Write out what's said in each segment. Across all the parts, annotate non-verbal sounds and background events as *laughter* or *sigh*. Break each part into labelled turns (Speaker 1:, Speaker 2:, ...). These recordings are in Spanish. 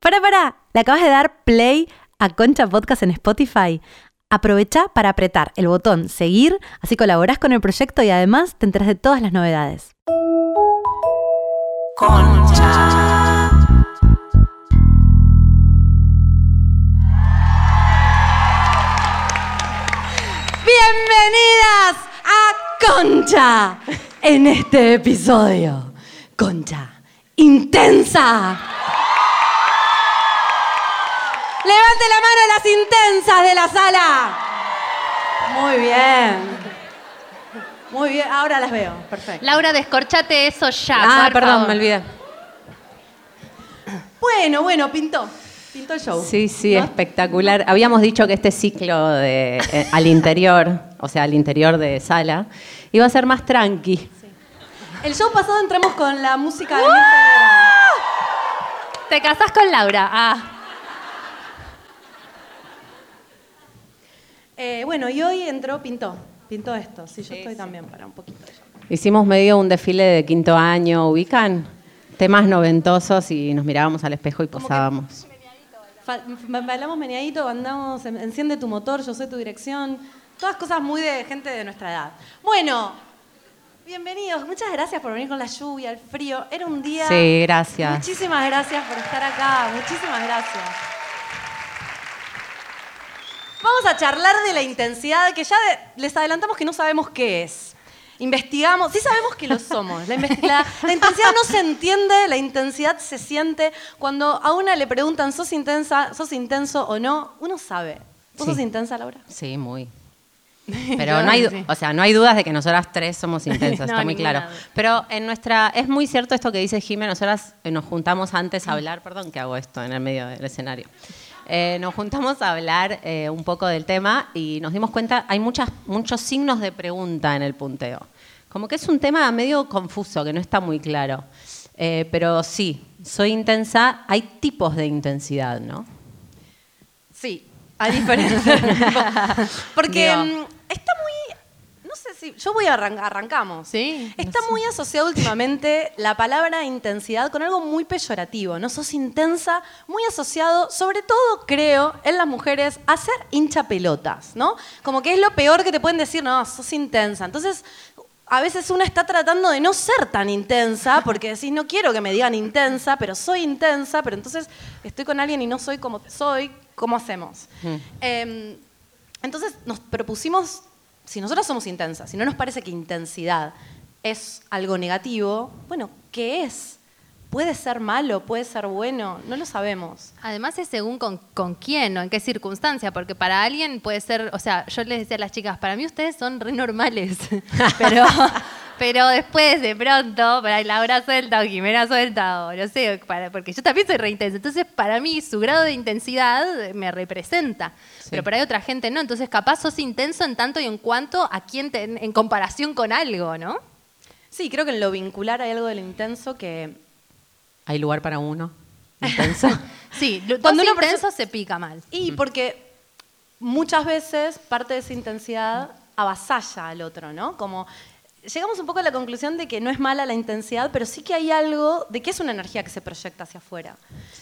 Speaker 1: Para, para, le acabas de dar play a Concha Podcast en Spotify. Aprovecha para apretar el botón seguir, así colaborás con el proyecto y además te enteras de todas las novedades.
Speaker 2: Concha.
Speaker 1: Bienvenidas a Concha en este episodio. Concha, intensa. Levante la mano las intensas de la sala. Muy bien. Muy bien, ahora las veo. Perfecto.
Speaker 3: Laura, descorchate eso ya.
Speaker 4: Ah,
Speaker 3: por
Speaker 4: perdón,
Speaker 3: favor.
Speaker 4: me olvidé.
Speaker 1: Bueno, bueno, pintó. Pintó el show.
Speaker 4: Sí, sí, espectacular. Habíamos dicho que este ciclo de, eh, al interior, o sea, al interior de sala, iba a ser más tranqui.
Speaker 1: El show pasado entramos con la música de
Speaker 3: Te casás con Laura. Ah,
Speaker 1: Eh, bueno, y hoy entró, pintó. Pintó esto. Sí, yo estoy también para un poquito. de show.
Speaker 4: Hicimos medio un desfile de quinto año, ubican temas noventosos y nos mirábamos al espejo y posábamos.
Speaker 1: Fa- ba- Bailamos meneadito, andamos, en- enciende tu motor, yo soy tu dirección. Todas cosas muy de gente de nuestra edad. Bueno, bienvenidos. Muchas gracias por venir con la lluvia, el frío. Era un día...
Speaker 4: Sí, gracias.
Speaker 1: Muchísimas gracias por estar acá. Muchísimas gracias. Vamos a charlar de la intensidad que ya de- les adelantamos que no sabemos qué es. Investigamos, sí sabemos que lo somos. La, inves- la- la intensidad no se entiende, la intensidad se siente. Cuando a una le preguntan, ¿sos intensa, sos intenso o no? Uno sabe. ¿Vos
Speaker 4: Sí.
Speaker 1: sos intensa, Laura?
Speaker 4: Sí, muy.
Speaker 1: *laughs*
Speaker 4: Pero no hay, du- o sea, no hay dudas de que nosotras tres somos intensas,
Speaker 3: No,
Speaker 4: está muy
Speaker 3: ninguna
Speaker 4: claro.
Speaker 3: duda.
Speaker 4: Pero en nuestra, es muy cierto esto que dice Jimé, nosotras eh, nos juntamos antes a hablar, perdón que hago esto en el medio del escenario. Eh, nos juntamos a hablar eh, un poco del tema y nos dimos cuenta, hay muchas, muchos signos de pregunta en el punteo. Como que es un tema medio confuso, que no está muy claro. Eh, pero sí, soy intensa, hay tipos de intensidad, ¿no?
Speaker 1: Sí, hay diferencias. Porque
Speaker 4: Digo.
Speaker 1: mm, está muy. No sé si. Yo voy a arran- arrancamos.
Speaker 3: Sí,
Speaker 1: Está muy asociado últimamente la palabra intensidad con algo muy peyorativo, ¿no? Sos intensa, muy asociado, sobre todo creo, en las mujeres, a ser hincha pelotas, ¿no? Como que es lo peor que te pueden decir, no, sos intensa. Entonces. A veces una está tratando de no ser tan intensa, porque decís, no quiero que me digan intensa, pero soy intensa, pero entonces estoy con alguien y no soy como soy, ¿cómo hacemos? Em, entonces nos propusimos, si nosotros somos intensas, si no nos parece que intensidad es algo negativo, bueno, ¿qué es? Puede ser malo, puede ser bueno, no lo sabemos.
Speaker 3: además es según con, con quién o en qué circunstancia, porque para alguien puede ser, o sea, yo les decía a las chicas, para mí ustedes son re normales, *laughs* pero, pero después de pronto, para Laura suelta o Jimena suelta o no sé, para- porque yo también soy re intensa, entonces para mí su grado de intensidad eh, me representa, pero para ahí otra gente no, entonces capaz sos intenso en tanto y en cuanto a quién te- en comparación con algo, ¿no?
Speaker 1: Sí, creo que en lo vincular hay algo de lo intenso que...
Speaker 4: Hay lugar para uno. Intensa.
Speaker 3: Sí, lo-
Speaker 1: Cuando
Speaker 3: cuando
Speaker 1: una
Speaker 3: uno
Speaker 1: perso-
Speaker 3: intenso se pica mal.
Speaker 1: Y porque muchas veces parte de esa intensidad avasalla al otro, ¿no? Como llegamos un poco a la conclusión de que no es mala la intensidad, pero sí que hay algo de que es una energía que se proyecta hacia afuera.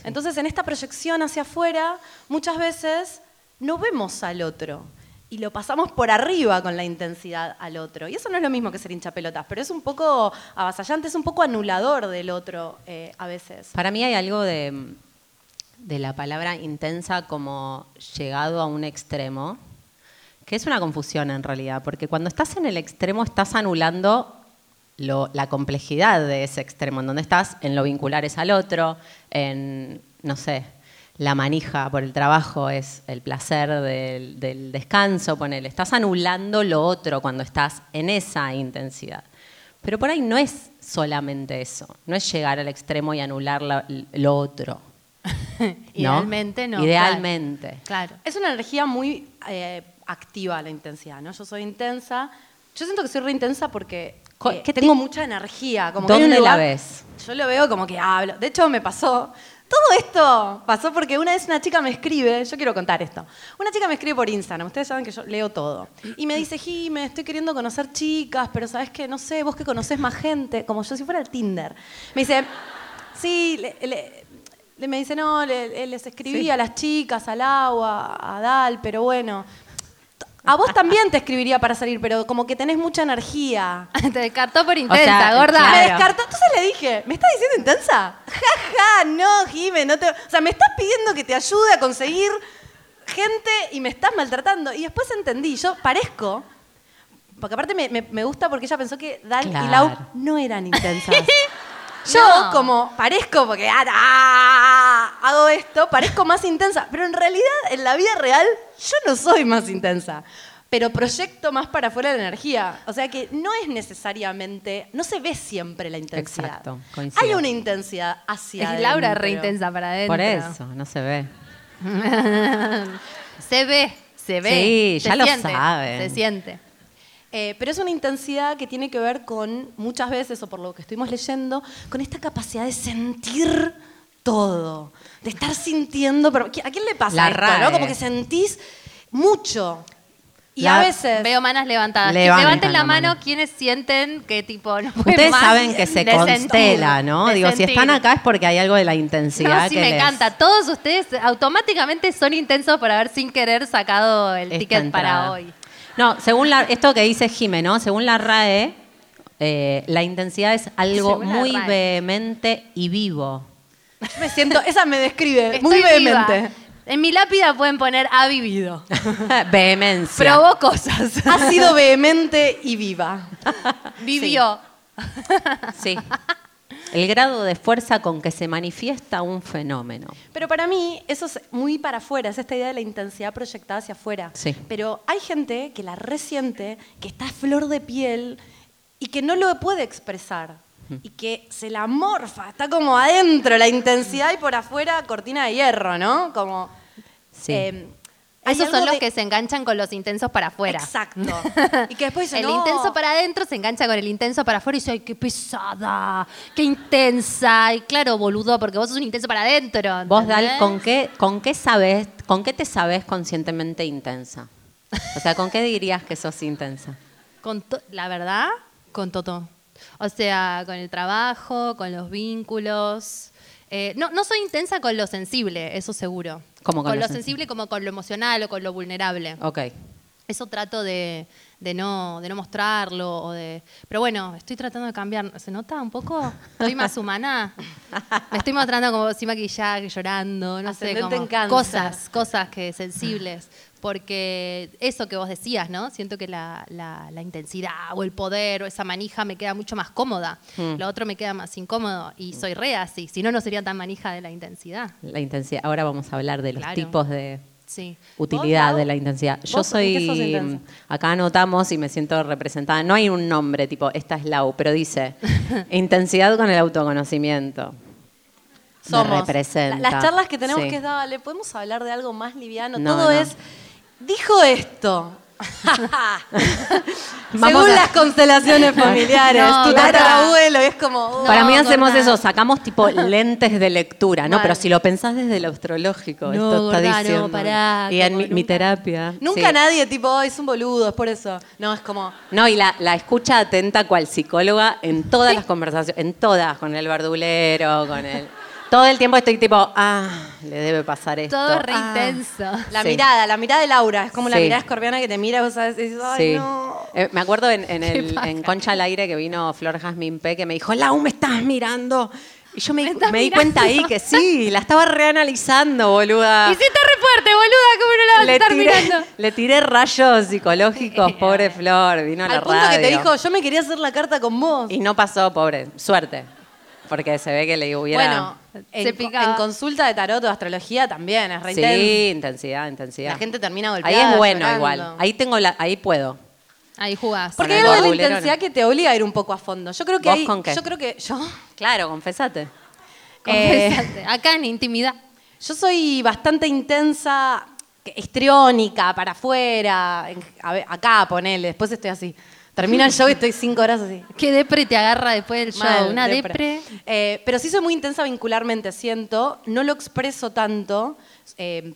Speaker 1: Entonces, en esta proyección hacia afuera, muchas veces no vemos al otro y lo pasamos por arriba con la intensidad al otro. Y eso no es lo mismo que ser hincha pelotas, pero es un poco avasallante, es un poco anulador del otro eh, a veces.
Speaker 4: Para mí hay algo de, de la palabra intensa como llegado a un extremo, que es una confusión en realidad, porque cuando estás en el extremo estás anulando lo- la complejidad de ese extremo, en donde estás en lo vincular es al otro, en, no sé, la manija por el trabajo es el placer del, del descanso, ponele. Estás anulando lo otro cuando estás en esa intensidad. Pero por ahí no es solamente eso, no es llegar al extremo y anular la- lo otro.
Speaker 3: Idealmente no.
Speaker 4: Idealmente.
Speaker 3: Claro.
Speaker 1: Es una energía muy eh, activa la intensidad, ¿no? Yo soy intensa. Yo siento que soy re intensa porque
Speaker 4: Co-
Speaker 1: eh,
Speaker 4: ¿qué
Speaker 1: tengo
Speaker 4: ti-
Speaker 1: mucha energía. Como que hay un
Speaker 4: ¿Dónde la
Speaker 1: lugar-
Speaker 4: ves?
Speaker 1: Yo lo veo como que hablo. De hecho, me pasó. Todo esto pasó porque una vez una chica me escribe, yo quiero contar esto. Una chica me escribe por Instagram, ustedes saben que yo leo todo. Y me dice, Jime, estoy queriendo conocer chicas, pero sabes que no sé, vos que conocés más gente, como yo si fuera el Tinder. Me dice, sí, le- le- le- me dice, no, le- le- les escribí a las chicas, al agua, a Dal, pero bueno. A vos también te escribiría para salir, pero como que tenés mucha energía.
Speaker 3: *laughs* Te descartó por intensa,
Speaker 4: sea,
Speaker 3: gorda.
Speaker 4: claro.
Speaker 1: Me descartó, entonces le dije, ¿me estás diciendo intensa? Ja, ja, no, Jime, no te... O sea, me estás pidiendo que te ayude a conseguir gente y me estás maltratando. Y después entendí, yo parezco, porque aparte me, me- me gusta porque ella pensó que Dal y
Speaker 4: Claro.
Speaker 1: Lau no eran intensas.
Speaker 4: *laughs*
Speaker 1: Yo
Speaker 3: No.
Speaker 1: como parezco, porque ah, ah, hago esto, parezco más intensa, pero en realidad en la vida real yo no soy más intensa, pero proyecto más para afuera la energía. O sea que no es necesariamente, no se ve siempre la intensidad.
Speaker 4: Exacto, coincido.
Speaker 1: Hay una intensidad hacia
Speaker 3: Es Laura
Speaker 1: adentro.
Speaker 3: re intensa para adentro.
Speaker 4: Por eso, no se ve.
Speaker 3: Se ve, se ve.
Speaker 4: Sí,
Speaker 3: se
Speaker 4: ya lo
Speaker 3: siente,
Speaker 4: saben.
Speaker 3: Se siente.
Speaker 1: Eh, pero es una intensidad que tiene que ver con, muchas veces, o por lo que estuvimos leyendo, con esta capacidad de sentir todo, de estar sintiendo. Pero, ¿qui- ¿A quién le pasa
Speaker 4: La
Speaker 1: esto?
Speaker 4: RAE.
Speaker 1: no? Como que sentís mucho. Y
Speaker 4: La-
Speaker 1: a veces.
Speaker 3: Veo manos levantadas. Que
Speaker 4: Levantan
Speaker 3: Levanten la
Speaker 4: la
Speaker 3: mano,
Speaker 4: mano.
Speaker 3: quienes sienten que tipo no pueden
Speaker 4: Ustedes
Speaker 3: más
Speaker 4: saben que se
Speaker 3: de
Speaker 4: constela,
Speaker 3: sentir,
Speaker 4: ¿no?
Speaker 3: de
Speaker 4: Digo, si
Speaker 3: sentir.
Speaker 4: están acá ah, es porque hay algo de la
Speaker 3: No,
Speaker 4: intensidad
Speaker 3: sí,
Speaker 4: que
Speaker 3: me
Speaker 4: les-
Speaker 3: encanta. Todos ustedes automáticamente son intensos por haber sin querer sacado el
Speaker 4: esta
Speaker 3: ticket para
Speaker 4: entrada.
Speaker 3: hoy.
Speaker 4: No, según la- esto que dice Jimé, ¿no? Según la RAE, eh, la intensidad es algo
Speaker 3: Según la
Speaker 4: muy
Speaker 3: RAE.
Speaker 4: vehemente y vivo. *laughs*
Speaker 1: Yo me siento. Esa me describe
Speaker 3: *laughs* Estoy
Speaker 1: muy
Speaker 3: viva.
Speaker 1: vehemente.
Speaker 3: En mi lápida pueden poner ha vivido.
Speaker 4: Vehemencia.
Speaker 3: Probó
Speaker 4: *laughs*
Speaker 3: cosas.
Speaker 1: Ha sido vehemente y viva.
Speaker 3: Vivió.
Speaker 4: sí. El grado de fuerza con que se manifiesta un fenómeno.
Speaker 1: Pero para mí eso es muy para afuera, es esta idea de la intensidad proyectada hacia afuera.
Speaker 4: Sí.
Speaker 1: Pero hay gente que la resiente, que está a flor de piel y que no lo puede expresar. Y que se la morfa, está como adentro la intensidad y por afuera cortina de hierro, ¿no? Como.
Speaker 4: Sí.
Speaker 3: Em,
Speaker 1: eh, hay
Speaker 3: Esos son
Speaker 1: algo
Speaker 3: los
Speaker 1: de-
Speaker 3: que se enganchan con los intensos para afuera. *laughs*
Speaker 1: Exacto. Y que después dicen,
Speaker 3: El
Speaker 1: "No".
Speaker 3: intenso para adentro se engancha con el intenso para afuera y dice, ay, qué pesada, qué intensa. Y claro, boludo, porque vos sos un intenso para adentro.
Speaker 4: Vos,
Speaker 3: ¿entendés?
Speaker 4: Dal, ¿con qué, con qué sabes, con qué te sabes conscientemente intensa? O sea, ¿con qué dirías que sos intensa?
Speaker 3: Con to- la verdad, con todo. O sea, con el trabajo, con los vínculos. Eh, no, no soy intensa con lo sensible, eso seguro.
Speaker 4: ¿Cómo con
Speaker 3: con
Speaker 4: lo
Speaker 3: lo
Speaker 4: sensible?
Speaker 3: sensible como con lo emocional o con lo vulnerable.
Speaker 4: Ok.
Speaker 3: Eso trato de, de no, de no mostrarlo. O de, pero bueno, estoy tratando de cambiar. ¿Se nota un poco? Soy más humana. Me estoy mostrando como sin maquillaje, llorando, no sé,
Speaker 1: Ascendente en
Speaker 3: como
Speaker 1: cáncer.
Speaker 3: cosas, cosas que sensibles. Porque eso que vos decías, ¿no? Siento que la, la- la intensidad o el poder o esa manija me queda mucho más cómoda.
Speaker 1: Hmm.
Speaker 3: Lo otro me queda más incómodo y soy re así. Si no, no sería tan manija de la intensidad.
Speaker 4: La intensidad. Ahora vamos a hablar de los
Speaker 3: Claro.
Speaker 4: tipos de
Speaker 3: Sí.
Speaker 4: utilidad
Speaker 1: Lau?
Speaker 4: de la intensidad. Yo
Speaker 1: ¿Vos en qué sos
Speaker 4: soy.
Speaker 1: intensa?
Speaker 4: Acá anotamos y me siento representada. No hay un nombre tipo, esta es Lau, pero dice
Speaker 3: *laughs*
Speaker 4: intensidad con el autoconocimiento. Me
Speaker 1: Somos.
Speaker 4: representa.
Speaker 1: La- Las charlas que tenemos
Speaker 4: Sí.
Speaker 1: que es, dale, podemos hablar de algo más liviano.
Speaker 4: No,
Speaker 1: Todo
Speaker 4: no.
Speaker 1: es, dijo esto.
Speaker 4: *laughs* Vamos
Speaker 1: Según
Speaker 4: a-
Speaker 1: las constelaciones familiares,
Speaker 3: No,
Speaker 1: tu
Speaker 3: claro.
Speaker 1: tatarabuelo y es como. "Oh".
Speaker 4: Para mí
Speaker 3: No,
Speaker 4: hacemos
Speaker 3: gorda.
Speaker 4: eso, sacamos
Speaker 3: *laughs*
Speaker 4: tipo lentes de lectura, ¿no?
Speaker 1: Mal.
Speaker 4: Pero si lo pensás desde lo astrológico,
Speaker 3: No,
Speaker 4: esto está
Speaker 3: gorda, no,
Speaker 4: diciendo.
Speaker 3: pará,
Speaker 4: y en
Speaker 3: como
Speaker 4: mi, mi
Speaker 3: nunca.
Speaker 4: terapia.
Speaker 1: Nunca
Speaker 4: sí.
Speaker 1: nadie, tipo, "Ay, es un boludo, es por eso. No, es como.
Speaker 4: No, y la, la escucha atenta cual psicóloga en todas las conversaciones, en todas, con el verdulero, con el... Todo el tiempo estoy tipo, ah, le debe pasar esto.
Speaker 3: Todo re
Speaker 4: ah".
Speaker 3: intenso.
Speaker 1: La
Speaker 4: Sí.
Speaker 1: mirada, la mirada de Laura. Es como la
Speaker 4: Sí.
Speaker 1: mirada escorpiana que te mira y vos sabes, y dices, ay,
Speaker 4: Ah, Sí.
Speaker 1: no.
Speaker 4: Eh, me acuerdo en,
Speaker 1: *laughs*
Speaker 4: en el- en Concha al Aire que vino Flor Jazmín P. que me dijo, Lau, me estás mirando. Y yo me, di-
Speaker 3: estás
Speaker 4: me di
Speaker 3: mirando.
Speaker 4: cuenta ahí que sí, la estaba reanalizando, boluda.
Speaker 3: Hiciste re fuerte, boluda, ¿cómo no la vas a
Speaker 4: Ah. le,
Speaker 3: estar
Speaker 4: tiré,
Speaker 3: mirando?
Speaker 4: le tiré
Speaker 1: *laughs*
Speaker 4: rayos psicológicos, pobre Flor, vino a la
Speaker 1: Al punto que te
Speaker 4: radio.
Speaker 1: dijo, yo me quería hacer la carta con vos.
Speaker 4: Y no pasó, pobre. Suerte. Porque se ve que le hubiera.
Speaker 1: bueno,
Speaker 3: Se
Speaker 1: en, co-
Speaker 3: picaba.
Speaker 1: en consulta de tarot o astrología también, es re intenso.
Speaker 4: sí, intensidad, intensidad.
Speaker 1: La gente termina
Speaker 4: Ahí
Speaker 1: golpeada.
Speaker 4: es bueno
Speaker 1: llorando.
Speaker 4: igual. Ahí tengo la, ahí puedo.
Speaker 3: Ahí jugás.
Speaker 1: Porque
Speaker 4: Con
Speaker 1: hay
Speaker 4: el
Speaker 1: algo de la
Speaker 4: barbulero,
Speaker 1: intensidad
Speaker 4: no.
Speaker 1: que te obliga a ir un poco a fondo. Yo creo que
Speaker 4: ¿Vos
Speaker 1: ahí-
Speaker 4: con qué?
Speaker 1: Yo creo que yo.
Speaker 4: Claro, confesate.
Speaker 1: Eh,
Speaker 3: Confesate. Acá en intimidad.
Speaker 1: Yo soy bastante intensa, que- histriónica, para afuera, en- a ver, acá ponele, después estoy así. Termina el show y estoy cinco horas así.
Speaker 3: ¿Qué depre te agarra después del show?
Speaker 1: Mal,
Speaker 3: Una
Speaker 1: depre.
Speaker 3: depre.
Speaker 1: Eh, pero sí soy muy intensa vincularmente, siento. No lo expreso tanto. eh,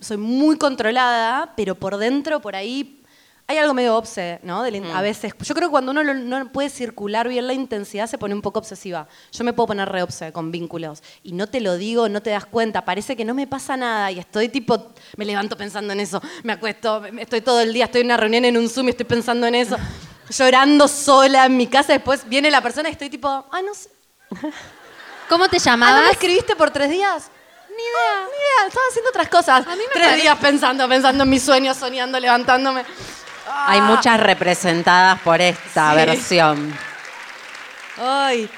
Speaker 1: soy muy controlada, pero por dentro, por ahí, hay algo medio obse, ¿no? De la in- A veces. Yo creo que cuando uno lo- no puede circular bien la intensidad se pone un poco obsesiva. Yo me puedo poner re obse con vínculos. Y no te lo digo, no te das cuenta. Parece que no me pasa nada y estoy tipo. Me levanto pensando en eso, me acuesto, me- estoy todo el día, estoy en una reunión en un Zoom y estoy pensando en eso. Llorando sola en mi casa. Después viene la persona y estoy tipo. Ah, no sé.
Speaker 3: ¿Cómo te
Speaker 1: ¿Ah, no me
Speaker 3: llamabas?
Speaker 1: escribiste por tres días? Ni idea. ni idea, estaba haciendo otras cosas.
Speaker 3: A mí me
Speaker 1: tres
Speaker 3: parece-
Speaker 1: días pensando, pensando en mis sueños, soñando, levantándome.
Speaker 4: Hay muchas representadas por esta
Speaker 1: Sí.
Speaker 4: versión.
Speaker 1: Ay.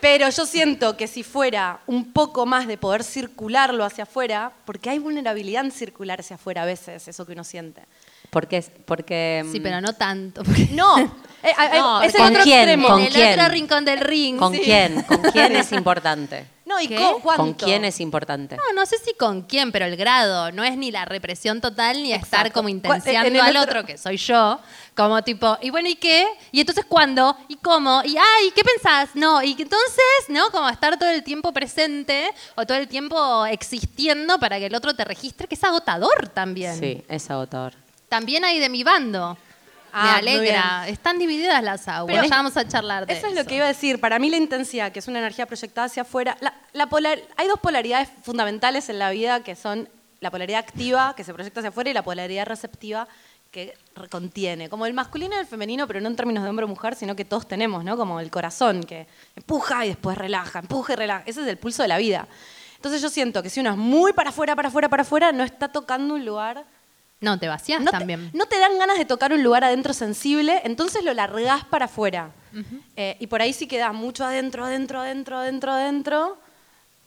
Speaker 1: Pero yo siento que si fuera un poco más de poder circularlo hacia afuera, porque hay vulnerabilidad en circular hacia afuera a veces, eso que uno siente.
Speaker 4: Porque, porque mm,
Speaker 3: Sí, pero no tanto. porque-
Speaker 1: No, *laughs* eh, eh,
Speaker 4: No,
Speaker 1: es el
Speaker 4: ¿con
Speaker 1: otro
Speaker 4: quién?
Speaker 1: extremo.
Speaker 4: ¿Con
Speaker 3: en el
Speaker 4: quién?
Speaker 3: otro rincón del ring.
Speaker 4: ¿Con
Speaker 3: sí.
Speaker 4: quién? ¿Con quién
Speaker 3: *laughs*
Speaker 4: es importante?
Speaker 1: No, ¿y
Speaker 3: ¿Qué?
Speaker 1: con cuánto?
Speaker 4: ¿Con quién es importante?
Speaker 3: No, no sé si con quién, pero el grado no es ni la represión total ni estar
Speaker 1: Exacto.
Speaker 3: como
Speaker 1: Cu- en
Speaker 3: intenciando
Speaker 1: el
Speaker 3: al
Speaker 1: otro-
Speaker 3: otro que soy yo, como tipo, y bueno, ¿y qué? ¿Y entonces cuándo? ¿Y cómo? ¿Y ay, qué pensás? No, y que entonces, ¿no? Como estar todo el tiempo presente o todo el tiempo existiendo para que el otro te registre, que es agotador también.
Speaker 4: Sí, es agotador.
Speaker 3: También hay de mi bando.
Speaker 1: Ah,
Speaker 3: Me
Speaker 1: muy
Speaker 3: alegra. Están divididas las aguas.
Speaker 1: Pero-
Speaker 3: ya vamos a charlar de
Speaker 1: Eso
Speaker 3: eso.
Speaker 1: es lo que iba a decir. Para mí la intensidad, que es una energía proyectada hacia afuera, la, la polar- hay dos polaridades fundamentales en la vida que son la polaridad activa, que se proyecta hacia afuera, y la polaridad receptiva, que re- contiene. Como el masculino y el femenino, pero no en términos de hombre o mujer, sino que todos tenemos, ¿no? Como el corazón, que empuja y después relaja, empuja y relaja. Ese es el pulso de la vida. Entonces yo siento que si uno es muy para afuera, para afuera, para afuera, no está tocando un lugar
Speaker 3: No, te vacías
Speaker 1: no te-
Speaker 3: también.
Speaker 1: no te dan ganas de tocar un lugar adentro sensible, entonces lo largás para afuera. Eh, y por ahí sí quedás mucho adentro, adentro, adentro, adentro, adentro.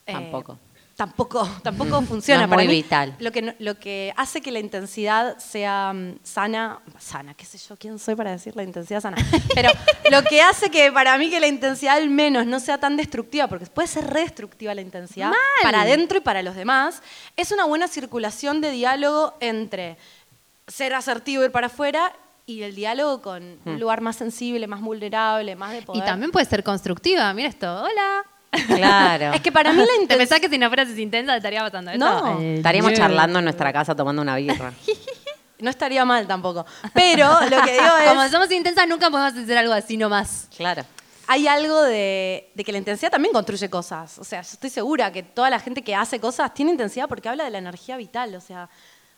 Speaker 1: Eh,
Speaker 4: Tampoco. *laughs*
Speaker 1: Tampoco, tampoco funciona
Speaker 4: No es
Speaker 1: para
Speaker 4: muy
Speaker 1: mí.
Speaker 4: vital.
Speaker 1: Lo que, no- lo que hace que la intensidad sea mm, sana, sana, qué sé yo, quién soy para decir la intensidad
Speaker 4: *laughs*
Speaker 1: sana, pero lo que hace que para mí que la intensidad al menos no sea tan destructiva, porque puede ser re destructiva la intensidad
Speaker 3: Mal.
Speaker 1: para adentro y para los demás, es una buena circulación de diálogo entre ser asertivo, ir para afuera y el diálogo con un lugar más sensible, más vulnerable, más de
Speaker 3: Y
Speaker 1: poder.
Speaker 3: también puede ser constructiva. Mira esto. Hola. *laughs*
Speaker 4: Claro.
Speaker 1: Es que para mí la
Speaker 3: ¿Te
Speaker 1: intensidad...
Speaker 3: pensás que si no fueras intensa te estaría pasando esto?
Speaker 1: No.
Speaker 3: Eh,
Speaker 4: Estaríamos
Speaker 3: yeah.
Speaker 4: charlando en nuestra casa tomando una
Speaker 3: *laughs*
Speaker 4: birra.
Speaker 1: No estaría mal tampoco. Pero lo que Eh, digo es...
Speaker 3: *laughs* Como somos intensas, nunca podemos hacer algo así nomás.
Speaker 4: Claro.
Speaker 1: hay algo de, de que la intensidad también construye cosas. O sea, yo estoy segura que toda la gente que hace cosas tiene intensidad porque habla de la energía vital. O sea,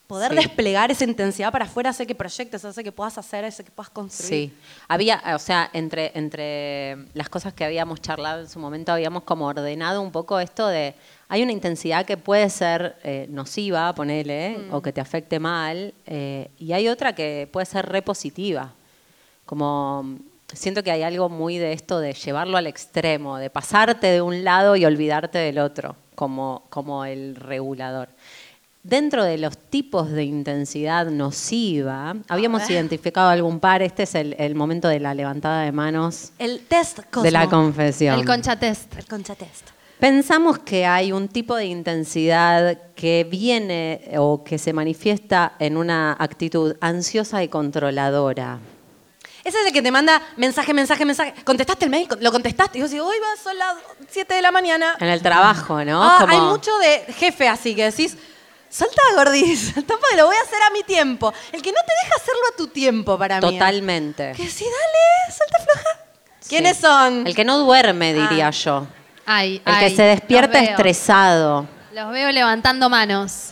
Speaker 1: poder
Speaker 4: Sí.
Speaker 1: desplegar esa intensidad para afuera hace que proyectes, hace que puedas hacer, hace que puedas construir.
Speaker 4: Sí. Había, eh, o sea, entre, entre las cosas que habíamos charlado en su momento, habíamos como ordenado un poco esto de. Hay una intensidad que puede ser eh, nociva, ponele, o que te afecte mal, eh, y hay otra que puede ser repositiva. Como. mm, Siento que hay algo muy de esto de llevarlo al extremo, de pasarte de un lado y olvidarte del otro, como, como el regulador. Dentro de los tipos de intensidad nociva, habíamos identificado algún par. Este es el, el momento de la levantada de manos,
Speaker 1: El test Cosmo.
Speaker 4: de la confesión.
Speaker 3: El concha test.
Speaker 1: El concha test.
Speaker 4: Pensamos que hay un tipo de intensidad que viene o que se manifiesta en una actitud ansiosa y controladora.
Speaker 1: Ese es el que te manda mensaje, mensaje, mensaje. ¿Contestaste el mail? ¿Lo contestaste? Y yo digo, hoy va, son las 7 de la mañana.
Speaker 4: En el trabajo, ¿no?
Speaker 1: Ah,
Speaker 4: Como-
Speaker 1: Hay mucho de jefe así que decís, salta *laughs* gordis, saltá porque lo voy a hacer a mi tiempo. El que no te deja hacerlo a tu tiempo para mí. ¿eh?
Speaker 4: Totalmente.
Speaker 1: Que sí, dale, salta floja. ¿Quiénes son?
Speaker 4: El que no duerme, diría yo.
Speaker 3: Ay,
Speaker 4: El
Speaker 3: ay,
Speaker 4: que se despierta
Speaker 3: los veo.
Speaker 4: estresado.
Speaker 3: Los veo levantando manos.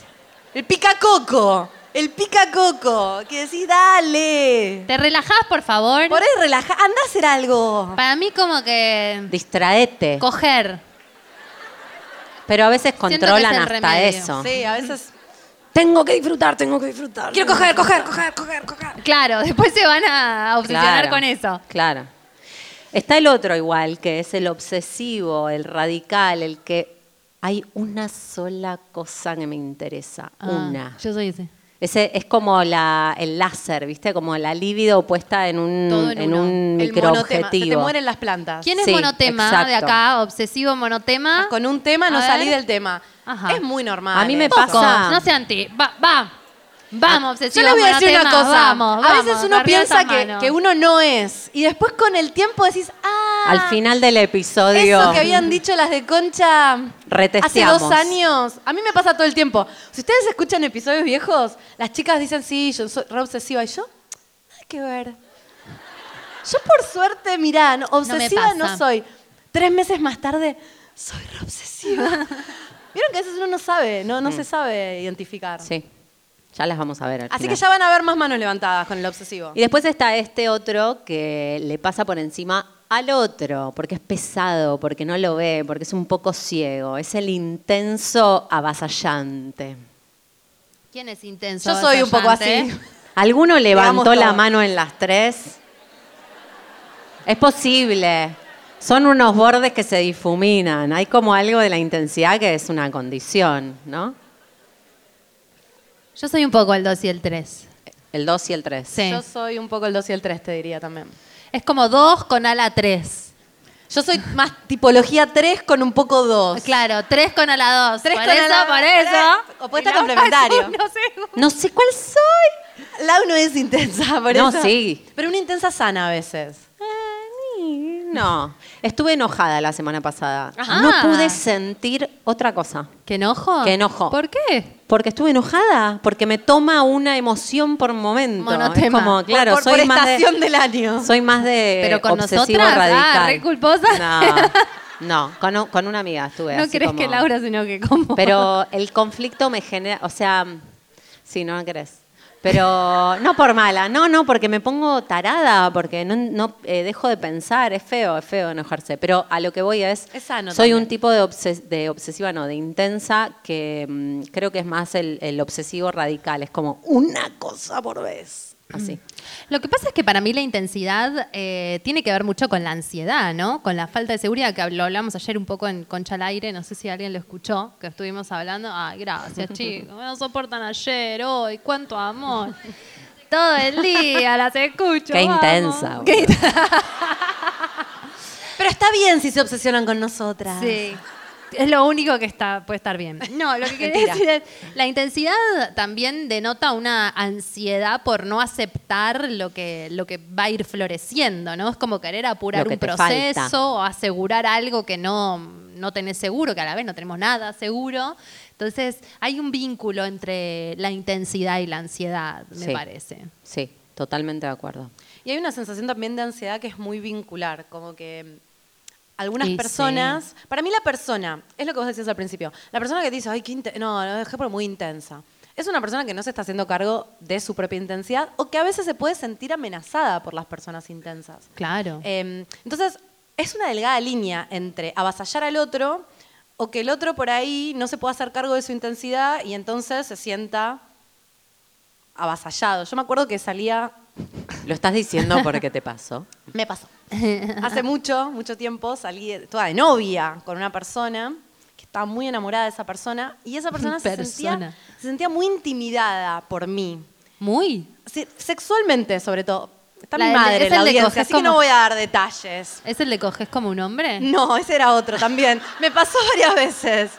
Speaker 1: El picacoco. El picacoco. Que decís, dale.
Speaker 3: ¿Te relajás, por favor?
Speaker 1: Por ahí relaja, anda a hacer algo.
Speaker 3: Para mí como que...
Speaker 4: Distraete.
Speaker 3: Coger.
Speaker 4: Pero a veces
Speaker 3: que es
Speaker 4: controlan
Speaker 3: el
Speaker 4: hasta
Speaker 3: remedio.
Speaker 4: eso.
Speaker 1: Sí, a veces.
Speaker 4: Tengo que disfrutar, tengo que disfrutar.
Speaker 1: Quiero coger, coger, coger, coger, coger.
Speaker 3: Claro, *laughs* después se van a obsesionar con eso.
Speaker 4: Claro. Está el otro igual, que es el obsesivo, el radical, el que hay una sola cosa que me interesa.
Speaker 3: Ah,
Speaker 4: una.
Speaker 3: Yo soy ese.
Speaker 4: Ese es como la, el láser, ¿viste? Como la libido puesta en un,
Speaker 3: Todo en
Speaker 4: en
Speaker 3: uno.
Speaker 4: un
Speaker 1: El monotema. Se te
Speaker 4: microobjetivo.
Speaker 1: mueren las plantas.
Speaker 3: ¿Quién es
Speaker 4: Sí,
Speaker 3: monotema de
Speaker 4: exacto.
Speaker 3: acá? Obsesivo monotema.
Speaker 1: Con un tema no
Speaker 3: A
Speaker 1: salí
Speaker 3: ver.
Speaker 1: del tema.
Speaker 3: Ajá.
Speaker 1: Es muy normal. ¿eh?
Speaker 4: A mí me
Speaker 1: eso.
Speaker 4: pasa-
Speaker 3: Chicos, No sean ti. Va, va. Vamos,
Speaker 1: Ah, Yo
Speaker 3: obsesivos
Speaker 1: les voy a decir una
Speaker 3: monotemas,
Speaker 1: cosa.
Speaker 3: Vamos,
Speaker 1: a
Speaker 3: vamos,
Speaker 1: veces uno
Speaker 3: arriba
Speaker 1: piensa
Speaker 3: esas
Speaker 1: que,
Speaker 3: manos.
Speaker 1: que uno no es. Y después con el tiempo decís, ah.
Speaker 4: Al final del episodio.
Speaker 1: Eso que habían dicho las de Concha hace
Speaker 4: Retesteamos.
Speaker 1: dos años. A mí me pasa todo el tiempo. Si ustedes escuchan episodios viejos, las chicas dicen, sí, yo soy re obsesiva. Y yo, que ver. Yo por suerte, mirá, no- obsesiva
Speaker 3: pasa.
Speaker 1: no, soy. Tres meses más tarde, soy re obsesiva. Vieron que a veces uno no sabe, no, no se sabe identificar.
Speaker 4: Sí. Ya las vamos a ver. al
Speaker 1: Así
Speaker 4: final.
Speaker 1: que ya van a ver más manos levantadas con el obsesivo.
Speaker 4: Y después está este otro que le pasa por encima al otro, porque es pesado, porque no lo ve, porque es un poco ciego. Es el intenso avasallante.
Speaker 3: ¿Quién es intenso?
Speaker 1: Yo soy un poco así.
Speaker 3: avasallante?
Speaker 4: ¿Alguno levantó
Speaker 1: todo.
Speaker 4: la mano en las tres? Es posible. Son unos bordes que se difuminan. Hay como algo de la intensidad que es una condición, ¿no?
Speaker 3: Yo soy un poco el 2 y el 3.
Speaker 4: El 2 y el 3.
Speaker 3: Sí.
Speaker 1: Yo soy un poco el 2 y el 3, te diría también.
Speaker 3: Es como 2 con ala 3.
Speaker 1: Yo soy más tipología 3 con un poco 2.
Speaker 3: Claro, 3 con ala 2.
Speaker 1: Tres
Speaker 3: por
Speaker 1: con
Speaker 3: eso,
Speaker 1: ala-
Speaker 3: por eso.
Speaker 1: tres.
Speaker 3: *laughs*
Speaker 1: Opuesto
Speaker 3: Y la otra
Speaker 1: complementario.
Speaker 3: es uno, seguro.
Speaker 4: No sé cuál soy.
Speaker 1: La uno es intensa, *laughs* por
Speaker 4: No,
Speaker 1: eso.
Speaker 4: sí.
Speaker 1: Pero una intensa sana a veces.
Speaker 4: No, estuve enojada la semana pasada.
Speaker 3: Ajá.
Speaker 4: No pude sentir otra cosa.
Speaker 3: ¿Qué enojo?
Speaker 4: Qué enojo.
Speaker 3: ¿Por qué?
Speaker 4: Porque estuve enojada, porque me toma una emoción por momento. Es
Speaker 3: Monotema.
Speaker 4: como,
Speaker 3: Por-
Speaker 4: claro,
Speaker 1: por,
Speaker 4: soy
Speaker 1: por
Speaker 4: más
Speaker 1: estación
Speaker 4: de,
Speaker 1: del año.
Speaker 4: *laughs* soy más de
Speaker 3: Pero con
Speaker 4: obsesivo
Speaker 3: nosotras,
Speaker 4: radical.
Speaker 3: ah, re culposa.
Speaker 4: No, no, con, u- con una amiga estuve
Speaker 3: no
Speaker 4: así
Speaker 3: crees
Speaker 4: como-
Speaker 3: que Laura, sino que como.
Speaker 1: *laughs*
Speaker 4: Pero el conflicto me genera, o sea, sí, no no querés. Pero no por mala, no, no, porque me pongo tarada, porque no, no, eh, dejo de pensar, es feo, es feo enojarse. Pero a lo que voy es,
Speaker 1: Es sano
Speaker 4: soy
Speaker 1: también.
Speaker 4: un tipo de, obses- de obsesiva, no, de intensa, que mm, creo que es más el, el obsesivo radical, es como una cosa por vez,
Speaker 1: *clears throat*
Speaker 4: así.
Speaker 3: Lo que pasa es que para mí la intensidad eh, tiene que ver mucho con la ansiedad, ¿no? Con la falta de seguridad, que lo hablamos ayer un poco en Concha al Aire, no sé si alguien lo escuchó, que estuvimos hablando. Ay, gracias, chicos, no soportan ayer, hoy,
Speaker 4: *laughs*
Speaker 3: cuánto amor. Todo el día las escucho.
Speaker 4: Qué
Speaker 3: vamos.
Speaker 4: intensa.
Speaker 3: Qué
Speaker 4: boludo.
Speaker 1: Pero está bien si se obsesionan con nosotras.
Speaker 3: Sí. Es lo único que está, puede estar bien. No, lo que quería decir es, la intensidad también denota una ansiedad por no aceptar lo que, lo que va a ir floreciendo, ¿no? Es como querer apurar
Speaker 4: Lo que
Speaker 3: un
Speaker 4: te
Speaker 3: proceso
Speaker 4: falta.
Speaker 3: o asegurar algo que no, no tenés seguro, que a la vez no tenemos nada seguro. Entonces, hay un vínculo entre la intensidad y la ansiedad, me
Speaker 4: Sí.
Speaker 3: parece.
Speaker 4: Sí, totalmente de acuerdo.
Speaker 1: Y hay una sensación también de ansiedad que es muy vincular, como que mm, algunas
Speaker 3: Y sí.
Speaker 1: personas, para mí la persona, es lo que vos decías al principio, la persona que te dice, ay, qué inte- no, lo dejé por muy intensa. Es una persona que no se está haciendo cargo de su propia intensidad o que a veces se puede sentir amenazada por las personas intensas.
Speaker 3: Claro.
Speaker 1: Eh, entonces, es una delgada línea entre avasallar al otro o que el otro por ahí no se pueda hacer cargo de su intensidad y entonces se sienta avasallado. Yo me acuerdo que salía,
Speaker 4: Lo estás diciendo porque te pasó.
Speaker 1: me pasó,
Speaker 3: Eh,
Speaker 1: hace mucho, mucho tiempo salí de- toda de novia con una persona que estaba muy enamorada de esa persona y esa persona, Se, sentía,
Speaker 3: Persona.
Speaker 1: se sentía muy intimidada por mí.
Speaker 3: *laughs* Muy.
Speaker 1: Sí, sexualmente, sobre todo. Está
Speaker 3: La
Speaker 1: mi
Speaker 3: del- es
Speaker 1: madre en la
Speaker 3: el de
Speaker 1: audiencia,
Speaker 3: coger
Speaker 1: así que no
Speaker 3: como-
Speaker 1: voy a dar detalles.
Speaker 3: ¿Es el de coges como un
Speaker 1: *laughs*
Speaker 3: hombre?
Speaker 1: No, ese era otro también. Me pasó varias veces.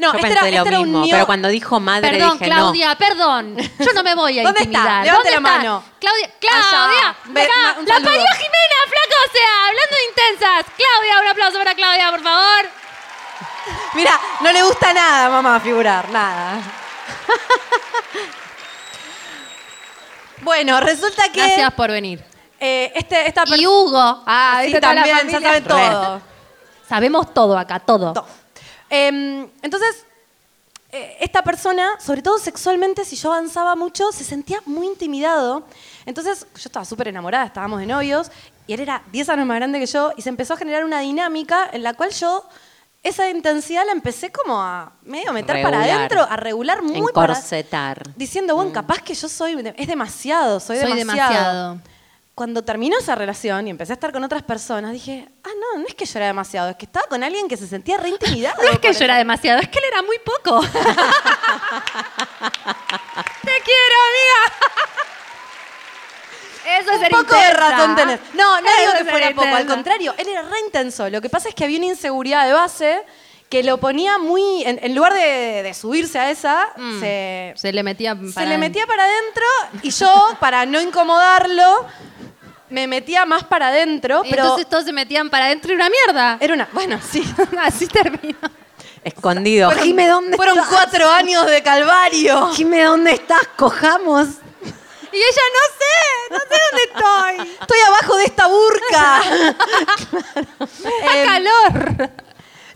Speaker 1: No,
Speaker 4: Yo
Speaker 1: este
Speaker 4: pensé
Speaker 1: era,
Speaker 4: lo
Speaker 1: este era un
Speaker 4: mismo,
Speaker 1: mío-
Speaker 4: pero cuando dijo madre
Speaker 3: Perdón,
Speaker 4: dije no.
Speaker 3: Claudia, perdón. Yo no me voy a
Speaker 1: *laughs* ¿Dónde está?
Speaker 3: intimidar.
Speaker 1: Levante
Speaker 3: ¿Dónde
Speaker 1: la
Speaker 3: está?
Speaker 1: mano.
Speaker 3: Claudia,
Speaker 1: Allá.
Speaker 3: Claudia,
Speaker 1: Ve-
Speaker 3: acá.
Speaker 1: ma- un
Speaker 3: la
Speaker 1: saludo.
Speaker 3: parió Jimena, flaco, o sea, hablando de intensas. Claudia, un aplauso para Claudia, por favor.
Speaker 1: Mira, no le gusta nada, mamá, figurar,
Speaker 4: *laughs*
Speaker 1: nada. bueno, resulta que
Speaker 3: Gracias por venir.
Speaker 1: eh, este, esta
Speaker 3: Y
Speaker 1: persona
Speaker 3: Hugo. Ah,
Speaker 1: sí,
Speaker 3: ¿viste toda la
Speaker 1: también, ya
Speaker 3: familia?
Speaker 1: sabe todo.
Speaker 3: Sabemos todo acá, todo.
Speaker 1: todo. Em, entonces, eh, esta persona, sobre todo sexualmente, si yo avanzaba mucho, se sentía muy intimidado. Entonces, yo estaba súper enamorada, estábamos de novios, y él era 10 años más grande que yo, y se empezó a generar una dinámica en la cual yo esa intensidad la empecé como a medio meter para
Speaker 4: Regular.
Speaker 1: adentro, a regular muy para-
Speaker 4: Encorsetar.
Speaker 1: Diciendo, bueno, capaz que yo soy, es demasiado, soy,
Speaker 3: Soy demasiado.
Speaker 1: Cuando terminó esa relación y empecé a estar con otras personas, dije, ah, no, no es que yo era demasiado, es que estaba con alguien que se sentía re intimidado.
Speaker 3: *laughs* No es que
Speaker 1: por
Speaker 3: yo era demasiado, es que él era muy
Speaker 1: *laughs*
Speaker 3: poco. Te quiero,
Speaker 1: *laughs*
Speaker 3: amiga. Eso es
Speaker 1: Un
Speaker 3: ser
Speaker 1: poco de
Speaker 3: intensa.
Speaker 1: razón tenés. No, no
Speaker 3: Eso
Speaker 1: digo
Speaker 3: es
Speaker 1: que
Speaker 3: ser
Speaker 1: fuera poco, al
Speaker 3: intensa.
Speaker 1: contrario, él era re intenso. Lo que pasa es que había una inseguridad de base que lo ponía muy. En, en lugar de, de subirse a esa,
Speaker 3: Mm.
Speaker 1: se,
Speaker 3: Se le metía para
Speaker 1: se le metía para adentro y yo, para no incomodarlo, me metía más para adentro.
Speaker 3: Y
Speaker 1: Pero
Speaker 3: Entonces todos se metían para adentro y una mierda.
Speaker 1: era una. Bueno, sí.
Speaker 3: *laughs* Así terminó.
Speaker 4: Escondido. Jime, ¿dónde
Speaker 1: Fueron
Speaker 4: estás?
Speaker 1: cuatro años de calvario.
Speaker 4: Jime, ¿dónde estás? Cojamos.
Speaker 3: Y ella no sé.
Speaker 5: No sé dónde estoy.
Speaker 1: Estoy abajo de esta burca. *laughs* Em,
Speaker 4: Eh,
Speaker 3: ¡Está calor!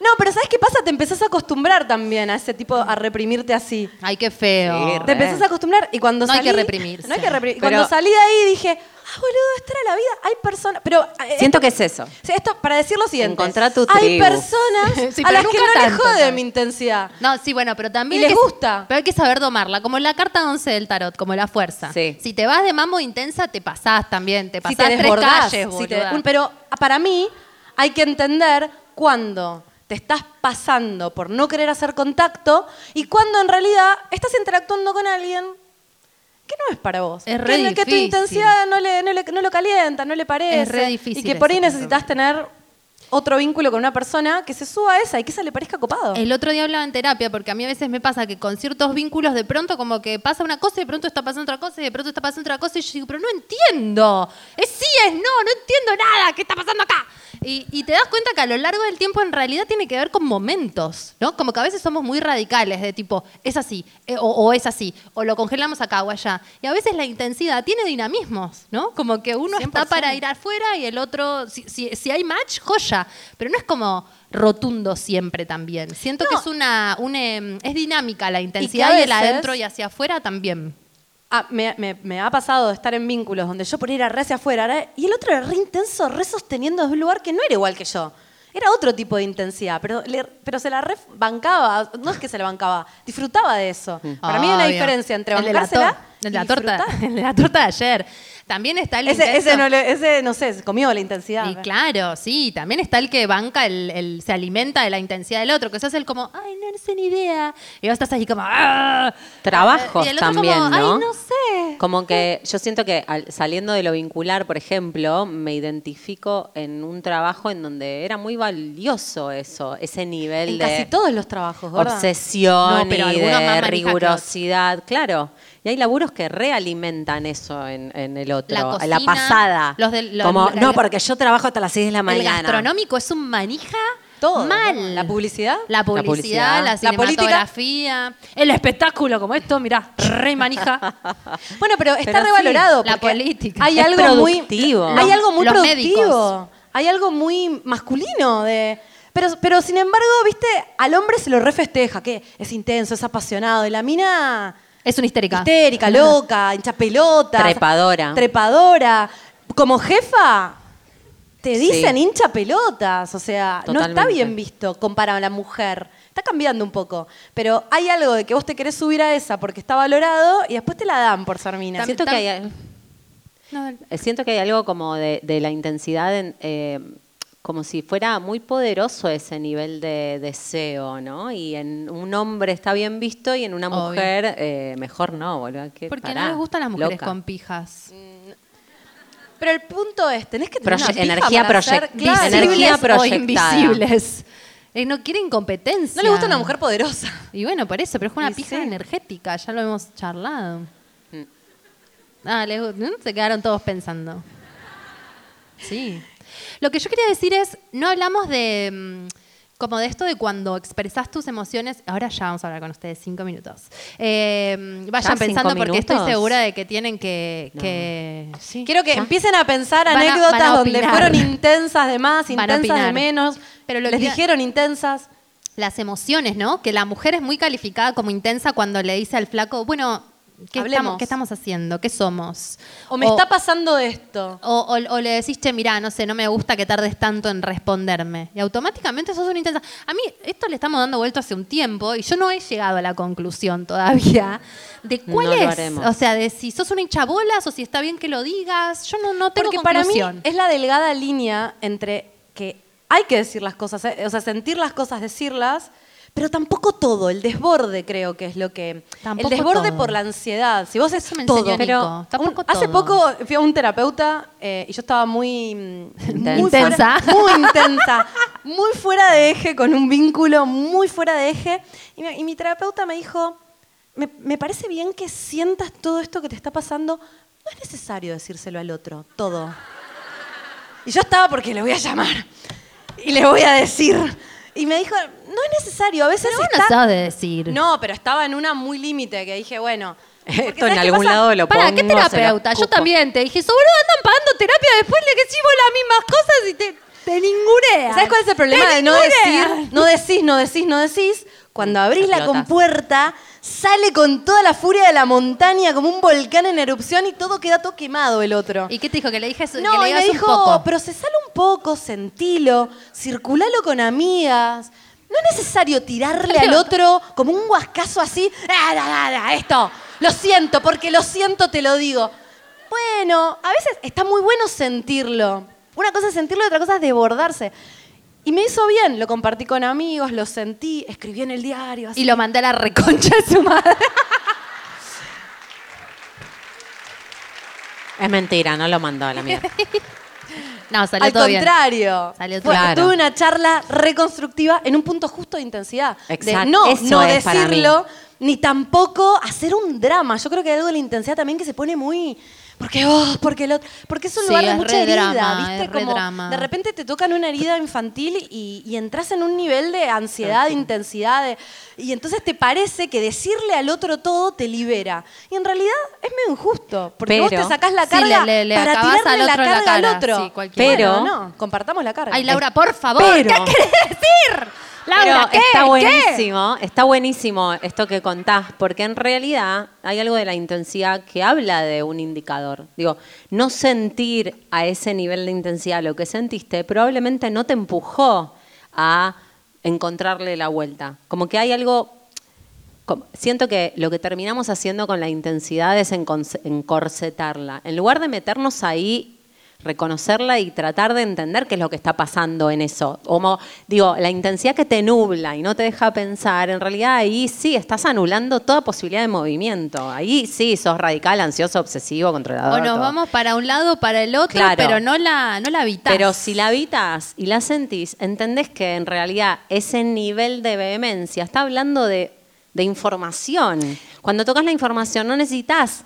Speaker 1: No, pero ¿sabes qué pasa? Te empezás a acostumbrar también a ese tipo, a reprimirte así.
Speaker 3: Ay, qué feo.
Speaker 1: Te empezás a acostumbrar y cuando
Speaker 3: No hay
Speaker 1: salí,
Speaker 3: que reprimirse.
Speaker 1: No hay que reprimir. Y
Speaker 4: Pero-
Speaker 1: cuando salí de ahí dije, ah, boludo, esta era la vida. Hay personas. Pero. eh,
Speaker 4: *laughs* Siento que es eso.
Speaker 1: Sí, Esto, para decir lo siguiente.
Speaker 4: Encontrá tu
Speaker 1: Hay
Speaker 4: tribu.
Speaker 1: personas
Speaker 4: *laughs*
Speaker 3: Sí,
Speaker 1: a
Speaker 3: pero
Speaker 1: las que
Speaker 3: nunca
Speaker 1: no les
Speaker 3: tanto,
Speaker 1: jode
Speaker 3: ¿sabes?
Speaker 1: mi intensidad.
Speaker 3: No, sí, bueno, pero también.
Speaker 1: Y
Speaker 3: hay
Speaker 1: les
Speaker 3: que-
Speaker 1: gusta.
Speaker 3: Pero hay que saber domarla, como la carta 11 del tarot, como la fuerza.
Speaker 4: Sí.
Speaker 3: Si te vas de mambo intensa, te pasás también, te
Speaker 1: Si
Speaker 3: pasás
Speaker 1: te
Speaker 3: tres
Speaker 1: desbordás.
Speaker 3: calles,
Speaker 1: si te-
Speaker 3: boluda.
Speaker 1: un- pero ah, para mí hay que entender cuándo te estás pasando por no querer hacer contacto y cuándo en realidad estás interactuando con alguien que no es para vos.
Speaker 3: Es
Speaker 1: que,
Speaker 3: re
Speaker 1: no- que tu
Speaker 3: difícil.
Speaker 1: intensidad no, le, no, le- no lo calienta, no le parece.
Speaker 3: Es re difícil
Speaker 1: Y que por ahí
Speaker 3: eso,
Speaker 1: necesitas tener otro vínculo con una persona que se suba a esa y que esa le parezca copado.
Speaker 3: El otro día hablaba en terapia, porque a mí a veces me pasa que con ciertos vínculos de pronto como que pasa una cosa y de pronto está pasando otra cosa y de pronto está pasando otra cosa y yo digo, pero no entiendo. Es sí, es no, no entiendo nada. ¿Qué está pasando acá? Y, y te das cuenta que a lo largo del tiempo en realidad tiene que ver con momentos, ¿no? Como que a veces somos muy radicales de tipo, es así, eh, o, o es así, o lo congelamos acá o allá. Y a veces la intensidad tiene dinamismos, ¿no? Como que uno está para ir afuera y el otro, si, si- si hay match, joya. Pero no es como rotundo siempre también. Siento que es una, un, em, es dinámica la intensidad y, el
Speaker 1: veces-
Speaker 3: adentro y hacia afuera también.
Speaker 1: Ah, me, me- me ha pasado de estar en vínculos donde yo por ir a re hacia afuera era- y el otro era re intenso, re sosteniendo desde un lugar que no era igual que yo. Era otro tipo de intensidad, pero, le- pero se la re bancaba. No es que se la bancaba, disfrutaba de eso.
Speaker 3: Mm.
Speaker 1: Para mí hay una
Speaker 3: Obvio.
Speaker 1: diferencia entre
Speaker 3: Ah, El de la
Speaker 1: bancársela
Speaker 3: tor- el
Speaker 1: y
Speaker 3: de la torta,
Speaker 1: disfrutar.
Speaker 3: *laughs* el de la torta de ayer. También está el
Speaker 1: Ese, ese
Speaker 3: intenso-
Speaker 1: no le- ese, no sé, se comió la intensidad.
Speaker 3: Y claro, sí, también está el que banca, el, el- se alimenta de la intensidad del otro, que se hace el como, ay, no, no sé ni idea. Y vos estás ahí como, "Ah".
Speaker 4: Trabajos
Speaker 3: Y el otro
Speaker 4: también,
Speaker 3: como,
Speaker 4: ¿no?
Speaker 3: Ay, no sé.
Speaker 4: Como que yo siento que al- saliendo de lo vincular, por ejemplo, me identifico en un trabajo en donde era muy valioso eso, ese nivel
Speaker 1: En
Speaker 4: de
Speaker 1: casi todos los trabajos, gorda.
Speaker 4: obsesión
Speaker 3: No, pero
Speaker 4: y
Speaker 3: algunos más
Speaker 4: de
Speaker 3: manija que otros.
Speaker 4: rigurosidad, claro. Y hay laburos que realimentan eso en, en el otro,
Speaker 3: La
Speaker 4: a la
Speaker 3: cocina,
Speaker 4: pasada.
Speaker 3: los del- los-
Speaker 4: como,
Speaker 3: el-
Speaker 4: no, porque yo trabajo hasta las 6 de la
Speaker 3: El
Speaker 4: mañana.
Speaker 3: gastronómico es un manija
Speaker 1: Todo.
Speaker 3: mal.
Speaker 1: La publicidad.
Speaker 3: La
Speaker 4: publicidad,
Speaker 3: publicidad, la,
Speaker 4: la
Speaker 3: cinematografía, el espectáculo como esto, mirá, re manija.
Speaker 1: Bueno, pero está
Speaker 4: Pero sí,
Speaker 1: revalorado.
Speaker 3: la
Speaker 1: porque
Speaker 3: política.
Speaker 1: Hay
Speaker 4: Es
Speaker 1: algo
Speaker 4: productivo.
Speaker 1: muy. Hay algo muy
Speaker 3: Los
Speaker 1: productivo.
Speaker 3: médicos.
Speaker 1: Hay algo muy masculino de. Pero, pero sin embargo, viste, al hombre se lo refesteja, que es intenso, es apasionado. Y la mina
Speaker 3: Es una histérica.
Speaker 1: histérica, loca, hincha pelota.
Speaker 4: Trepadora.
Speaker 1: Trepadora. Como jefa, te
Speaker 4: Sí.
Speaker 1: dicen hincha pelotas. O sea, no está
Speaker 4: Totalmente.
Speaker 1: bien visto comparado a la mujer. Está cambiando un poco. Pero hay algo de que vos te querés subir a esa porque está valorado y después te la dan por ser mina.
Speaker 3: Tam-
Speaker 4: Siento que hay,
Speaker 3: No,
Speaker 4: Eh, Siento que hay algo como de, de la intensidad, en, eh, como si fuera muy poderoso ese nivel de deseo, ¿no? Y en un hombre está bien visto y en una
Speaker 3: Obvio.
Speaker 4: mujer eh, mejor no, boludo. ¿Qué
Speaker 3: porque
Speaker 4: Eh, pará,
Speaker 3: no les gustan las mujeres
Speaker 4: loca.
Speaker 3: con pijas.
Speaker 1: Pero el punto es, tenés que tener
Speaker 4: Proye-
Speaker 1: una pija
Speaker 4: energía
Speaker 1: para ser-
Speaker 4: proyect-
Speaker 1: claro.
Speaker 4: Visible. energía
Speaker 3: Visibles o
Speaker 4: proyectada.
Speaker 3: invisibles. Eh, no quieren competencia.
Speaker 1: No le gusta una mujer poderosa.
Speaker 3: Y bueno, por eso, pero es una
Speaker 1: Y
Speaker 3: pija
Speaker 1: sí. Mm.
Speaker 3: energética, ya lo hemos charlado. Ah, les gu- ¿no? se quedaron todos pensando. Sí. Lo que yo quería decir es, no hablamos de mm, como de esto de cuando expresás tus emociones. Ahora ya vamos a hablar con ustedes cinco minutos. Eh, vayan
Speaker 4: ¿Ya cinco
Speaker 3: pensando porque estoy
Speaker 4: minutos?
Speaker 3: segura de que tienen que. que- sí,
Speaker 1: Quiero que
Speaker 3: ya.
Speaker 1: empiecen a pensar
Speaker 3: Van a-
Speaker 1: anécdotas
Speaker 3: van a
Speaker 1: donde
Speaker 3: opinar.
Speaker 1: fueron intensas de más,
Speaker 3: Van a
Speaker 1: intensas de
Speaker 3: opinar.
Speaker 1: menos.
Speaker 3: Pero
Speaker 1: Pero
Speaker 3: lo
Speaker 1: les
Speaker 3: que-
Speaker 1: dijeron intensas.
Speaker 3: las emociones, ¿no? Que la mujer es muy calificada como intensa cuando le dice al flaco, bueno, ¿qué,
Speaker 1: Hablemos.
Speaker 3: estamos, qué estamos haciendo? ¿Qué somos?
Speaker 1: O me está pasando esto.
Speaker 3: o, o- o le decís, che, mirá, no sé, no me gusta que tardes tanto en responderme. Y automáticamente sos una intensa. A mí, esto le estamos dando vuelta hace un tiempo y yo no he llegado a la conclusión todavía de cuál
Speaker 4: No lo
Speaker 3: es.
Speaker 4: haremos.
Speaker 3: O sea, de si sos una hincha bolas o si está bien que lo digas. Yo no, no tengo
Speaker 1: Porque para mí
Speaker 3: conclusión.
Speaker 1: es la delgada línea entre que hay que decir las cosas, eh, o sea, sentir las cosas, decirlas, pero tampoco todo. El desborde creo que es lo que...
Speaker 3: Tampoco
Speaker 1: el desborde
Speaker 3: todo.
Speaker 1: por la ansiedad. Si vos es
Speaker 3: Eso me enseñó
Speaker 1: todo,
Speaker 3: Nico,
Speaker 1: pero
Speaker 3: tampoco
Speaker 1: un- hace
Speaker 3: todo.
Speaker 1: poco fui a un terapeuta eh, y yo estaba muy... mm,
Speaker 4: Intensa.
Speaker 1: muy fuera-
Speaker 3: Intensa.
Speaker 1: muy intensa. Muy fuera de eje, con un vínculo muy fuera de eje. Y mi, y mi terapeuta me dijo, me, me parece bien que sientas todo esto que te está pasando. No es necesario decírselo al otro, todo. Y yo estaba porque le voy a llamar y le voy a decir. Y me dijo, no es necesario, a veces
Speaker 3: Pero vos no
Speaker 1: está-
Speaker 3: sos de
Speaker 4: *laughs*
Speaker 3: decir.
Speaker 1: No, pero estaba en una muy límite que dije, bueno,
Speaker 4: Esto
Speaker 1: ¿sabes
Speaker 4: en
Speaker 1: qué
Speaker 4: algún
Speaker 1: pasa?
Speaker 4: lado lo pongo.
Speaker 3: Para, ¿qué terapeuta?
Speaker 4: se lo
Speaker 3: Yo
Speaker 4: escupo.
Speaker 3: también te dije, sobre andan pagando terapia después le que decimos las mismas cosas y te, te ningunean.
Speaker 1: ¿Sabes cuál es el problema
Speaker 3: Te
Speaker 1: de no
Speaker 3: ningunean.
Speaker 1: decir? No decís, no decís, no decís. Cuando abrís la
Speaker 4: Explotas.
Speaker 1: compuerta, sale con toda la furia de la montaña como un volcán en erupción y todo queda todo quemado el otro.
Speaker 3: ¿Y qué te dijo? Que le dije su- que
Speaker 1: no,
Speaker 3: le
Speaker 1: y me
Speaker 3: digas
Speaker 1: dijo,
Speaker 3: un poco.
Speaker 1: procesalo un poco, sentilo, circulalo con amigas. No es necesario tirarle al otro como un guascazo así. "Ah, ah, ah, ah, esto, lo siento, porque lo siento, te lo digo. Bueno, a veces está muy bueno sentirlo. Una cosa es sentirlo y otra cosa es desbordarse. Y me hizo bien, lo compartí con amigos, lo sentí, escribí en el diario. así.
Speaker 3: Y lo mandé a la reconcha de
Speaker 1: *laughs*
Speaker 3: su madre.
Speaker 4: Es mentira, no lo mandó a la mierda.
Speaker 3: No, Ah, salió
Speaker 1: Al
Speaker 3: todo bien.
Speaker 1: contrario.
Speaker 3: Salió todo
Speaker 1: Fue-
Speaker 4: claro.
Speaker 1: Tuve una charla reconstructiva en un punto justo de intensidad.
Speaker 4: Exacto,
Speaker 1: De no,
Speaker 4: eso
Speaker 1: no
Speaker 4: es para mí.
Speaker 1: decirlo, ni tampoco hacer un drama. Yo creo que hay algo de la intensidad también que se pone muy. Porque vos, porque el otro. Porque es un
Speaker 3: Sí,
Speaker 1: lugar de
Speaker 3: es
Speaker 1: mucha
Speaker 3: re
Speaker 1: herida,
Speaker 3: drama,
Speaker 1: ¿viste?
Speaker 3: es re
Speaker 1: Como
Speaker 3: drama.
Speaker 1: de repente te tocan una herida infantil y, y entras en un nivel de ansiedad, de intensidad. de- y entonces te parece que decirle al otro todo te libera. Y en realidad es medio injusto. Porque vos
Speaker 4: Pero-
Speaker 1: te sacás la
Speaker 3: Sí,
Speaker 1: carga
Speaker 3: le- le- le
Speaker 1: para
Speaker 3: acabás al
Speaker 1: tirarle la
Speaker 3: otro en la
Speaker 1: carga al
Speaker 3: cara,
Speaker 1: otro.
Speaker 3: sí, cualquiera.
Speaker 4: Pero-
Speaker 1: Bueno, no, compartamos la carga.
Speaker 3: Ay, Laura, por favor,
Speaker 4: Pero-
Speaker 3: ¿qué querés decir?
Speaker 4: Pero
Speaker 3: Laura, ¿qué?
Speaker 4: está
Speaker 3: ¿Qué?
Speaker 4: buenísimo, está buenísimo esto que contás, porque en realidad hay algo de la intensidad que habla de un indicador. Digo, no sentir a ese nivel de intensidad lo que sentiste probablemente no te empujó a encontrarle la vuelta. Como que hay algo como- Siento que lo que terminamos haciendo con la intensidad es encon- encorsetarla. En lugar de meternos ahí, reconocerla y tratar de entender qué es lo que está pasando en eso. Como, digo, la intensidad que te nubla y no te deja pensar, en realidad ahí sí estás anulando toda posibilidad de movimiento. Ahí sí sos radical, ansioso, obsesivo, controlador.
Speaker 3: O nos
Speaker 4: todo.
Speaker 3: vamos para un lado, para el otro,
Speaker 4: Claro.
Speaker 3: pero no la, no la habitás.
Speaker 4: Pero si la habitas y la sentís, entendés que en realidad ese nivel de vehemencia está hablando de, de información. Cuando tocas la información no necesitas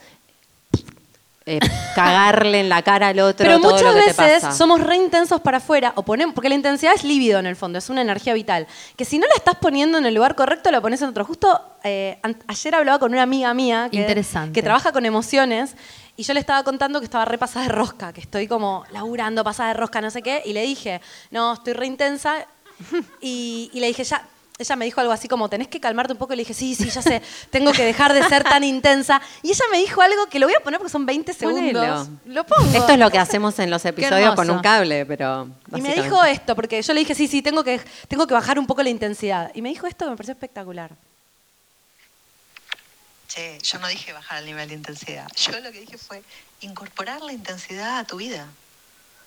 Speaker 1: *laughs*
Speaker 4: eh, cagarle en la cara al otro
Speaker 1: Pero
Speaker 4: todo
Speaker 1: muchas
Speaker 4: lo que te
Speaker 1: veces
Speaker 4: pasa.
Speaker 1: somos re intensos para afuera, o ponemos, porque la intensidad es líbido en el fondo, es una energía vital. Que si no la estás poniendo en el lugar correcto, la pones en otro. Justo eh, an- ayer hablaba con una amiga mía que,
Speaker 3: Interesante.
Speaker 1: que trabaja con emociones y yo le estaba contando que estaba re pasada de rosca, que estoy como laburando, pasada de rosca, no sé qué, y le dije, no, estoy re intensa. Y, y le dije, ya. Ella me dijo algo así como, tenés que calmarte un poco. Y le dije, sí, sí, ya sé, tengo que dejar de ser tan intensa. Y ella me dijo algo que lo voy a poner porque son 20
Speaker 4: Ponelo.
Speaker 1: segundos. Lo pongo.
Speaker 4: Esto es lo que hacemos en los episodios
Speaker 3: hermoso.
Speaker 4: con un cable, pero.
Speaker 1: Y me
Speaker 4: básicamente.
Speaker 1: dijo eh, esto, porque yo le dije, sí, sí, tengo que, tengo que bajar un poco la intensidad. Y me dijo esto que me pareció espectacular.
Speaker 5: Che, yo no dije bajar el nivel de intensidad. Yo lo que dije fue incorporar la intensidad a tu vida.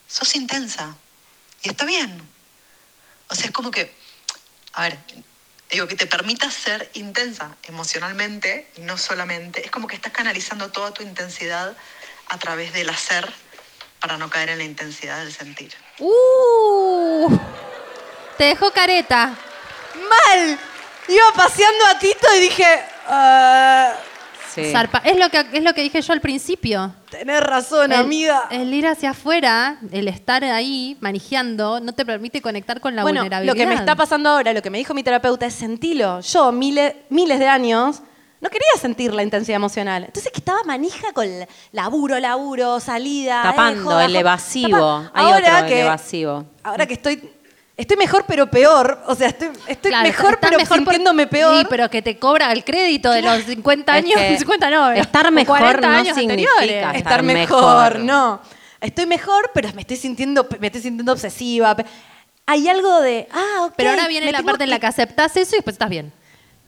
Speaker 5: Sos intensa. Y está bien. O sea, es como que, a ver, digo, que te permitas ser intensa emocionalmente y no solamente. Es como que estás canalizando toda tu intensidad a través del hacer para no caer en la intensidad del sentir.
Speaker 3: Uh, te dejó careta.
Speaker 1: ¡Mal! Iba paseando a Tito y dije, "Ah,
Speaker 4: Sí.
Speaker 3: Zarpa- Es, lo que, es lo que dije yo al principio.
Speaker 1: tenés razón,
Speaker 3: el,
Speaker 1: amiga.
Speaker 3: el ir hacia afuera, el estar ahí manijeando, no te permite conectar con la
Speaker 1: bueno,
Speaker 3: vulnerabilidad.
Speaker 1: lo que me está pasando ahora, lo que me dijo mi terapeuta es sentilo. Yo, miles, miles de años, no quería sentir la intensidad emocional. Entonces que estaba manija con laburo, laburo, salida. eh,
Speaker 4: Tapando
Speaker 1: joda,
Speaker 4: el
Speaker 1: joda,
Speaker 4: evasivo.
Speaker 1: tapa.
Speaker 4: Hay
Speaker 1: ahora
Speaker 4: otro, el
Speaker 1: que,
Speaker 4: evasivo.
Speaker 1: Ahora que estoy... Estoy mejor pero peor, o sea, estoy, estoy
Speaker 3: Claro,
Speaker 1: mejor
Speaker 3: estás
Speaker 1: pero
Speaker 3: mejor por-
Speaker 1: sintiéndome peor.
Speaker 3: Sí, pero que te cobra el crédito de los 50
Speaker 4: Es
Speaker 3: años, *laughs*
Speaker 4: que
Speaker 3: 50 no,
Speaker 4: estar
Speaker 3: o
Speaker 4: mejor
Speaker 3: 40
Speaker 4: no
Speaker 3: años
Speaker 4: significa
Speaker 3: anteriores.
Speaker 4: estar
Speaker 1: estar
Speaker 4: mejor.
Speaker 1: mejor, no. Estoy mejor, pero me estoy sintiendo, me estoy sintiendo obsesiva. Hay algo de, ah, ok.
Speaker 3: Pero ahora viene
Speaker 1: me
Speaker 3: la
Speaker 1: tengo
Speaker 3: parte en la que aceptás eso y después estás bien.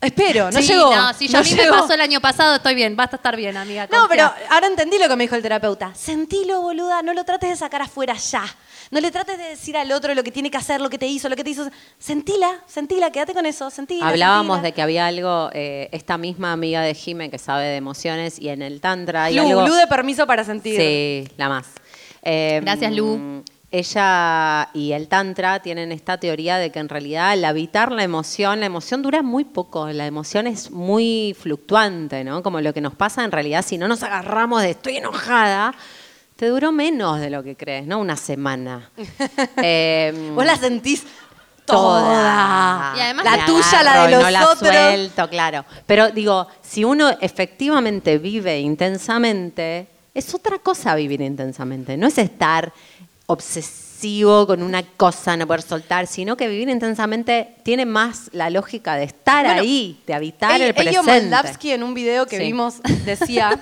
Speaker 1: Espero, no
Speaker 3: Sí,
Speaker 1: llegó.
Speaker 3: No, si yo a mí
Speaker 1: llegó.
Speaker 3: me pasó el año pasado, estoy bien. Basta estar bien, amiga.
Speaker 1: No, pero
Speaker 3: confía.
Speaker 1: ahora entendí lo que me dijo el terapeuta. Sentilo, boluda, no lo trates de sacar afuera ya. No le trates de decir al otro lo que tiene que hacer, lo que te hizo, lo que te hizo. Sentila, sentila, quédate con eso, sentila.
Speaker 4: Hablábamos
Speaker 1: sentila.
Speaker 4: de que había algo, eh, esta misma amiga de Jime que sabe de emociones y en el Tantra hay
Speaker 1: Lu,
Speaker 4: algo.
Speaker 1: Lu de permiso para sentir.
Speaker 4: Sí, la más. Eh,
Speaker 3: Gracias, Lu.
Speaker 4: Ella y el Tantra tienen esta teoría de que en realidad al habitar la emoción, la emoción dura muy poco, la emoción es muy fluctuante, ¿no? Como lo que nos pasa en realidad, si no nos agarramos de estoy enojada, te
Speaker 3: *laughs*
Speaker 4: duró menos de lo que crees, ¿no? Una semana. Eh,
Speaker 1: Vos la sentís toda.
Speaker 3: Y además
Speaker 1: la
Speaker 4: Me
Speaker 1: tuya, la de
Speaker 4: agarro y
Speaker 1: los
Speaker 4: no la
Speaker 1: otros.
Speaker 4: suelto, claro. Pero digo, si uno efectivamente vive intensamente, es otra cosa vivir intensamente. No es estar obsesivo con una cosa, no poder soltar, sino que vivir intensamente tiene más la lógica de estar
Speaker 1: Bueno,
Speaker 4: ahí, de habitar
Speaker 1: Elio-
Speaker 4: el presente.
Speaker 1: Elio Moldavsky en un video que
Speaker 4: Sí. *laughs*
Speaker 1: vimos decía.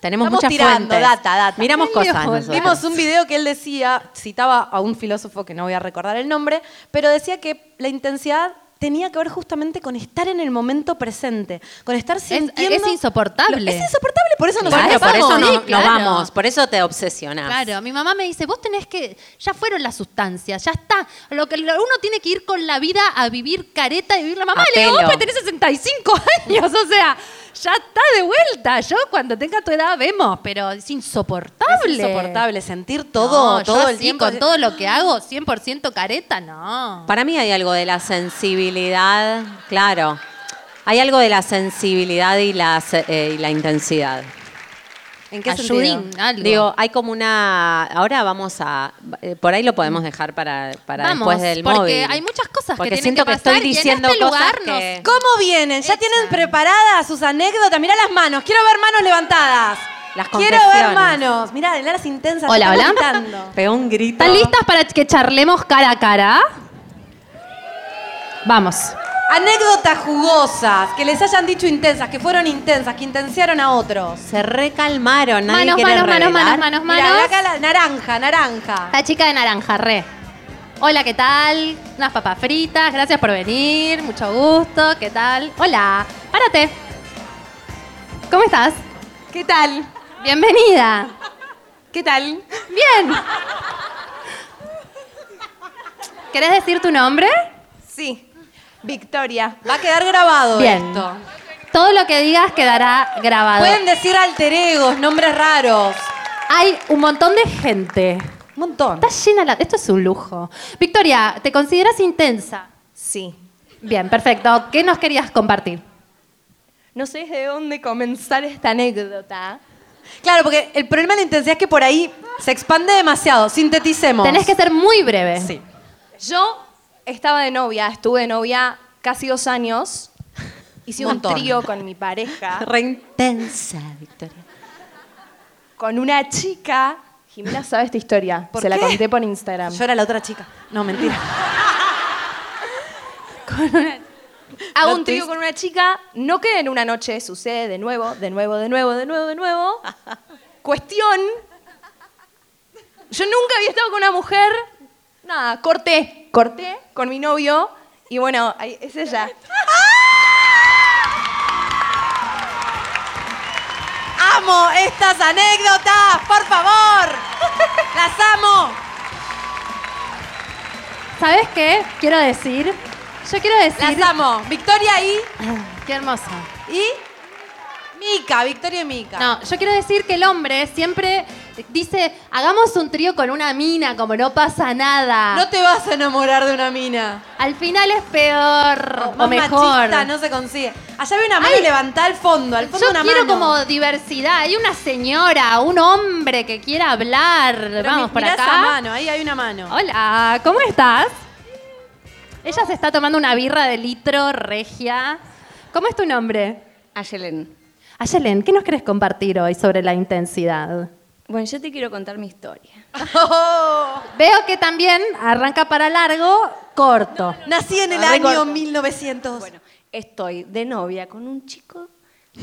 Speaker 4: Tenemos
Speaker 1: Estamos
Speaker 4: muchas
Speaker 1: tirando,
Speaker 4: fuentes.
Speaker 1: data, data.
Speaker 4: Miramos
Speaker 3: Elio
Speaker 4: cosas
Speaker 3: Moldavsky.
Speaker 4: nosotros.
Speaker 1: Pues Vimos un video que él decía, citaba a un filósofo que no voy a recordar el nombre, pero decía que la intensidad tenía que ver justamente con estar en el momento presente, con estar sintiendo...
Speaker 3: es insoportable.
Speaker 1: Lo- Es insoportable, por eso nos
Speaker 4: Claro, por eso
Speaker 1: enojamos.
Speaker 4: no,
Speaker 3: Sí,
Speaker 4: no
Speaker 3: claro.
Speaker 4: vamos, por eso te obsesionás.
Speaker 3: Claro, mi mamá me dice, vos tenés que, ya fueron las sustancias, ya está. Lo que lo- uno tiene que ir con la vida a vivir careta y vivir la mamá.
Speaker 4: A
Speaker 3: Le digo, vos
Speaker 4: pelo.
Speaker 3: pues tenés 65 *laughs* años, o sea, ya está de vuelta. Yo cuando tenga tu edad vemos, pero es insoportable.
Speaker 1: Es insoportable sentir todo,
Speaker 3: No, yo
Speaker 1: todo el
Speaker 3: así,
Speaker 1: tiempo.
Speaker 3: Con todo lo que hago, 100% careta, no.
Speaker 4: Para mí hay algo de la sensibilidad, claro. Hay algo de la sensibilidad y la, se- eh, y la intensidad.
Speaker 1: ¿En qué
Speaker 3: Ayudín,
Speaker 1: sentido?
Speaker 3: algo.
Speaker 4: Digo, hay como una. Ahora vamos a. eh, Por ahí lo podemos dejar para, para
Speaker 3: Vamos,
Speaker 4: después del
Speaker 3: porque
Speaker 4: móvil.
Speaker 3: hay muchas cosas que
Speaker 4: Porque
Speaker 3: tienen
Speaker 4: siento
Speaker 3: que
Speaker 4: que, estoy
Speaker 3: pasar y en
Speaker 4: diciendo
Speaker 3: este
Speaker 4: cosas
Speaker 3: lugar nos-
Speaker 4: que.
Speaker 1: ¿Cómo vienen? ¿Ya tienen
Speaker 3: Hecha.
Speaker 1: preparadas sus anécdotas? Mirá las manos, quiero ver manos levantadas.
Speaker 4: Las
Speaker 1: quiero ver
Speaker 4: confesiones.
Speaker 1: manos. Mirá, las intensas.
Speaker 3: Hola,
Speaker 1: están
Speaker 3: hola.
Speaker 1: gritando.
Speaker 4: Pegó un grito.
Speaker 3: ¿Están listas para que charlemos cara a cara? Vamos.
Speaker 1: Anécdotas jugosas, que les hayan dicho intensas, que fueron intensas, que intensiaron a otros.
Speaker 4: Se recalmaron. Nadie
Speaker 3: Manos,
Speaker 4: quiere
Speaker 3: manos, manos,
Speaker 4: revelar.
Speaker 3: manos, manos,
Speaker 1: Mirá,
Speaker 3: manos.
Speaker 1: acá la naranja, naranja.
Speaker 3: La chica de naranja, re. Hola, ¿qué tal? Unas papas fritas, gracias por venir, mucho gusto, ¿qué tal? Hola, párate. ¿Cómo estás? ¿Qué tal? Bienvenida. ¿Qué tal? Bien. ¿Querés decir tu nombre?
Speaker 1: Sí. Victoria. Va a quedar grabado
Speaker 3: Bien.
Speaker 1: esto.
Speaker 3: Todo lo que digas quedará grabado.
Speaker 1: Pueden decir alter egos, nombres raros.
Speaker 3: Hay un montón de gente.
Speaker 1: Un montón.
Speaker 3: Está llena la... Esto es un lujo. Victoria, ¿te consideras intensa?
Speaker 6: Sí.
Speaker 3: Bien, perfecto. ¿Qué nos querías compartir?
Speaker 6: No sé de dónde comenzar esta anécdota.
Speaker 1: Claro, porque el problema de la intensidad es que por ahí se expande demasiado. Sinteticemos.
Speaker 3: Tenés que ser muy breve.
Speaker 1: Sí.
Speaker 6: Yo estaba de novia, estuve de novia casi dos años. Hice un
Speaker 1: Montón.
Speaker 6: trío con mi pareja,
Speaker 4: *laughs* Re intensa, Victoria.
Speaker 6: con una chica. Jimena sabe esta historia.
Speaker 1: ¿Por
Speaker 6: Se la
Speaker 1: qué?
Speaker 6: conté por Instagram.
Speaker 1: Yo era la otra chica. No,
Speaker 6: *laughs*
Speaker 1: mentira.
Speaker 6: Hago
Speaker 1: Plot
Speaker 6: un trío
Speaker 1: twist.
Speaker 6: con una chica, no queda en una noche, sucede de nuevo, de nuevo, de nuevo, de nuevo,
Speaker 1: *laughs*
Speaker 6: de nuevo. Cuestión. Yo nunca había estado con una mujer. Nada, corté, corté con mi novio. Y bueno, ahí- es ella.
Speaker 1: ¡Amo estas anécdotas! ¡Por
Speaker 6: *laughs*
Speaker 1: favor! ¡Las amo!
Speaker 3: ¿Sabes qué? Quiero decir. Yo quiero decir.
Speaker 1: ¡Las amo! Victoria y...
Speaker 3: Qué hermosa.
Speaker 1: y... Mica, Victoria y Mica.
Speaker 3: No, yo quiero decir que el hombre siempre dice: hagamos un trío con una mina, como no pasa nada.
Speaker 1: No te vas a enamorar de una mina.
Speaker 3: Al final es peor o,
Speaker 1: más
Speaker 3: mejor.
Speaker 1: machista no se consigue. Allá vi una mano
Speaker 3: Ay.
Speaker 1: levantada al fondo, al fondo
Speaker 3: yo
Speaker 1: una
Speaker 3: quiero
Speaker 1: mano.
Speaker 3: como diversidad. Hay una señora, un hombre que quiera hablar.
Speaker 1: Pero
Speaker 3: Vamos
Speaker 1: mi-
Speaker 3: por
Speaker 1: mirá
Speaker 3: acá. Ah.
Speaker 1: esa mano, ahí hay una mano.
Speaker 3: Hola, ¿cómo estás? Ella se está tomando una birra de litro regia. ¿Cómo es tu nombre?
Speaker 7: Ayelen.
Speaker 3: Ayelen, ¿qué nos querés compartir hoy sobre la intensidad?
Speaker 7: Bueno, yo te quiero contar mi historia.
Speaker 3: Veo que también arranca para largo, corto.
Speaker 1: Nací en el
Speaker 7: Ah,
Speaker 1: año
Speaker 7: recuerdo.
Speaker 1: 1900.
Speaker 7: Bueno, estoy de novia con un chico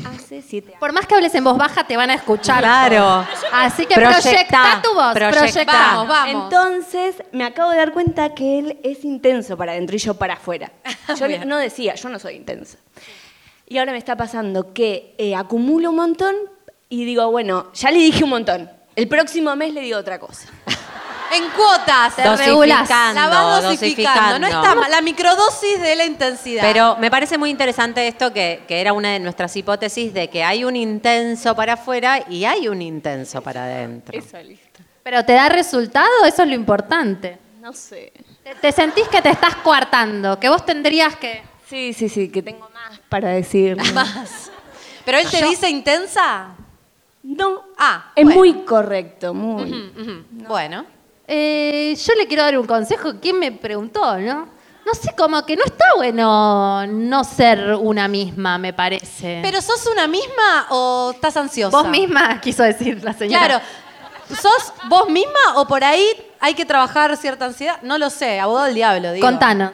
Speaker 7: hace siete años.
Speaker 3: Por más que hables en voz baja, te van a escuchar.
Speaker 4: Claro.
Speaker 3: Así que proyecta,
Speaker 4: Proyectá,
Speaker 3: tu voz,
Speaker 4: proyectá.
Speaker 3: proyectá.
Speaker 1: vamos, vamos.
Speaker 7: Entonces me acabo de dar cuenta que él es intenso para adentro y yo para afuera. Yo le- no decía, yo no soy intensa. Y ahora me está pasando que eh, acumulo un montón y digo, bueno, ya le dije un montón. El próximo mes le digo otra cosa.
Speaker 1: en cuotas.
Speaker 3: Te regulás.
Speaker 1: La vas dosificando. No está
Speaker 4: dosificando.
Speaker 1: mal. La microdosis de la intensidad.
Speaker 4: Pero me parece muy interesante esto que, que era una de nuestras hipótesis de que hay un intenso para afuera y hay un intenso para adentro.
Speaker 3: Pero te da resultado, eso es lo importante.
Speaker 7: No sé.
Speaker 3: Te, te sentís que te estás coartando, que vos tendrías que...
Speaker 7: Sí, sí, sí, que tengo más para *laughs* decir.
Speaker 1: Más. ¿Pero él te dice intensa?
Speaker 7: No.
Speaker 1: Ah,
Speaker 7: Es
Speaker 1: bueno.
Speaker 7: muy correcto, muy.
Speaker 1: Ujú, ujú. Bueno.
Speaker 3: Eh, yo le quiero dar un consejo. ¿Quién me preguntó, no? No sé, como que no está bueno no ser una misma, me parece.
Speaker 1: ¿Pero sos una misma o estás ansiosa?
Speaker 3: vos misma, quiso decir la señora.
Speaker 1: Claro. ¿Sos vos misma o por ahí hay que trabajar cierta ansiedad? No lo sé, abogado del diablo, digo.
Speaker 3: Contanos.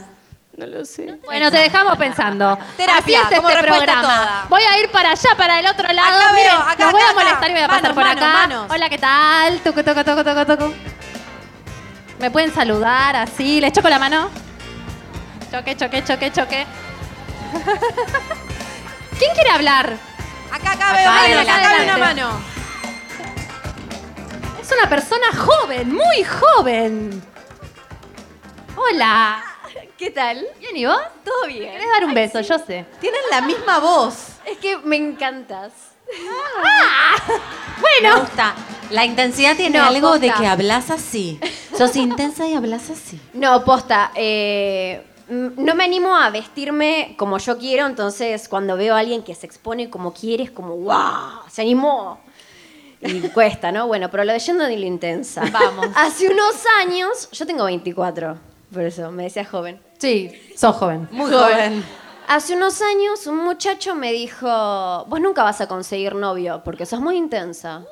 Speaker 7: No lo sé.
Speaker 3: Bueno, te dejamos pensando.
Speaker 1: *laughs* Terapia,
Speaker 3: Así es
Speaker 1: como
Speaker 3: este
Speaker 1: respuesta
Speaker 3: programa.
Speaker 1: toda.
Speaker 3: Voy a ir para allá, para el otro lado.
Speaker 1: Acá
Speaker 3: Miren,
Speaker 1: veo, acá,
Speaker 3: los voy
Speaker 1: acá,
Speaker 3: a molestar
Speaker 1: acá.
Speaker 3: y voy a pasar
Speaker 1: Manos,
Speaker 3: por
Speaker 1: manos,
Speaker 3: acá.
Speaker 1: manos.
Speaker 3: Hola, ¿qué tal? Toco, toco, toco, toco, toco. Me pueden saludar así. Les choco la mano. Choque, choque, choque, choque. *laughs* ¿Quién quiere hablar?
Speaker 1: Acá, acá veo
Speaker 3: Acá,
Speaker 1: una,
Speaker 3: acá,
Speaker 1: acá veo una
Speaker 3: adelante.
Speaker 1: mano.
Speaker 3: Es una persona joven, muy joven. Hola.
Speaker 6: ¿Qué tal?
Speaker 3: Bien, ¿y vos?
Speaker 6: ¿Todo bien?
Speaker 3: ¿Querés dar un beso? Yo sé.
Speaker 1: Tienen la misma
Speaker 8: *laughs*
Speaker 1: voz.
Speaker 6: Es que me encantas.
Speaker 4: Me gusta. La intensidad tiene
Speaker 6: No,
Speaker 4: algo de
Speaker 6: posta.
Speaker 4: que hablas así. Sos intensa y hablas así.
Speaker 8: No, posta. eh, m- no me animo a vestirme como yo quiero, entonces cuando veo a alguien que se expone como quiere, es como, ¡guau! Se animó. Y *laughs* cuesta, ¿no? Bueno, pero lo de yendo ni lo intensa.
Speaker 3: Vamos.
Speaker 8: *laughs* Hace unos años, yo tengo 24, por eso me decía joven.
Speaker 3: Sí, sos joven.
Speaker 1: Muy joven.
Speaker 8: Hace unos años un muchacho me dijo, vos nunca vas a conseguir novio porque sos muy intensa.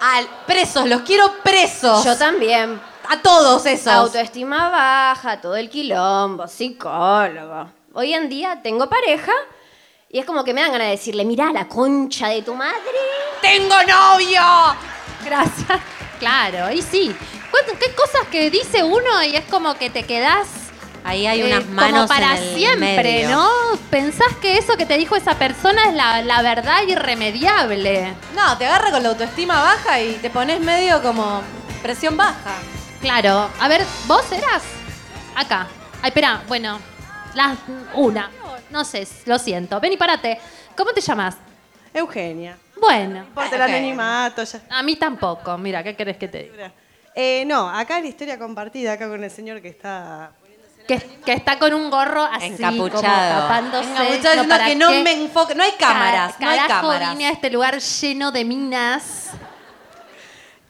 Speaker 1: Al- presos, los quiero presos.
Speaker 8: Yo también.
Speaker 1: a todos esos.
Speaker 8: Autoestima baja, todo el quilombo, psicólogo. Hoy en día tengo pareja y es como que me dan ganas de decirle, mirá la concha de tu madre.
Speaker 1: ¡Tengo novio!
Speaker 3: Gracias. *laughs* Claro, y sí. ¿Cuánto- ¿Qué cosas que dice uno y es como que te quedás
Speaker 4: Ahí hay
Speaker 3: eh,
Speaker 4: unas manos
Speaker 3: como para
Speaker 4: en el
Speaker 3: siempre,
Speaker 4: medio.
Speaker 3: ¿no? Pensás que eso que te dijo esa persona es la, la verdad irremediable.
Speaker 1: No, te agarra con la autoestima baja y te pones medio como presión baja.
Speaker 3: Claro. A ver, ¿vos eras? Acá. Ay, espera, bueno. Las una. No sé, lo siento. Ven y parate. ¿Cómo te llamas?
Speaker 9: *laughs*
Speaker 10: Eugenia.
Speaker 3: Bueno.
Speaker 10: Por el
Speaker 1: ok.
Speaker 10: anonimato, ya
Speaker 3: A mí tampoco. Mira, ¿qué querés que te diga?
Speaker 10: está. Eh, no, acá la historia compartida, acá con el señor que está...
Speaker 3: Que, que está con un gorro así,
Speaker 4: Encapuchado.
Speaker 3: como tapándose.
Speaker 1: Venga, muchachos,
Speaker 3: no,
Speaker 1: no,
Speaker 3: ¿para
Speaker 1: que no
Speaker 3: qué?
Speaker 1: me enfoque. No hay cámaras,
Speaker 3: Ca-
Speaker 1: no hay
Speaker 3: carajo,
Speaker 1: cámaras.
Speaker 3: vine a este lugar lleno de minas.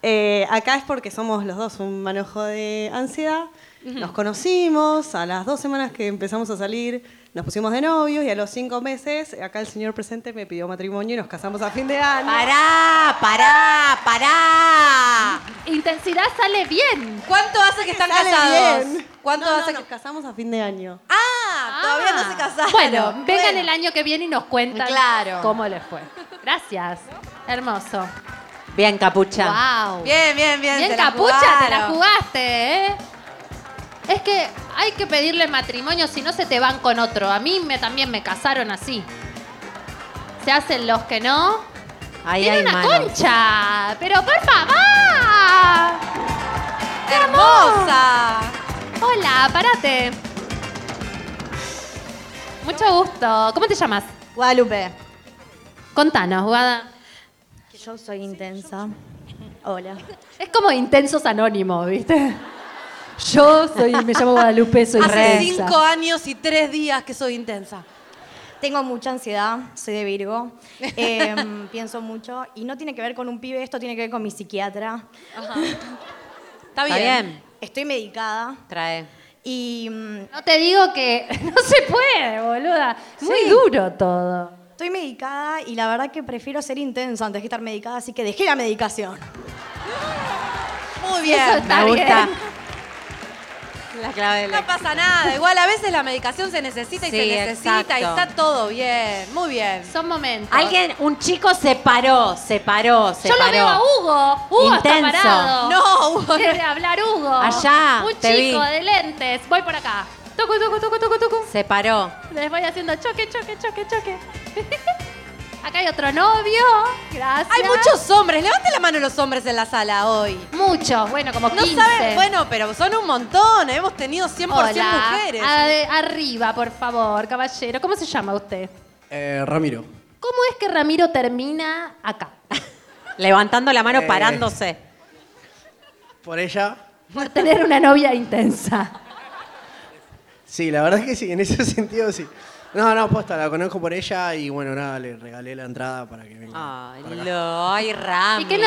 Speaker 10: Eh, acá es porque somos los dos un manojo de ansiedad. Nos conocimos, a las dos semanas que empezamos a salir nos pusimos de novios y a los cinco meses acá el señor presente me pidió matrimonio y nos casamos a fin de año.
Speaker 4: Pará, pará, pará.
Speaker 3: Intensidad sale bien.
Speaker 1: ¿Cuánto hace que están
Speaker 10: Sale
Speaker 1: casados?
Speaker 10: bien.
Speaker 1: ¿Cuánto
Speaker 10: No, no,
Speaker 1: hace que.?
Speaker 10: nos casamos a fin de año?
Speaker 1: Ah, todavía no se
Speaker 3: Ah.
Speaker 1: casaron.
Speaker 3: Bueno, vengan
Speaker 1: Bueno.
Speaker 3: el año que viene y nos cuentan
Speaker 1: Claro.
Speaker 3: cómo les fue. Gracias. Hermoso.
Speaker 4: Bien, capucha.
Speaker 3: Wow.
Speaker 1: Bien, bien, bien.
Speaker 3: Bien,
Speaker 1: se la
Speaker 3: capucha, te la
Speaker 1: jugaron.
Speaker 3: jugaste, ¿eh? Es que hay que pedirle matrimonio, si no se te van con otro. A mí me, también me casaron así. Se hacen los que no.
Speaker 4: Ahí
Speaker 3: Tiene
Speaker 4: hay
Speaker 3: una
Speaker 4: manos.
Speaker 3: concha. Pero por favor.
Speaker 1: ¡Hermosa!
Speaker 3: Hola, parate. Mucho gusto. ¿Cómo te llamas?
Speaker 9: Guadalupe.
Speaker 3: Contanos, Guada.
Speaker 9: Yo soy intensa. Hola.
Speaker 3: Es como intensos anónimos, ¿viste? Yo soy, me llamo Guadalupe, soy
Speaker 1: Hace
Speaker 3: intensa.
Speaker 1: cinco años y tres días que soy intensa.
Speaker 9: Tengo mucha ansiedad, soy
Speaker 10: *laughs*
Speaker 9: de Virgo, em, pienso mucho y no tiene que ver con un pibe, esto tiene que ver con mi psiquiatra.
Speaker 1: Está bien.
Speaker 4: Está bien.
Speaker 9: Estoy medicada
Speaker 4: Trae.
Speaker 9: y mm,
Speaker 3: No te digo que *laughs* no se puede, boluda. Muy duro todo.
Speaker 9: estoy medicada y la verdad que prefiero ser intensa antes que estar medicada, así que dejé la medicación.
Speaker 1: Muy bien.
Speaker 3: Eso está
Speaker 4: Me
Speaker 3: bien.
Speaker 4: gusta. La clave del
Speaker 1: No pasa nada, igual a veces la medicación se necesita y
Speaker 4: Sí,
Speaker 1: se necesita y
Speaker 4: exacto.
Speaker 1: está todo bien, muy bien.
Speaker 3: Son momentos.
Speaker 4: Alguien, un chico se paró, se paró, se
Speaker 3: Yo
Speaker 4: paró.
Speaker 3: lo veo a Hugo. Hugo
Speaker 4: Intenso.
Speaker 3: está parado.
Speaker 1: No, Hugo,
Speaker 3: Debe hablar Hugo.
Speaker 4: Allá,
Speaker 3: Un
Speaker 4: te
Speaker 3: chico
Speaker 4: vi.
Speaker 3: de lentes. Voy por acá. Toco, toco, toco, toco, toco.
Speaker 4: Se paró.
Speaker 3: Les voy haciendo choque, choque, choque, choque. *laughs* Acá hay otro novio. Gracias.
Speaker 1: hay muchos hombres, levanten la mano los hombres en la sala hoy.
Speaker 3: Muchos. Bueno, como
Speaker 1: No
Speaker 3: 15.
Speaker 1: saben, bueno, pero son un montón,
Speaker 4: ¿eh?
Speaker 1: hemos tenido 100%
Speaker 3: Hola. Ah.
Speaker 1: mujeres.
Speaker 3: A- arriba, por favor, caballero. ¿Cómo se llama usted?
Speaker 11: Eh, Ramiro.
Speaker 3: ¿Cómo es que Ramiro termina acá?
Speaker 4: Levantando la mano,
Speaker 11: Eh.
Speaker 4: parándose.
Speaker 11: Por ella.
Speaker 3: *laughs* Por tener una novia intensa.
Speaker 11: Sí, la verdad es que sí, en ese *laughs* sentido sí. No, no, posta, la conozco por ella y bueno, nada, le regalé la entrada para que venga.
Speaker 4: Ay,
Speaker 11: para acá.
Speaker 4: lo, ay, Rami.
Speaker 3: ¿Y qué no?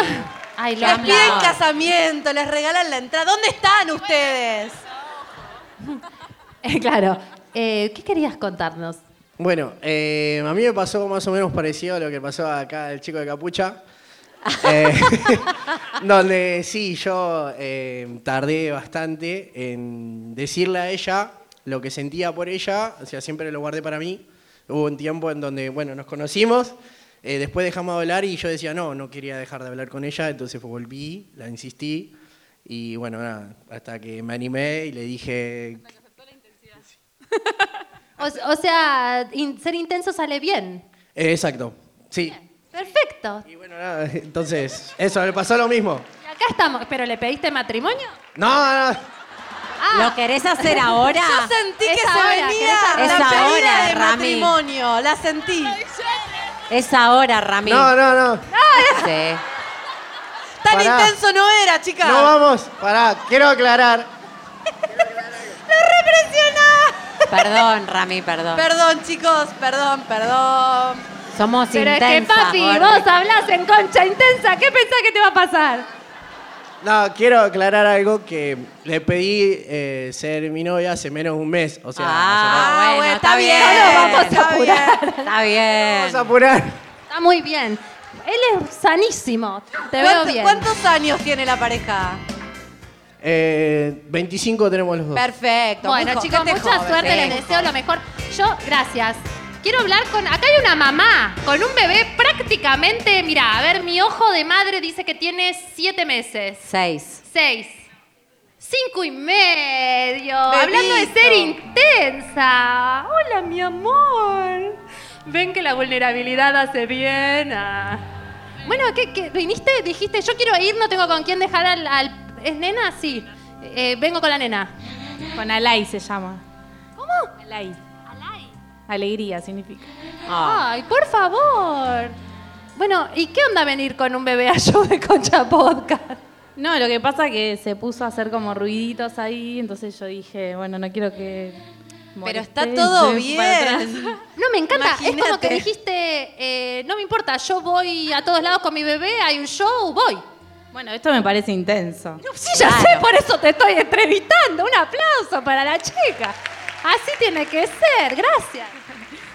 Speaker 3: Ay, lo
Speaker 1: les
Speaker 3: amo.
Speaker 1: piden
Speaker 3: *laughs*
Speaker 1: casamiento, les regalan la entrada. ¿Dónde están ustedes?
Speaker 3: claro. Eh, ¿Qué querías contarnos?
Speaker 11: Bueno, eh, a mí me pasó más o menos parecido a lo que pasó acá al chico de capucha. Eh, *laughs* donde sí, yo eh, tardé bastante en decirle a ella lo que sentía por ella, o sea, siempre lo guardé para mí. Hubo un tiempo en donde, bueno, nos conocimos, eh, después dejamos de hablar y yo decía, no, no quería dejar de hablar con ella, entonces pues, volví, la insistí y bueno, nada, hasta que me animé y le dije,
Speaker 3: O, o sea, in- ser intenso sale bien.
Speaker 11: eh, exacto, sí,
Speaker 3: Perfecto.
Speaker 11: bueno, nada, *laughs* entonces, eso, le pasó lo mismo.
Speaker 3: Y acá estamos. ¿Pero le pediste matrimonio?
Speaker 11: No, no,
Speaker 4: ¿Lo querés hacer ahora?
Speaker 1: Yo sentí que
Speaker 4: Ah, Es
Speaker 1: se
Speaker 4: ahora,
Speaker 1: venía
Speaker 4: ¿querés hacer-
Speaker 1: la
Speaker 4: Es
Speaker 1: pedida
Speaker 4: ahora,
Speaker 1: de
Speaker 4: Rami.
Speaker 1: matrimonio. La sentí.
Speaker 4: Es ahora, Ramiro.
Speaker 11: No, no, no.
Speaker 4: Sí.
Speaker 1: Tan
Speaker 11: Pará.
Speaker 1: intenso no era, chica.
Speaker 11: no vamos, pará, quiero aclarar.
Speaker 4: Perdón, Rami, perdón.
Speaker 1: Perdón, chicos. Perdón, perdón.
Speaker 4: Somos
Speaker 3: Pero
Speaker 4: intensas.
Speaker 3: es que, papi,
Speaker 4: Gordi.
Speaker 3: vos hablás en concha intensa. ¿Qué pensás que te va a pasar?
Speaker 11: No, quiero aclarar algo que le pedí eh, ser mi novia hace menos de un mes. O sea,
Speaker 4: Ah,
Speaker 11: hace menos-
Speaker 4: bueno, está bien.
Speaker 3: vamos a apurar.
Speaker 4: Está bien.
Speaker 11: Vamos a apurar.
Speaker 3: Está muy bien. Él es sanísimo. Te veo
Speaker 1: ¿Cuánto-
Speaker 3: bien.
Speaker 1: ¿Cuántos años tiene la pareja?
Speaker 11: Eh, 25 tenemos los dos.
Speaker 1: Perfecto.
Speaker 3: Bueno,
Speaker 1: muy jo-
Speaker 3: chicos,
Speaker 1: gente
Speaker 3: mucha
Speaker 1: joven,
Speaker 3: suerte,
Speaker 1: gente
Speaker 3: les deseo lo mejor. Yo, gracias. Quiero hablar con. Acá hay una mamá con un bebé prácticamente. Mira, a ver, mi ojo de madre dice que tiene siete meses.
Speaker 4: Seis.
Speaker 3: Seis. Cinco y
Speaker 4: Bebito.
Speaker 3: medio. Hablando de ser intensa. Hola, mi amor. Ven que la vulnerabilidad hace bien. ah. Bueno, ¿qué, qué? viniste? Dijiste, yo quiero ir, no tengo con quién dejar al... al- ¿Es nena? Sí. Eh, vengo con la nena.
Speaker 6: Con Alay se llama.
Speaker 3: ¿Cómo?
Speaker 6: Alay. Alegría significa.
Speaker 3: Ay, por favor. Bueno, ¿y qué onda venir con un bebé a show de Concha Podcast?
Speaker 6: No, lo que pasa que se puso a hacer como ruiditos ahí, entonces yo dije, bueno, no quiero que.
Speaker 1: Pero está todo bien.
Speaker 3: No, me encanta. Es como
Speaker 1: Imagínate.
Speaker 3: que dijiste, eh, no me importa, yo voy a todos lados con mi bebé, hay un show, voy.
Speaker 6: Bueno, esto me parece intenso.
Speaker 3: Sí, ya sé, por eso te estoy entrevistando. Un aplauso para la chica. Así tiene que ser, gracias.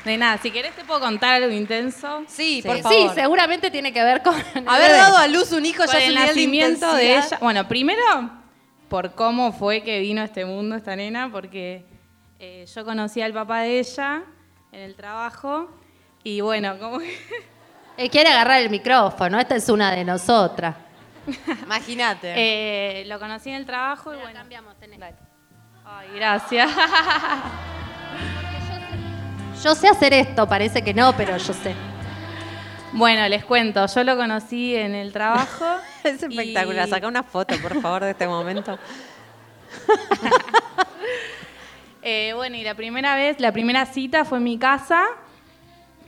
Speaker 6: De nada, si querés te puedo contar algo intenso.
Speaker 1: Sí,
Speaker 3: por favor. Sí, seguramente tiene que ver con.
Speaker 1: Haber dado a luz un hijo ya
Speaker 6: Con
Speaker 1: es
Speaker 6: el
Speaker 1: un nivel de
Speaker 6: nacimiento de,
Speaker 1: intensidad.
Speaker 6: ella. Bueno, primero por cómo fue que vino a este mundo esta nena, porque eh, yo conocí al papá de ella en el trabajo y bueno, como que
Speaker 3: Eh, quiere agarrar el micrófono, esta es una de nosotras.
Speaker 1: Imagínate.
Speaker 6: eh, lo conocí en el trabajo y bueno. cambiamos, Ay, gracias.
Speaker 3: Yo sé hacer esto, parece que no, pero yo sé.
Speaker 6: Bueno, les cuento, yo lo conocí en
Speaker 1: *laughs*
Speaker 6: el trabajo.
Speaker 4: Es espectacular. Saca una foto, por favor, de este momento.
Speaker 6: Eh, bueno, y la primera vez, la primera cita fue en mi casa,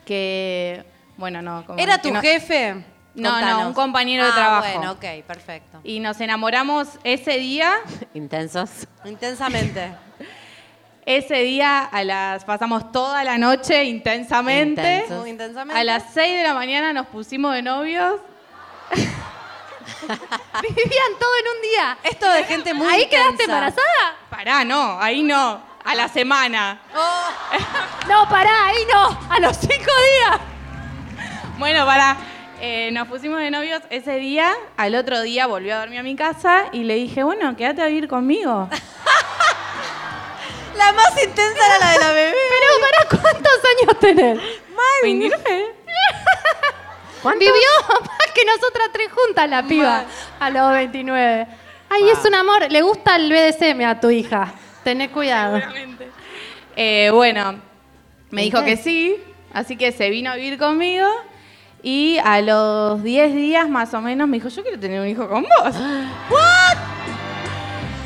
Speaker 6: que, bueno, no. como
Speaker 1: *laughs* ¿Era
Speaker 6: que
Speaker 1: tu
Speaker 6: no-
Speaker 1: jefe?
Speaker 6: No, no,
Speaker 1: Contanos.
Speaker 6: un compañero de
Speaker 1: Ah,
Speaker 6: trabajo.
Speaker 1: Bueno, ok, perfecto.
Speaker 6: Y nos enamoramos ese día,
Speaker 4: Intensos.
Speaker 1: Intensamente.
Speaker 6: ese día a las, pasamos toda la noche intensamente.
Speaker 1: Intensos. Muy intensamente.
Speaker 6: A las 6 de la mañana nos pusimos de novios.
Speaker 3: Vivían todo en un día.
Speaker 1: Esto de gente muy
Speaker 6: ¿Ahí
Speaker 1: intensa.
Speaker 6: quedaste embarazada? Pará, no, ahí no, a la semana. Oh.
Speaker 3: No, pará, ahí no, a los cinco días.
Speaker 6: Bueno, para. eh, nos pusimos de novios ese día. Al otro día volvió a dormir a mi casa y le dije, bueno, quédate a vivir conmigo.
Speaker 1: La más intensa era la de la bebé.
Speaker 3: Pero, ¿para cuántos años tenés?
Speaker 12: *laughs*
Speaker 6: 29.
Speaker 3: Vivió más que nosotras tres juntas la piba a los 29. Ay, es un amor. Le gusta el BDSM a tu hija. Tené cuidado.
Speaker 6: Eh, bueno, me dijo que
Speaker 3: Entonces-
Speaker 6: sí, así que se vino a vivir conmigo. Y a los 10 días más o menos me dijo, yo quiero tener un hijo con vos.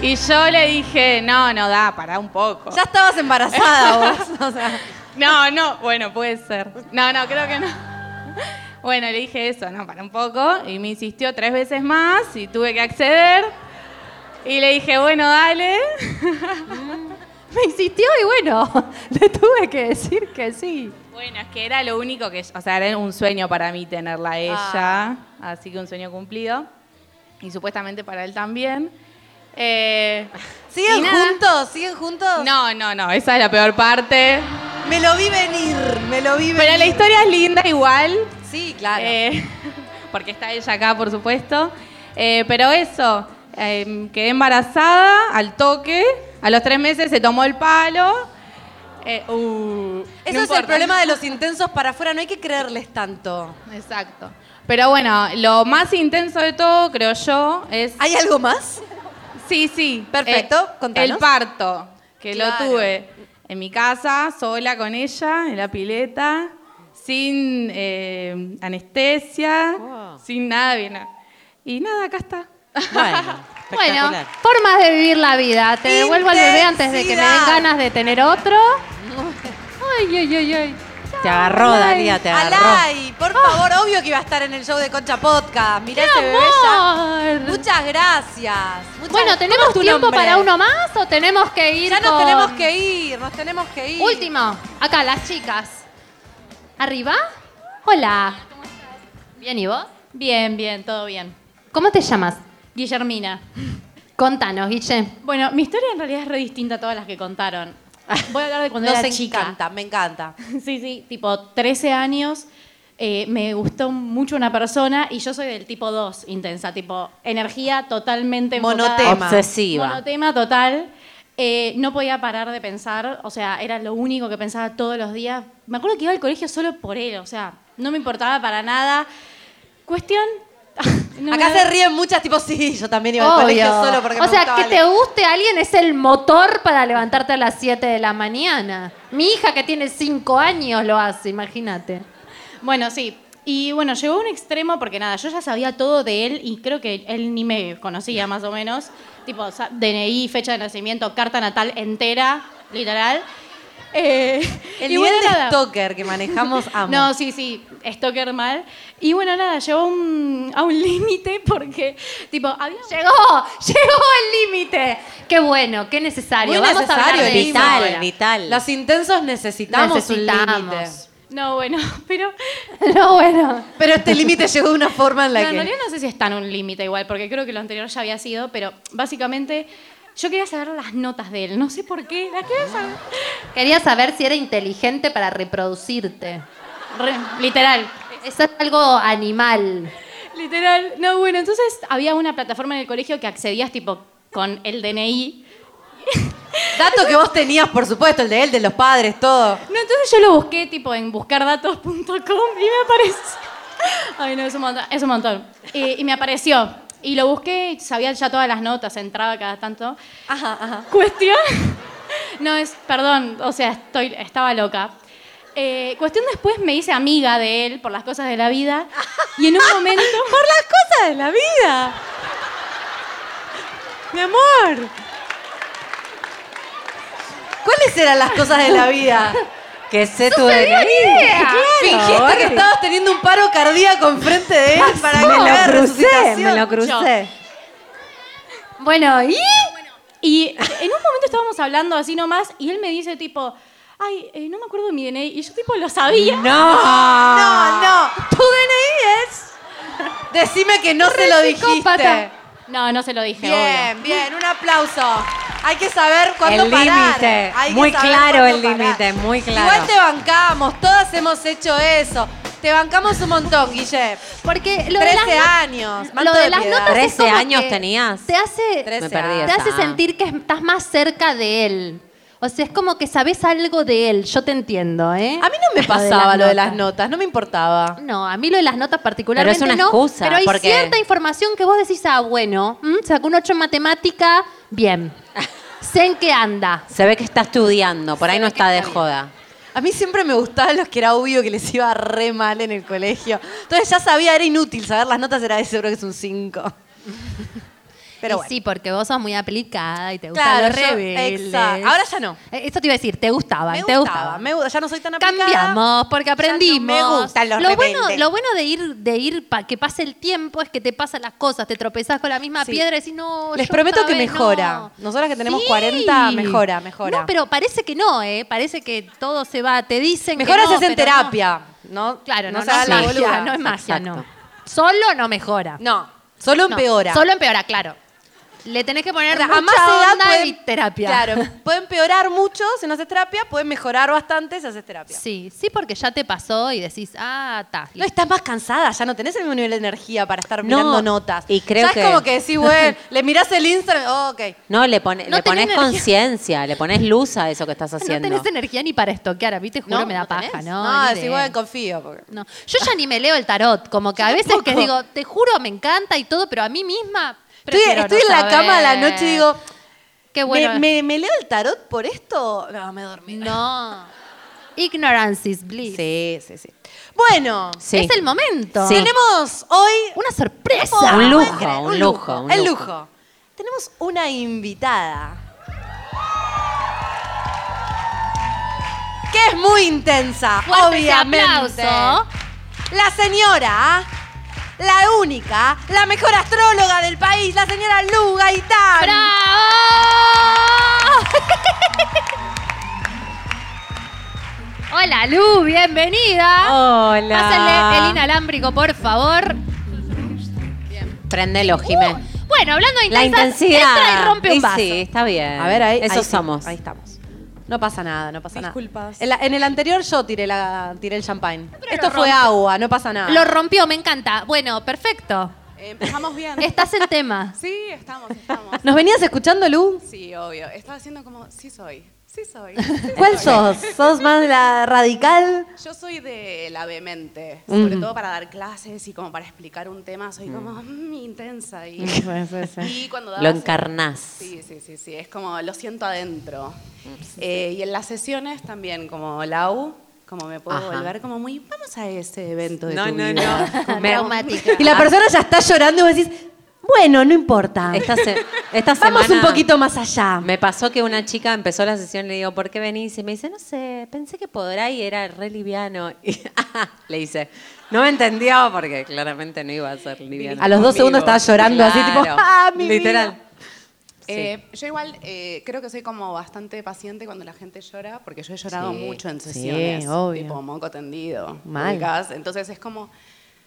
Speaker 6: Y yo le dije, no, no da, pará un poco.
Speaker 1: Ya estabas
Speaker 6: *laughs*
Speaker 1: embarazada vos. O sea,
Speaker 6: No, no, bueno, puede ser. No, no, creo que no. *laughs* Bueno, le dije eso, no, para un poco. Y me insistió tres veces más y tuve que acceder. Y le dije, bueno, dale.
Speaker 3: Me insistió y bueno, *laughs* le tuve que decir que sí.
Speaker 6: Bueno, es que era lo único que, o sea, era un sueño para mí tenerla a Ah. ella, así que un sueño cumplido. Y supuestamente para él también.
Speaker 12: Eh, y
Speaker 1: ¿Siguen
Speaker 12: nada.
Speaker 1: juntos? ¿Siguen juntos?
Speaker 12: No, no, no, esa es la peor parte.
Speaker 1: Me lo vi venir, me lo vi venir.
Speaker 12: Pero la historia es linda igual.
Speaker 1: Sí, claro.
Speaker 6: Eh, *laughs*
Speaker 12: porque está ella acá, por supuesto. Eh, pero eso,
Speaker 6: em,
Speaker 12: eh, quedé embarazada al toque. A los tres meses se tomó el palo. Eh, uh,
Speaker 1: Eso
Speaker 12: no
Speaker 1: es el
Speaker 12: importa.
Speaker 1: problema de los intensos para afuera, no hay que creerles tanto.
Speaker 12: Exacto. Pero bueno, lo más intenso de todo, creo yo, es...
Speaker 1: ¿Hay algo más?
Speaker 12: Sí, sí. Eh,
Speaker 1: Perfecto, contanos.
Speaker 12: El parto, que
Speaker 1: Claro.
Speaker 12: lo tuve en mi casa, sola con ella, en la pileta, sin eh, anestesia, sin nada. bien, nada. Y nada, acá está.
Speaker 3: Bueno, formas de vivir la vida. Te devuelvo al bebé antes de que me den
Speaker 12: Intensidad.
Speaker 3: ganas de tener otro. Ay, ay, ay, ay.
Speaker 4: Te agarró, Dalia, te agarró.
Speaker 1: Alay, por
Speaker 6: Oh.
Speaker 1: favor, obvio que iba a estar en el show de Concha Podcast. Mirá
Speaker 12: Este
Speaker 1: ese bebé ya. Muchas gracias. Muchas-
Speaker 3: Bueno,
Speaker 1: ¿Cómo
Speaker 3: ¿tenemos
Speaker 1: es tu
Speaker 3: tiempo
Speaker 1: nombre?
Speaker 3: para uno más o tenemos que ir?
Speaker 1: Ya nos
Speaker 3: con-
Speaker 1: tenemos que ir, nos tenemos que ir.
Speaker 3: Último, acá, las chicas. ¿Arriba? Hola. ¿Bien y vos?
Speaker 6: Bien, bien, todo bien.
Speaker 3: ¿Cómo te llamas?
Speaker 6: Guillermina.
Speaker 3: Contanos, Guille.
Speaker 6: Bueno, mi historia en realidad es re distinta a todas las que
Speaker 1: *laughs*
Speaker 6: contaron. Voy a hablar de cuando
Speaker 1: Nos
Speaker 6: era chica.
Speaker 1: encanta, me encanta.
Speaker 6: *laughs* Sí, sí, tipo 13 años. eh, me gustó mucho una persona y yo soy del tipo 2, intensa, tipo energía totalmente enfocada.
Speaker 4: Monotema. Obsesiva.
Speaker 6: Monotema total. Eh, no podía parar de pensar, o sea, era lo único que pensaba todos los días. Me acuerdo que iba al colegio solo por él, o sea, no me importaba para nada. Cuestión. no
Speaker 1: Acá
Speaker 6: me-
Speaker 1: se ríen muchas, tipo, sí, yo también iba al colegio solo porque
Speaker 3: o
Speaker 1: me
Speaker 3: sea,
Speaker 1: gustaba
Speaker 3: que te
Speaker 1: leer.
Speaker 3: guste alguien es el motor para levantarte a las 7 de la mañana. Mi hija que tiene 5 años lo hace, imagínate.
Speaker 6: Bueno, sí. Y bueno, llegó a un extremo porque nada, yo ya sabía todo de él y creo que él ni me conocía más o menos. Tipo, sa- DNI, fecha de nacimiento, carta natal entera, literal. Eh, *laughs*
Speaker 1: El
Speaker 6: y
Speaker 1: nivel
Speaker 6: bueno,
Speaker 1: de
Speaker 6: nada.
Speaker 1: stalker que
Speaker 6: *laughs*
Speaker 1: manejamos, amo.
Speaker 6: No, sí, sí, stalker mal. Y bueno, nada, llegó a un- a un
Speaker 3: *laughs*
Speaker 6: límite porque, tipo, había...
Speaker 3: Llegó, *laughs* llegó el límite. Qué bueno, qué
Speaker 1: Muy
Speaker 3: necesario. Vamos a
Speaker 1: necesario,
Speaker 3: hablar de
Speaker 1: el
Speaker 3: eso
Speaker 1: vital,
Speaker 3: ahora.
Speaker 1: vital. Los intensos necesitamos, un
Speaker 3: Necesitamos.
Speaker 1: límite.
Speaker 6: No, bueno, *laughs* pero...
Speaker 3: No, bueno.
Speaker 1: Pero este límite llegó de una forma en la
Speaker 6: No,
Speaker 1: que...
Speaker 6: En realidad no sé si está en un límite igual, porque creo que lo anterior ya había sido, pero básicamente yo quería saber las notas de él. No sé por qué, las quería saber.
Speaker 3: Quería saber si era inteligente para reproducirte.
Speaker 6: Re- literal.
Speaker 3: Eso es algo animal.
Speaker 6: Literal. No, bueno, entonces había una plataforma en el colegio que accedías tipo con el DNI.
Speaker 1: Dato que vos tenías, por supuesto, el de él, de los padres, todo.
Speaker 6: No, entonces yo lo busqué tipo en buscardatos.com y me apareció. Ay, no, es un montón. Ah, Es un montón. Eh, y me apareció. Y lo busqué, sabía ya todas las notas, entraba cada tanto.
Speaker 1: Ajá, ajá.
Speaker 6: Cuestión. No, es, perdón, o sea, estoy, estaba loca. Eh, cuestión después me hice amiga de él por las cosas de la vida. Y
Speaker 1: *laughs*
Speaker 6: en un momento.
Speaker 1: ¡Por las cosas de la vida! ¡Mi amor! ¿Cuáles eran las cosas de la vida?
Speaker 4: Que sé tu
Speaker 1: Sucedió
Speaker 4: DNI.
Speaker 1: ni idea. Fingiste que
Speaker 4: Claro, Barbie.
Speaker 1: estabas teniendo un paro cardíaco enfrente de él para que
Speaker 4: me
Speaker 1: le haga
Speaker 4: lo crucé,
Speaker 1: resucitación.
Speaker 4: me lo crucé.
Speaker 3: Bueno, ¿y?
Speaker 6: Y en un momento estábamos hablando así nomás y él me dice tipo, ay, eh, no me acuerdo de mi DNI. Y yo tipo lo sabía.
Speaker 1: No, no. Tu DNI es. Decime que no se lo dijiste.
Speaker 6: No, no se lo dije.
Speaker 1: Bien, bien, un aplauso. Hay que saber cuándo
Speaker 4: El
Speaker 1: parar.
Speaker 4: límite.
Speaker 1: Hay que
Speaker 4: Muy
Speaker 1: saber
Speaker 4: claro
Speaker 1: cuándo
Speaker 4: el
Speaker 1: parar.
Speaker 4: límite, muy
Speaker 1: Igual
Speaker 4: claro.
Speaker 1: te bancamos, todas hemos hecho eso. Te bancamos un montón, Guille.
Speaker 3: Porque lo
Speaker 1: 13
Speaker 3: de las not-
Speaker 1: años.
Speaker 3: lo
Speaker 1: manto
Speaker 3: de las
Speaker 1: piedad.
Speaker 3: notas es
Speaker 4: 13
Speaker 3: como
Speaker 4: años
Speaker 3: que
Speaker 4: tenías.
Speaker 3: Te hace,
Speaker 4: Me perdí
Speaker 3: te
Speaker 4: esa.
Speaker 3: hace sentir que estás más cerca de él. O sea, es como que sabes algo de él. Yo te entiendo, ¿eh?
Speaker 1: A mí no me pasaba lo de las notas, no me importaba.
Speaker 3: No, a mí lo de las notas particularmente
Speaker 1: Pero es una
Speaker 3: no,
Speaker 1: excusa,
Speaker 3: pero hay
Speaker 1: porque-
Speaker 3: cierta información que vos decís, ah, bueno, mm, sacó un 8 en matemática,
Speaker 1: *laughs*
Speaker 3: bien. sé en qué anda.
Speaker 4: Se ve que está estudiando, por ahí no está de joda.
Speaker 1: A mí siempre me gustaban los que era obvio que les iba re mal en el colegio. Entonces ya sabía, era inútil saber las notas, era de seguro que es un
Speaker 3: *laughs*
Speaker 1: 5. Pero
Speaker 3: Y
Speaker 1: bueno.
Speaker 3: sí, porque vos sos muy aplicada y te gusta
Speaker 1: Claro,
Speaker 3: lo
Speaker 1: yo-
Speaker 3: rebelde.
Speaker 1: exacto. Ahora ya no.
Speaker 3: Eh, Eso te iba a decir, te gustaban,
Speaker 1: Me
Speaker 3: te
Speaker 1: gustaba,
Speaker 3: gustaban.
Speaker 1: me gusta, ya no soy tan aplicada.
Speaker 3: Cambiamos porque aprendimos.
Speaker 1: Ya no me gustan los
Speaker 3: lo bueno,
Speaker 1: rebeldes.
Speaker 3: lo bueno de ir, de ir pa- que pase el tiempo es que te pasan las cosas, te tropezás con la misma
Speaker 1: Sí.
Speaker 3: piedra y decís, no,
Speaker 1: Les
Speaker 3: yo
Speaker 1: prometo
Speaker 3: otra
Speaker 1: que
Speaker 3: vez
Speaker 1: mejora.
Speaker 3: no".
Speaker 1: Nosotras que tenemos
Speaker 3: Sí.
Speaker 1: 40, mejora, mejora.
Speaker 3: No, pero parece que no, ¿eh? Parece que todo se va, te dicen que
Speaker 1: Mejora
Speaker 3: no,
Speaker 1: si hacen
Speaker 3: pero no.
Speaker 1: terapia, ¿no?
Speaker 3: Claro, no, no,
Speaker 1: se hagan
Speaker 3: es
Speaker 1: la
Speaker 3: magia,
Speaker 1: boluda.
Speaker 3: no es magia, no. Solo no mejora.
Speaker 1: No, solo
Speaker 3: No,
Speaker 1: empeora.
Speaker 3: Solo empeora, claro. Le tenés que
Speaker 1: O
Speaker 3: poner
Speaker 1: sea,
Speaker 3: mucha
Speaker 1: a más edad
Speaker 3: onda
Speaker 1: pueden-
Speaker 3: y terapia.
Speaker 1: Claro, pueden empeorar mucho si no haces terapia, pueden mejorar bastante si haces terapia.
Speaker 3: *laughs* Sí, sí, porque ya te pasó y decís, ah, está.
Speaker 1: No, estás más cansada, ya no tenés el mismo nivel de energía para estar
Speaker 3: No,
Speaker 1: mirando notas.
Speaker 4: y creo
Speaker 1: Ya es
Speaker 4: que-
Speaker 1: como que decís,
Speaker 3: *laughs*
Speaker 1: bueno, le mirás el Instagram, oh, ok.
Speaker 4: No, le, pone-
Speaker 1: No tenés
Speaker 4: le pones
Speaker 1: energía.
Speaker 4: conciencia, le pones luz a eso que estás haciendo.
Speaker 3: Ah, No tenés energía ni para estoquear. A mí te juro
Speaker 4: No,
Speaker 3: me da
Speaker 4: no
Speaker 3: paja,
Speaker 4: tenés.
Speaker 3: ¿no?
Speaker 1: No,
Speaker 3: Ni
Speaker 1: decís,
Speaker 3: idea.
Speaker 1: bueno, confío. Porque...
Speaker 3: No. Yo ya ni me leo el tarot. Como que a veces que
Speaker 1: tampoco.
Speaker 3: digo, te juro, me encanta y todo, pero a mí misma.
Speaker 1: Estoy,
Speaker 3: prefiero
Speaker 1: estoy
Speaker 3: no
Speaker 1: en la
Speaker 3: saber.
Speaker 1: cama a la noche y digo,
Speaker 3: Qué bueno.
Speaker 1: ¿me, me, me leo el tarot por esto? No, me dormí.
Speaker 3: No. Ignorance is bliss.
Speaker 1: Sí, sí, sí. Bueno,
Speaker 4: Sí.
Speaker 3: es el momento.
Speaker 4: Sí.
Speaker 1: tenemos hoy
Speaker 3: una sorpresa.
Speaker 4: Un lujo, un lujo. un
Speaker 1: el lujo. Tenemos una invitada. Que es muy intensa,
Speaker 3: Fuerte ese
Speaker 1: obviamente.
Speaker 3: aplauso.
Speaker 1: La señora, la única, la mejor astróloga del país, la señora Lu Gaitán.
Speaker 3: *laughs* Hola, Lu, bienvenida.
Speaker 4: Hola.
Speaker 3: Pásenle el inalámbrico, por favor.
Speaker 4: Prendelo, Jimé.
Speaker 3: Bueno, hablando de
Speaker 4: la
Speaker 3: intensas,
Speaker 4: intensidad.
Speaker 3: Uh, entra y rompe
Speaker 4: Y
Speaker 3: un vaso.
Speaker 4: Sí, está bien.
Speaker 1: A ver, ahí.
Speaker 4: Esos
Speaker 1: ahí sí,
Speaker 4: somos.
Speaker 1: ahí estamos. No pasa nada, no pasa nada.
Speaker 13: Disculpas.
Speaker 1: En, la- en el anterior yo tiré, la, tiré el champagne. Esto
Speaker 3: lo
Speaker 1: fue
Speaker 3: rompe.
Speaker 1: agua, no pasa nada.
Speaker 3: Lo rompió, me encanta. Bueno, perfecto.
Speaker 14: Empezamos bien.
Speaker 3: Estás en tema.
Speaker 14: *laughs* Sí, estamos, estamos.
Speaker 1: ¿Nos venías escuchando, Lu?
Speaker 14: Sí, obvio. Estaba haciendo como, sí soy, sí soy.
Speaker 1: ¿Cuál sos? ¿Sos más la radical?
Speaker 14: Yo soy de Eh, la vehemente, sobre
Speaker 1: Mm.
Speaker 14: todo para dar clases y como para explicar un tema, soy como mm, intensa y,
Speaker 4: *laughs* Sí, sí, sí.
Speaker 14: y cuando
Speaker 4: Lo
Speaker 14: dabas-
Speaker 4: encarnás.
Speaker 14: Sí, sí, sí, sí, es como lo siento adentro. Eh, y en las sesiones también, como la U, como me puedo
Speaker 4: Ajá.
Speaker 14: volver como muy, vamos a ese evento de
Speaker 4: No,
Speaker 14: tu
Speaker 4: no,
Speaker 14: vida.
Speaker 4: no.
Speaker 14: Como-
Speaker 4: Me-
Speaker 1: Y la persona ya está llorando y vos decís, bueno, no importa.
Speaker 4: Esta, se- esta
Speaker 1: Vamos
Speaker 4: semana-
Speaker 1: un poquito más allá.
Speaker 4: Me pasó que una chica empezó la sesión y le digo, ¿por qué venís? Y me dice, no sé, pensé que podrá y era re liviano. *laughs* Y, le hice, no me entendió porque claramente no iba a ser liviano.
Speaker 1: A los dos segundos estaba llorando así, tipo, "Ah, mi
Speaker 4: Literal.
Speaker 1: vida".
Speaker 14: Eh, Yo igual eh, creo que soy como bastante paciente cuando la gente llora, porque yo he llorado
Speaker 1: Sí,
Speaker 14: mucho en
Speaker 1: sí,
Speaker 14: sesiones,
Speaker 1: obvio.
Speaker 14: tipo moco tendido,
Speaker 1: Mal.
Speaker 14: ubicás. Entonces es como,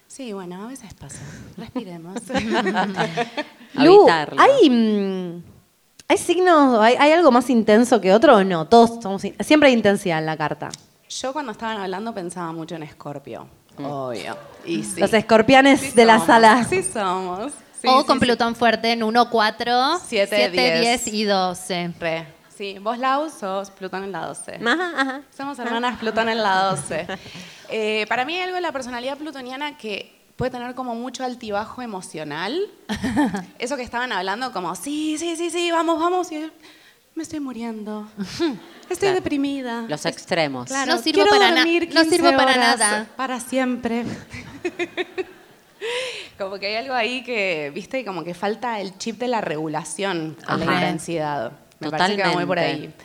Speaker 14: sí, bueno, a veces pasa. Respiremos. *laughs*
Speaker 1: Lu, ¿hay, mm, ¿hay signos, hay, hay algo más intenso que otro o no? Todos somos, in- siempre hay intensidad en la carta.
Speaker 14: Yo cuando estaban hablando pensaba mucho en Escorpio,
Speaker 3: Mm.
Speaker 14: obvio. Y sí.
Speaker 1: Los escorpianes de la
Speaker 14: somos,
Speaker 1: sala.
Speaker 14: Sí somos. Sí,
Speaker 3: o
Speaker 14: sí,
Speaker 3: con
Speaker 14: sí.
Speaker 3: Plutón fuerte en 1, 4,
Speaker 14: 7, 10.
Speaker 3: 10 y 12.
Speaker 14: Re. Sí, vos Lau sos Plutón en la 12.
Speaker 3: Ajá, ajá.
Speaker 14: Somos hermanas Plutón en la
Speaker 3: *laughs*
Speaker 14: 12. Eh, para mí hay algo de la personalidad plutoniana que puede tener como mucho
Speaker 3: *laughs*
Speaker 14: altibajo emocional. Eso que estaban hablando como, sí, sí, sí, sí, vamos, vamos. Y yo, me
Speaker 4: *laughs*
Speaker 14: estoy muriendo. Estoy
Speaker 4: Claro.
Speaker 14: deprimida.
Speaker 4: Los extremos.
Speaker 14: Claro,
Speaker 3: No sirvo
Speaker 14: quiero
Speaker 3: para na-
Speaker 14: dormir
Speaker 3: no
Speaker 14: 15
Speaker 3: sirvo para
Speaker 14: horas
Speaker 3: nada.
Speaker 14: Para siempre. *laughs* como que hay algo ahí que, viste, como que falta el chip de la regulación a la
Speaker 4: Ajá.
Speaker 14: intensidad. Me parece que va muy por ahí.
Speaker 4: Totalmente.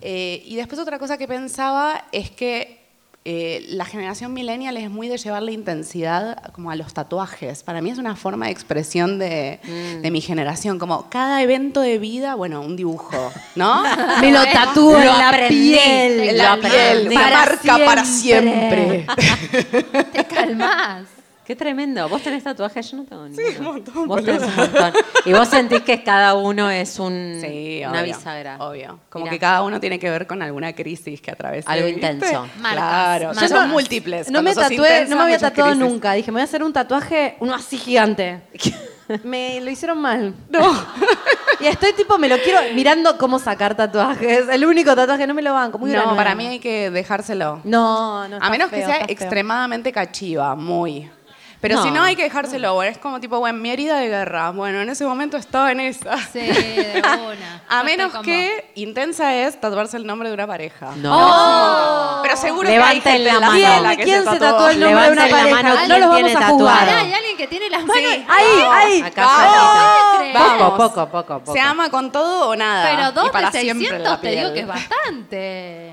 Speaker 14: Eh, y después otra cosa que pensaba es que eh, la generación millennial es muy de llevar la intensidad como a los tatuajes. Para mí es una forma de expresión de,
Speaker 3: Mm.
Speaker 14: de mi generación, como cada evento de vida, bueno, un dibujo, ¿no?
Speaker 3: *laughs*
Speaker 1: Me lo tatúo en la piel.
Speaker 14: en la
Speaker 1: Lo
Speaker 14: piel,
Speaker 1: aprendí.
Speaker 14: una
Speaker 1: Para
Speaker 14: marca para siempre.
Speaker 3: Te calmás.
Speaker 4: Qué tremendo. Vos tenés tatuajes, yo no tengo ninguno. Sí, un montón. Vos tenés un montón. Y vos sentís que cada uno es un,
Speaker 14: Sí,
Speaker 4: *laughs* una
Speaker 14: obvio,
Speaker 4: bisagra.
Speaker 14: Obvio. Como
Speaker 4: Mirá.
Speaker 14: que cada uno tiene que ver con alguna crisis que atravesé.
Speaker 4: Algo
Speaker 14: ¿viste?
Speaker 4: intenso.
Speaker 3: Marcas,
Speaker 14: claro.
Speaker 3: marcas.
Speaker 14: Son múltiples.
Speaker 1: No me
Speaker 14: Cuando sos
Speaker 1: tatué,
Speaker 14: intensa,
Speaker 1: no me había
Speaker 14: muchas
Speaker 1: tatuado
Speaker 14: crisis.
Speaker 1: nunca. Dije, me voy a hacer un tatuaje, uno así
Speaker 14: *laughs*
Speaker 1: gigante. me lo hicieron mal. No. *laughs* y estoy tipo, me lo quiero mirando cómo sacar tatuajes. El único tatuaje, no me lo banco. Muy
Speaker 14: No,
Speaker 1: granuela.
Speaker 14: para mí hay que dejárselo.
Speaker 1: No, no.
Speaker 14: A
Speaker 1: está
Speaker 14: menos que
Speaker 1: feo,
Speaker 14: sea
Speaker 1: está feo.
Speaker 14: extremadamente cachiva, muy. Pero
Speaker 1: No.
Speaker 14: si no, hay que dejárselo. Bueno, es como tipo, bueno, mi herida de guerra. Bueno, en ese momento estaba en esa.
Speaker 3: Sí, de una.
Speaker 14: *laughs* A
Speaker 3: Yo
Speaker 14: menos
Speaker 3: estoy con vos.
Speaker 14: que intensa es tatuarse el nombre de una pareja.
Speaker 4: No.
Speaker 14: No. Pero seguro que hay
Speaker 4: Levanten
Speaker 14: gente
Speaker 4: la
Speaker 14: en la
Speaker 4: mano.
Speaker 14: sala
Speaker 4: ¿Quién-
Speaker 14: que
Speaker 4: quién se
Speaker 14: Oh. se
Speaker 4: tatuó el nombre de una Levanten la pareja? mano,
Speaker 1: No los vamos
Speaker 4: tiene
Speaker 1: a juzgar.
Speaker 3: Pará,
Speaker 4: tatuado?
Speaker 3: hay alguien que tiene las
Speaker 1: Bueno,
Speaker 3: manos.
Speaker 1: ahí, ahí.
Speaker 4: Acá
Speaker 3: No te creo.
Speaker 4: Poco, poco, poco, poco.
Speaker 14: ¿Se ama con todo o nada?
Speaker 3: Pero
Speaker 14: Y
Speaker 3: dos
Speaker 14: para
Speaker 3: de
Speaker 14: siempre
Speaker 3: 600
Speaker 14: la
Speaker 3: te digo
Speaker 14: piel.
Speaker 3: que es bastante.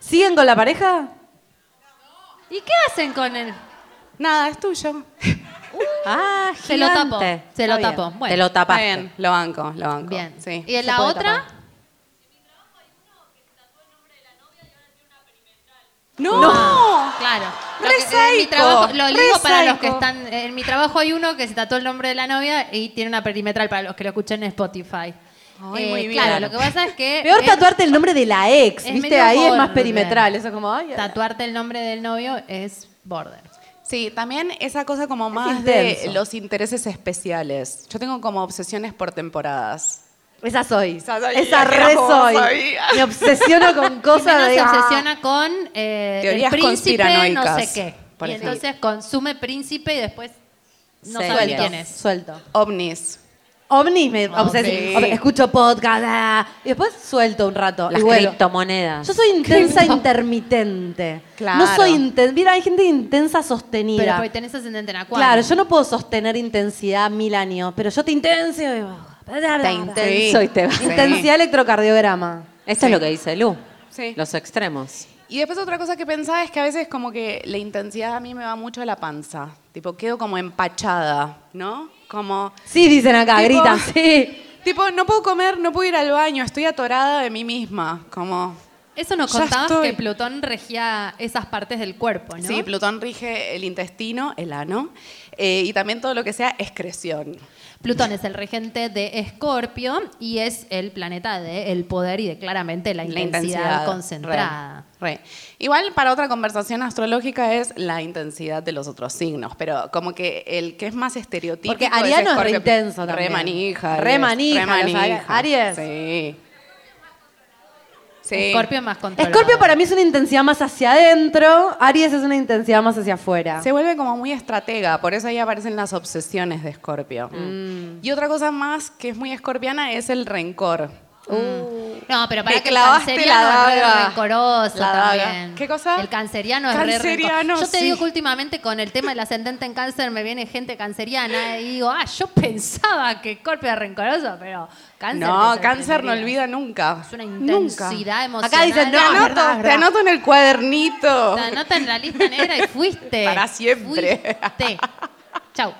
Speaker 1: ¿Siguen con la pareja?
Speaker 3: ¿Y qué hacen con él?
Speaker 14: Nada, es tuyo.
Speaker 4: Ah,
Speaker 3: Se lo tapo.
Speaker 4: gigante.
Speaker 3: Se lo
Speaker 4: Está
Speaker 3: tapo.
Speaker 4: bien.
Speaker 3: Bueno.
Speaker 4: Te lo
Speaker 14: Está
Speaker 4: tapaste.
Speaker 14: bien, lo banco, lo banco.
Speaker 3: Bien.
Speaker 14: Sí.
Speaker 3: ¿Y en
Speaker 1: Se
Speaker 3: la
Speaker 1: puede
Speaker 3: otra?
Speaker 15: No.
Speaker 3: Claro. Lo
Speaker 16: Re
Speaker 3: que- en mi
Speaker 16: psycho,
Speaker 3: trabajo, lo
Speaker 16: re
Speaker 3: digo para los
Speaker 16: psycho.
Speaker 3: que están. eh, En mi trabajo hay uno que se tatuó el nombre de la novia y tiene una perimetral para los que lo escuchan en Spotify. Eh,
Speaker 1: muy bien.
Speaker 3: Claro, lo que pasa es que.
Speaker 1: Peor
Speaker 3: él-
Speaker 1: tatuarte el nombre de la ex,
Speaker 3: es
Speaker 1: ¿viste?
Speaker 3: medio
Speaker 1: Ahí es más
Speaker 3: borde.
Speaker 1: perimetral. Eso es como, ay,
Speaker 3: Tatuarte el nombre del novio es border.
Speaker 14: Sí, también esa cosa como más de
Speaker 3: intenso.
Speaker 14: los intereses especiales. Yo tengo como obsesiones por temporadas.
Speaker 1: Esa soy.
Speaker 14: Esa, soy. *laughs*
Speaker 1: Esa
Speaker 14: Era
Speaker 1: re
Speaker 14: como
Speaker 1: soy.
Speaker 14: sabía.
Speaker 1: Me obsesiono
Speaker 14: *laughs*
Speaker 1: con cosas
Speaker 3: Jimena
Speaker 1: de... ah,
Speaker 3: se obsesiona con eh,
Speaker 14: Teorías
Speaker 3: el príncipe, no
Speaker 14: conspiranoicas,
Speaker 3: sé qué.
Speaker 14: por
Speaker 3: Y
Speaker 14: ejemplo.
Speaker 3: entonces consume príncipe y después no
Speaker 14: Sí.
Speaker 3: sabe ni
Speaker 14: Suelto.
Speaker 3: quién es.
Speaker 1: Suelto.
Speaker 14: Ovnis.
Speaker 1: Ovnis me obsesiono.
Speaker 14: sí.
Speaker 1: Ob- Escucho podcast. ah, y después suelto un rato.
Speaker 4: Las
Speaker 1: y vuelvo.
Speaker 4: criptomonedas.
Speaker 1: Yo soy intensa intermitente.
Speaker 4: Claro.
Speaker 1: No soy intensa. Mira, hay gente intensa sostenida.
Speaker 3: Pero porque tenés ascendente en acuario.
Speaker 1: Claro, yo no puedo sostener intensidad mil años, pero yo te intenso y bajo.
Speaker 4: Te intenso y te vas.
Speaker 1: Intensidad electrocardiograma.
Speaker 4: Esto es lo que dice Lu.
Speaker 14: Sí.
Speaker 4: Los extremos.
Speaker 14: Y después otra cosa que pensaba es que a veces como que la intensidad a mí me va mucho a la panza. Tipo, quedo como empachada, ¿no? Como...
Speaker 1: Sí, dicen acá,
Speaker 14: Tipo-
Speaker 1: gritan. Sí.
Speaker 14: Tipo, no puedo comer, no puedo ir al baño, estoy atorada de mí misma. Como...
Speaker 3: Eso nos
Speaker 14: Ya
Speaker 3: contabas
Speaker 14: estoy.
Speaker 3: que Plutón regía esas partes del cuerpo, ¿no?
Speaker 14: Sí, Plutón rige el intestino, el ano, eh, y también todo lo que sea excreción.
Speaker 3: Plutón es el regente de Escorpio y es el planeta del el poder y de claramente la
Speaker 14: La
Speaker 3: intensidad,
Speaker 14: intensidad
Speaker 3: concentrada.
Speaker 14: Re, re. Igual para otra conversación astrológica es la intensidad de los otros signos, pero como que el que es más estereotípico.
Speaker 1: Porque Ariano es re
Speaker 14: Escorpio.
Speaker 1: intenso
Speaker 14: Re
Speaker 1: también.
Speaker 14: manija.
Speaker 1: Re
Speaker 14: Aries,
Speaker 1: manija,
Speaker 14: re
Speaker 1: los Ari-
Speaker 14: manija.
Speaker 1: Aries.
Speaker 14: Sí. Sí.
Speaker 3: Escorpio es más controlado.
Speaker 1: Escorpio para mí es una intensidad más hacia adentro, Aries es una intensidad más hacia afuera.
Speaker 14: Se vuelve como muy estratega, por eso ahí aparecen las obsesiones de Escorpio.
Speaker 1: Mm.
Speaker 14: Y otra cosa más que es muy escorpiana es el rencor.
Speaker 3: No, pero para
Speaker 14: Me
Speaker 3: que el
Speaker 14: clavaste
Speaker 3: canceriano
Speaker 14: la
Speaker 3: es re
Speaker 14: daga.
Speaker 3: rencoroso
Speaker 14: La daga.
Speaker 3: también. ¿Qué cosa? El canceriano, es re
Speaker 14: Canceriano,
Speaker 3: rencoroso. Yo te
Speaker 14: sí.
Speaker 3: digo que últimamente con el tema del ascendente en cáncer me viene gente canceriana y digo, ah, yo pensaba que Escorpio era rencoroso, pero cáncer.
Speaker 14: no,
Speaker 3: me
Speaker 14: cáncer no
Speaker 3: sorprendería.
Speaker 14: olvida nunca. Es
Speaker 3: una intensidad emocional.
Speaker 14: Acá dicen,
Speaker 3: Te
Speaker 14: no, te
Speaker 3: anoto,
Speaker 14: anoto,
Speaker 3: te anoto
Speaker 14: en el cuadernito.
Speaker 3: Te anotan en la lista negra y fuiste.
Speaker 14: Para siempre.
Speaker 3: Fuiste. Chau.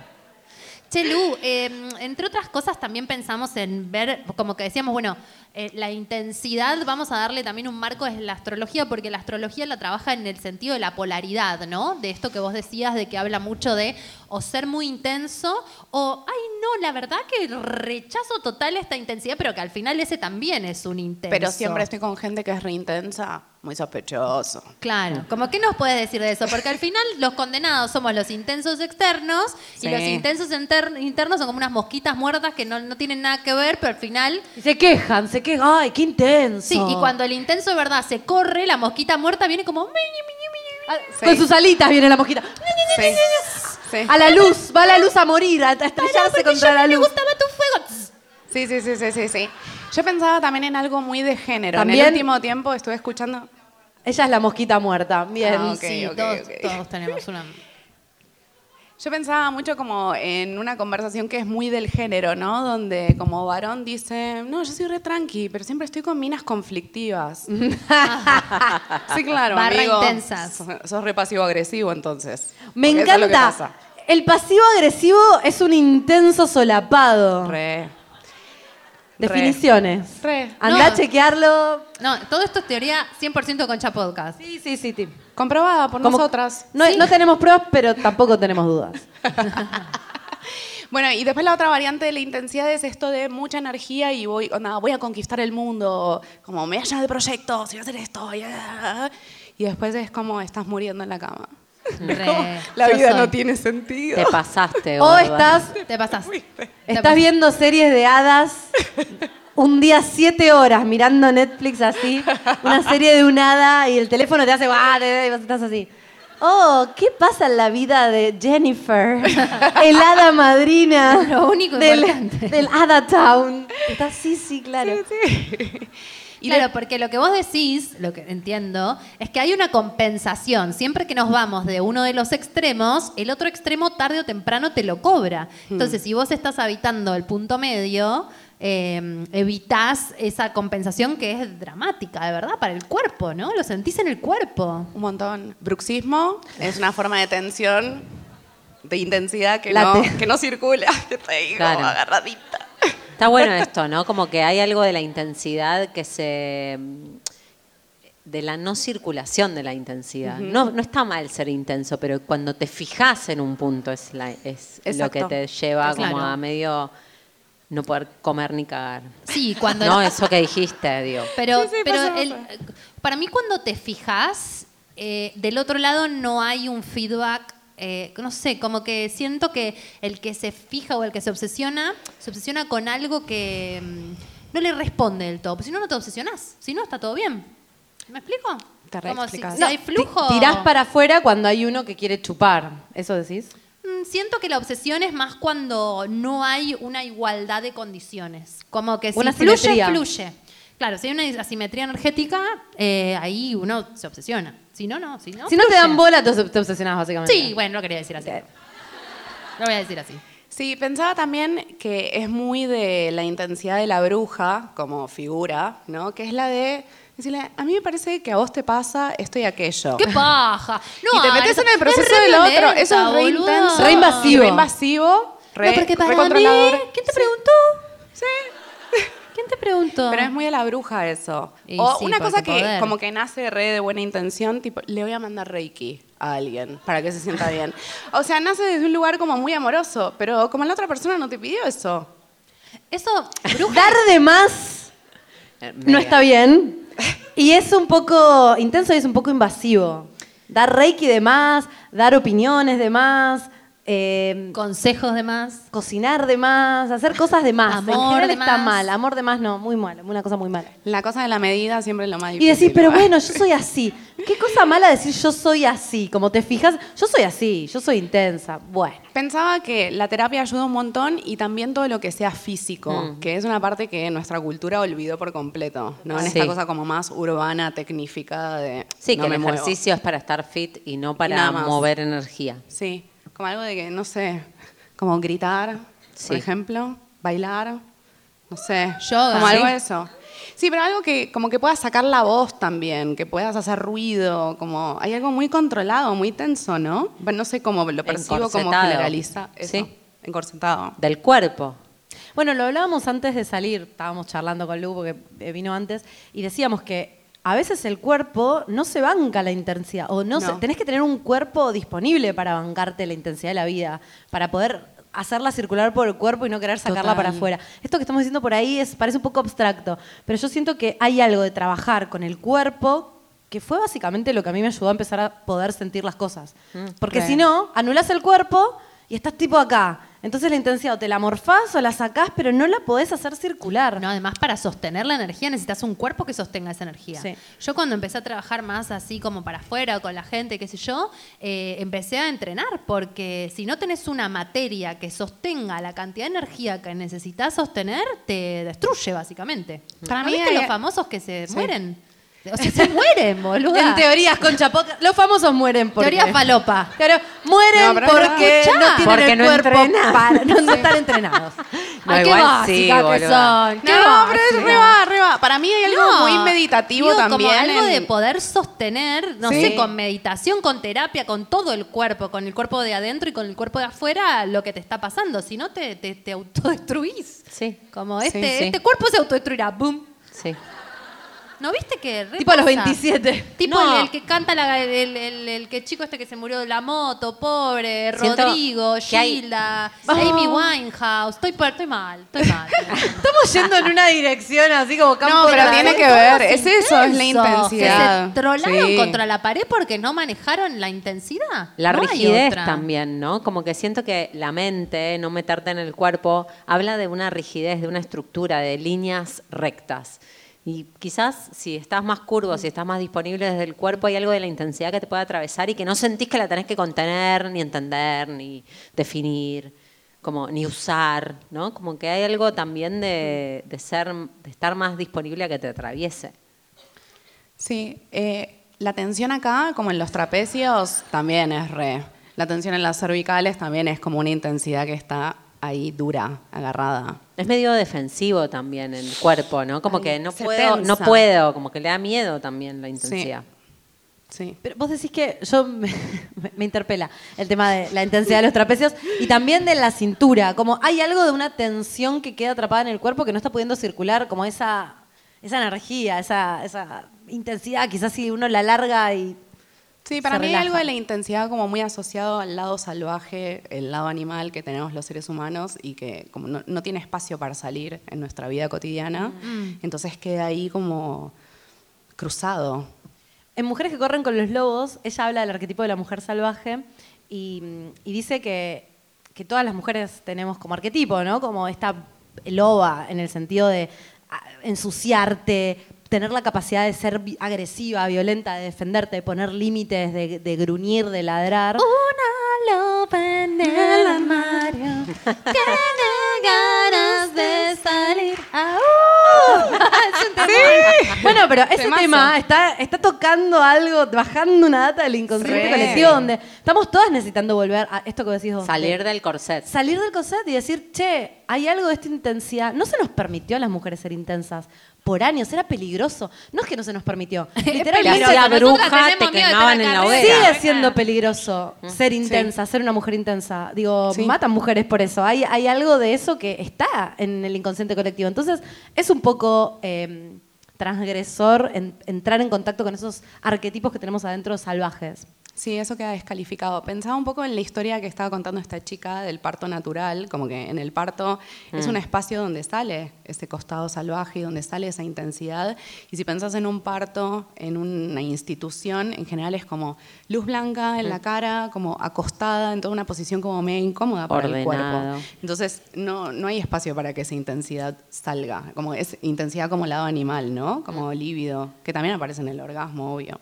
Speaker 3: Che, Lu, eh, entre otras cosas también pensamos en ver, como que decíamos, bueno, eh, la intensidad, vamos a darle también un marco desde la astrología, porque la astrología la trabaja en el sentido de la polaridad, ¿no? De esto que vos decías, de que habla mucho de o ser muy intenso, o, ay, no, la verdad que rechazo total esta intensidad, pero que al final ese también es un intenso.
Speaker 14: Pero siempre estoy con gente que es re intensa, muy sospechoso.
Speaker 3: Claro, como qué nos puedes decir de eso, porque al final los condenados somos los intensos externos
Speaker 14: Sí.
Speaker 3: y los intensos enter- internos son como unas mosquitas muertas que no, no tienen nada que ver, pero al final...
Speaker 1: Y se quejan, se quejan, ay, qué intenso.
Speaker 3: Sí, y cuando el intenso de verdad se corre, la mosquita muerta viene como...
Speaker 1: Ah,
Speaker 14: Ah,
Speaker 1: Con sus alitas viene la mosquita. A la luz, va la luz a morir, a a estrellarse contra la luz.
Speaker 14: Ah, Sí, sí, sí, sí, sí, sí. Yo pensaba también en algo muy de género. En
Speaker 1: También-
Speaker 14: el último tiempo estuve escuchando.
Speaker 1: Ella es la mosquita muerta, bien.
Speaker 14: Ah, ok, ok, ok.
Speaker 3: tenemos una...
Speaker 14: Yo pensaba mucho como en una conversación que es muy del género, ¿no? Donde como varón dice, no, yo soy re tranqui, pero siempre estoy con minas conflictivas. sí, claro,
Speaker 1: Barra
Speaker 14: amigo. *laughs*
Speaker 1: intensas.
Speaker 14: So- Sos re pasivo-agresivo, entonces.
Speaker 1: Me
Speaker 14: Porque eso es lo que
Speaker 1: encanta.
Speaker 14: pasa.
Speaker 1: El pasivo agresivo es un intenso solapado.
Speaker 14: Re.
Speaker 1: Definiciones.
Speaker 14: Re.
Speaker 1: Andá
Speaker 3: No.
Speaker 1: a chequearlo.
Speaker 3: No, todo esto es teoría 100% concha podcast.
Speaker 1: Sí, sí, sí, Tim.
Speaker 14: Comprobada por
Speaker 1: Como-
Speaker 14: nosotras.
Speaker 1: No, no tenemos pruebas, pero tampoco tenemos
Speaker 14: *laughs*
Speaker 1: dudas.
Speaker 14: Bueno, y después la otra variante de la intensidad es esto de mucha energía y voy, onda, voy a conquistar el mundo, como me voy a llenar de proyectos, y voy a hacer esto, y, y después es como estás muriendo en la cama.
Speaker 1: Eh,
Speaker 3: Re.
Speaker 14: *laughs* La
Speaker 3: Yo
Speaker 14: vida
Speaker 3: soy.
Speaker 14: no tiene sentido.
Speaker 1: *laughs*
Speaker 4: Te pasaste,
Speaker 1: O
Speaker 4: gorda.
Speaker 1: estás,
Speaker 3: Te
Speaker 14: *laughs*
Speaker 3: pasás.
Speaker 1: estás viendo series de hadas un día siete horas mirando Netflix así, una serie de un hada y el teléfono te hace "Guau", y vos estás así. Oh, ¿qué pasa en la vida de
Speaker 3: *laughs*
Speaker 1: Jennifer? El hada madrina.
Speaker 3: Lo único
Speaker 1: del,
Speaker 3: importante.
Speaker 1: del Hada Town. Estás sí, sí, claro.
Speaker 3: Y Claro, porque lo que vos decís, lo que entiendo, es que hay una compensación. Siempre que nos vamos de uno de los extremos, el otro extremo tarde o temprano te lo cobra. Entonces,
Speaker 4: Mm.
Speaker 3: si vos estás habitando el punto medio, eh, evitás esa compensación que es dramática, de verdad, para el cuerpo, ¿no? Lo sentís en el cuerpo.
Speaker 14: Un montón. Bruxismo es una forma de tensión, de intensidad que,
Speaker 4: La
Speaker 14: no,
Speaker 4: te-
Speaker 14: que no circula. *laughs* que Te digo,
Speaker 4: Claro.
Speaker 14: agarradita.
Speaker 4: Está bueno esto, ¿no? Como que hay algo de la intensidad que se de la no circulación de la intensidad.
Speaker 17: Ujú.
Speaker 4: no, no está mal ser intenso, pero cuando te fijas en un punto es, la- es lo que
Speaker 17: Exacto.
Speaker 4: te lleva
Speaker 17: Claro.
Speaker 4: como a medio no poder comer ni cagar.
Speaker 3: Sí, cuando-
Speaker 4: No, eso que dijiste, digo.
Speaker 3: Pero,
Speaker 18: Sí, sí,
Speaker 3: pero
Speaker 18: pasa,
Speaker 3: el- para mí cuando te fijas, eh, del otro lado no hay un feedback, eh, no sé, como que siento que el que se fija o el que se obsesiona, se obsesiona con algo que mm, no le responde del todo. Pues si no, no te obsesionás. Si no, está todo bien. ¿Me explico?
Speaker 13: Te
Speaker 3: Como si, si
Speaker 13: No,
Speaker 3: hay
Speaker 13: ti-
Speaker 3: flujo.
Speaker 13: Tirás para afuera cuando hay uno que quiere chupar. ¿Eso decís?
Speaker 3: Mm, Siento que la obsesión es más cuando no hay una igualdad de condiciones. Como que si
Speaker 13: Una
Speaker 3: fluye,
Speaker 13: asimetría.
Speaker 3: fluye. Claro, si hay una asimetría energética, eh, ahí uno se obsesiona. Si no, no. Si no,
Speaker 13: si no te
Speaker 3: fluye.
Speaker 13: dan bola, te obs- te obsesionás, básicamente.
Speaker 3: Sí, bueno, no quería decir así. No voy a decir así.
Speaker 1: Sí, pensaba también que es muy de la intensidad de la bruja como figura, ¿no? Que es la de decirle, a mí me parece que a vos te pasa esto y aquello.
Speaker 3: ¡Qué paja! No,
Speaker 1: y te metes
Speaker 3: eso-
Speaker 1: en el
Speaker 3: es
Speaker 1: proceso
Speaker 3: re
Speaker 1: del otro.
Speaker 3: violenta,
Speaker 1: Eso es re
Speaker 3: boluda.
Speaker 1: intenso.
Speaker 3: Re invasivo.
Speaker 1: Re invasivo. Re,
Speaker 3: No, porque para
Speaker 1: re
Speaker 3: mí-
Speaker 1: controlador.
Speaker 3: ¿Quién te preguntó? ¿Quién te preguntó?
Speaker 1: Pero es muy de la bruja eso.
Speaker 3: Y
Speaker 1: o
Speaker 3: sí,
Speaker 1: una
Speaker 3: porque
Speaker 1: cosa que
Speaker 3: poder.
Speaker 1: como que nace re de buena intención, tipo, le voy a mandar Reiki a alguien para que se sienta bien. O sea, nace desde un lugar como muy amoroso, pero como la otra persona no te pidió eso.
Speaker 3: Eso,
Speaker 13: Dar de más
Speaker 1: Eh,
Speaker 13: no está bien. Y es un poco intenso y es un poco invasivo. Dar reiki de más, dar opiniones de más. eh,
Speaker 3: Consejos de más.
Speaker 13: Cocinar de más, hacer cosas de más. en
Speaker 1: Amor
Speaker 13: general
Speaker 1: de
Speaker 13: está
Speaker 1: más.
Speaker 13: mal, amor de más no, muy mal, una cosa muy mala.
Speaker 1: La cosa de la medida siempre es lo más
Speaker 13: Y
Speaker 1: difícil.
Speaker 13: decís, pero
Speaker 1: ¿verdad?
Speaker 13: bueno, yo soy así. Qué cosa mala decir yo soy así. Como te fijas, yo soy así, yo soy intensa. Bueno.
Speaker 1: Pensaba que la terapia ayuda un montón y también todo lo que sea físico,
Speaker 13: Mm.
Speaker 1: que es una parte que nuestra cultura olvidó por completo, ¿no? En
Speaker 4: Sí.
Speaker 1: esta cosa como más urbana, tecnificada de
Speaker 4: Sí,
Speaker 1: no
Speaker 4: que
Speaker 1: me
Speaker 4: el
Speaker 1: muevo.
Speaker 4: ejercicio es para estar fit y no para
Speaker 1: nada más.
Speaker 4: mover energía.
Speaker 1: Sí, como algo de que, no sé, como gritar, por ejemplo, bailar, no sé,
Speaker 3: Yoga.
Speaker 1: como algo
Speaker 3: Sí.
Speaker 1: de eso. Sí, pero algo que como que puedas sacar la voz también, que puedas hacer ruido, como hay algo muy controlado, muy tenso, ¿no? Bueno, no sé cómo lo percibo como
Speaker 4: Encorsetado.
Speaker 1: generaliza eso, encorsetado.
Speaker 4: Del cuerpo.
Speaker 13: Bueno, lo hablábamos antes de salir, estábamos charlando con Lu porque eh, vino antes, y decíamos que a veces el cuerpo no se banca la intensidad, o no, se-
Speaker 19: No.
Speaker 13: tenés que tener un cuerpo disponible para bancarte la intensidad de la vida, para poder hacerla circular por el cuerpo y no querer sacarla
Speaker 19: Total.
Speaker 13: para afuera. Esto que estamos diciendo por ahí es, parece un poco abstracto, pero yo siento que hay algo de trabajar con el cuerpo que fue básicamente lo que a mí me ayudó a empezar a poder sentir las cosas. Porque
Speaker 19: Mm, Re.
Speaker 13: si no, anulás el cuerpo y estás tipo acá. Entonces la intensidad o te la morfás o la sacás, pero no la podés hacer circular.
Speaker 3: No, además para sostener la energía necesitas un cuerpo que sostenga esa energía.
Speaker 13: Sí.
Speaker 3: Yo cuando empecé a trabajar más así como para afuera, con la gente, qué sé yo, eh, empecé a entrenar porque si no tenés una materia que sostenga la cantidad de energía que necesitas sostener, te destruye básicamente.
Speaker 13: Para
Speaker 3: Para
Speaker 13: mí
Speaker 3: mí viste
Speaker 13: hay-
Speaker 3: los famosos que se
Speaker 13: Mm. Sí.
Speaker 3: mueren? O
Speaker 13: *laughs*
Speaker 3: sea, se mueren, boluda.
Speaker 13: En teorías con chapoca, los famosos mueren porque...
Speaker 3: Teoría falopa.
Speaker 13: Pero mueren
Speaker 3: No, pero
Speaker 13: porque
Speaker 3: no.
Speaker 13: no tienen
Speaker 3: Porque
Speaker 13: el
Speaker 3: no
Speaker 13: cuerpo
Speaker 3: entrenan.
Speaker 13: para... No, no están entrenados.
Speaker 4: No,
Speaker 13: Ay, qué
Speaker 4: igual sí,
Speaker 13: básicas que
Speaker 4: boluda.
Speaker 13: son, qué
Speaker 1: No, pero
Speaker 13: básicas.
Speaker 1: es re va, re va. Para mí hay algo
Speaker 3: No,
Speaker 1: muy meditativo
Speaker 3: digo,
Speaker 1: también.
Speaker 3: Como algo
Speaker 1: en-
Speaker 3: de
Speaker 1: *laughs*
Speaker 3: poder sostener, no
Speaker 1: Sí.
Speaker 3: sé, con meditación, con terapia, con todo el cuerpo, con el cuerpo de adentro y con el cuerpo de afuera, lo que te está pasando. Si no, te, te, te autodestruís.
Speaker 4: Sí.
Speaker 3: Como
Speaker 4: Sí,
Speaker 3: este,
Speaker 4: sí.
Speaker 3: este cuerpo se autodestruirá. ¡Bum!
Speaker 4: Sí.
Speaker 3: ¿No viste que re
Speaker 13: Tipo a los
Speaker 3: pasa?
Speaker 13: 27.
Speaker 3: Tipo
Speaker 13: No.
Speaker 3: el, el que canta, la- el, el, el- el que chico este que se murió de la moto, pobre,
Speaker 4: Siento
Speaker 3: Rodrigo,
Speaker 4: que hay-
Speaker 3: Gilda,
Speaker 13: Oh.
Speaker 3: Amy Winehouse. Estoy, per- estoy mal, estoy mal.
Speaker 13: Estamos yendo en una dirección así como campo
Speaker 1: No, pero
Speaker 13: otra
Speaker 1: tiene
Speaker 13: vez.
Speaker 1: que ver,
Speaker 13: Todos
Speaker 1: es eso, es la
Speaker 13: intensos.
Speaker 1: intensidad.
Speaker 3: Que se trolaron
Speaker 4: Sí.
Speaker 3: contra la pared porque no manejaron la intensidad.
Speaker 4: La
Speaker 3: No hay
Speaker 4: rigidez
Speaker 3: otra.
Speaker 4: también, ¿no? Como que siento que la mente, no meterte en el cuerpo, habla de una rigidez, de una estructura, de líneas rectas. Y quizás si estás más curvo, si estás más disponible desde el cuerpo, hay algo de la intensidad que te puede atravesar y que no sentís que la tenés que contener, ni entender, ni definir, como, ni usar, ¿no? Como que hay algo también de, de ser, de estar más disponible a que te atraviese.
Speaker 1: Sí, eh, la tensión acá, como en los trapecios, también es re. La tensión en las cervicales también es como una intensidad que está ahí dura, agarrada.
Speaker 4: Es medio defensivo también el cuerpo, ¿no? Como que no
Speaker 1: se
Speaker 4: puedo, no
Speaker 1: tensa.
Speaker 4: puedo, como que le da miedo también la intensidad.
Speaker 1: Sí.
Speaker 13: Pero vos decís que yo me, me- me interpela el tema de la intensidad de los trapecios y también de la cintura. Como hay algo de una tensión que queda atrapada en el cuerpo que no está pudiendo circular, como esa
Speaker 14: esa energía, esa, esa intensidad, quizás si uno la larga y.
Speaker 1: Sí, para
Speaker 14: se
Speaker 1: mí hay
Speaker 14: relaja.
Speaker 1: algo de la intensidad como muy asociado al lado salvaje, el lado animal que tenemos los seres humanos y que como no, no tiene espacio para salir en nuestra vida cotidiana,
Speaker 20: Mm.
Speaker 1: entonces queda ahí como cruzado.
Speaker 20: En Mujeres que corren con los lobos, ella habla del arquetipo de la mujer salvaje y, y dice que, que todas las mujeres tenemos como arquetipo, ¿no? Como esta loba en el sentido de ah, ensuciarte, tener la capacidad de ser vi- agresiva, violenta, de defenderte, de poner límites, de, de gruñir, de ladrar.
Speaker 21: Una loba en el armario tiene ganas de
Speaker 20: *laughs*
Speaker 21: salir.
Speaker 20: Ah,
Speaker 14: Bueno, pero ese
Speaker 21: Temazo.
Speaker 14: tema Ah, está, está tocando algo, bajando una data del inconsciente
Speaker 4: Sí.
Speaker 14: colectivo donde estamos todas necesitando volver a esto que decís vos.
Speaker 4: Salir del corset.
Speaker 14: Salir del concepto y decir, che, hay algo de esta intensidad. No se nos permitió a las mujeres ser intensas por años, era peligroso. No es que no se nos
Speaker 4: *laughs*
Speaker 14: permitió. Literalmente
Speaker 4: peligroso, La nosotras bruja tenemos te miedo de estar quemaban en la acá hoguera.
Speaker 14: Sigue siendo peligroso ser
Speaker 4: Sí.
Speaker 14: intensa, ser una mujer intensa. Digo,
Speaker 4: Sí.
Speaker 14: matan mujeres por eso. Hay, hay algo de eso que está en el inconsciente colectivo. Entonces, es un poco eh, transgresor en- entrar en contacto con esos arquetipos que tenemos adentro salvajes.
Speaker 1: Sí, eso queda descalificado. Pensaba un poco en la historia que estaba contando esta chica del parto natural, como que en el parto es
Speaker 4: Mm.
Speaker 1: un espacio donde sale ese costado salvaje y donde sale esa intensidad. Y si pensás en un parto, en una institución, en general es como luz blanca
Speaker 4: Mm.
Speaker 1: en la cara, como acostada, en toda una posición como medio incómoda para el
Speaker 4: Ordenado.
Speaker 1: cuerpo. Entonces, no, no hay espacio para que esa intensidad salga. Como es intensidad como lado animal, ¿no?
Speaker 4: Mm.
Speaker 1: Como lívido, que también aparece en el orgasmo, obvio.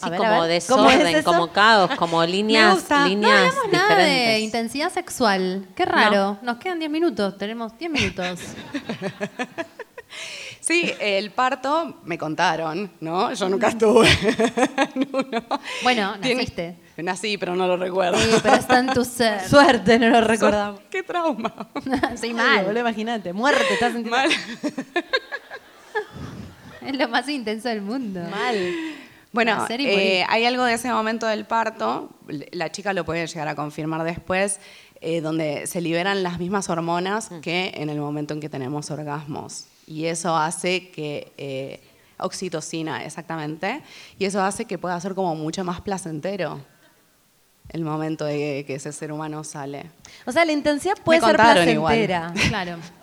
Speaker 4: Sí, como
Speaker 3: ¿Cómo es
Speaker 4: desorden,
Speaker 3: eso?
Speaker 4: como caos, como
Speaker 3: Me
Speaker 4: líneas,
Speaker 3: gusta. no
Speaker 4: líneas
Speaker 3: hablamos nada de
Speaker 4: diferentes.
Speaker 3: intensidad sexual. Qué raro. Nos quedan 10 minutos. Tenemos 10
Speaker 14: *laughs*
Speaker 3: minutos.
Speaker 1: Sí, el parto me contaron, ¿no? Yo nunca estuve. *laughs*
Speaker 3: Bueno,
Speaker 1: Tiene-
Speaker 3: naciste.
Speaker 1: Nací, pero no lo recuerdo.
Speaker 3: Sí, Eh,
Speaker 1: *laughs*
Speaker 3: pero está en tu
Speaker 14: *laughs*
Speaker 3: ser.
Speaker 14: Suerte, no lo recordamos.
Speaker 1: Qué trauma.
Speaker 3: *laughs* Sí,
Speaker 14: Ay,
Speaker 3: mal.
Speaker 14: boludo, imagínate, muerte, estás sintiendo.
Speaker 3: Es lo más intenso del mundo.
Speaker 14: Mal.
Speaker 1: Bueno,
Speaker 3: Nacer y
Speaker 1: eh,
Speaker 3: morir.
Speaker 1: hay algo de ese momento del parto, l- la chica lo puede llegar a confirmar después, eh, donde se liberan las mismas hormonas
Speaker 14: Mm.
Speaker 1: que en el momento en que tenemos orgasmos. Y eso hace que, eh, oxitocina, exactamente, y eso hace que pueda ser como mucho más placentero el momento de que ese ser humano sale.
Speaker 14: O sea, la intensidad puede ser
Speaker 1: contaron igual.
Speaker 14: placentera.
Speaker 3: *laughs*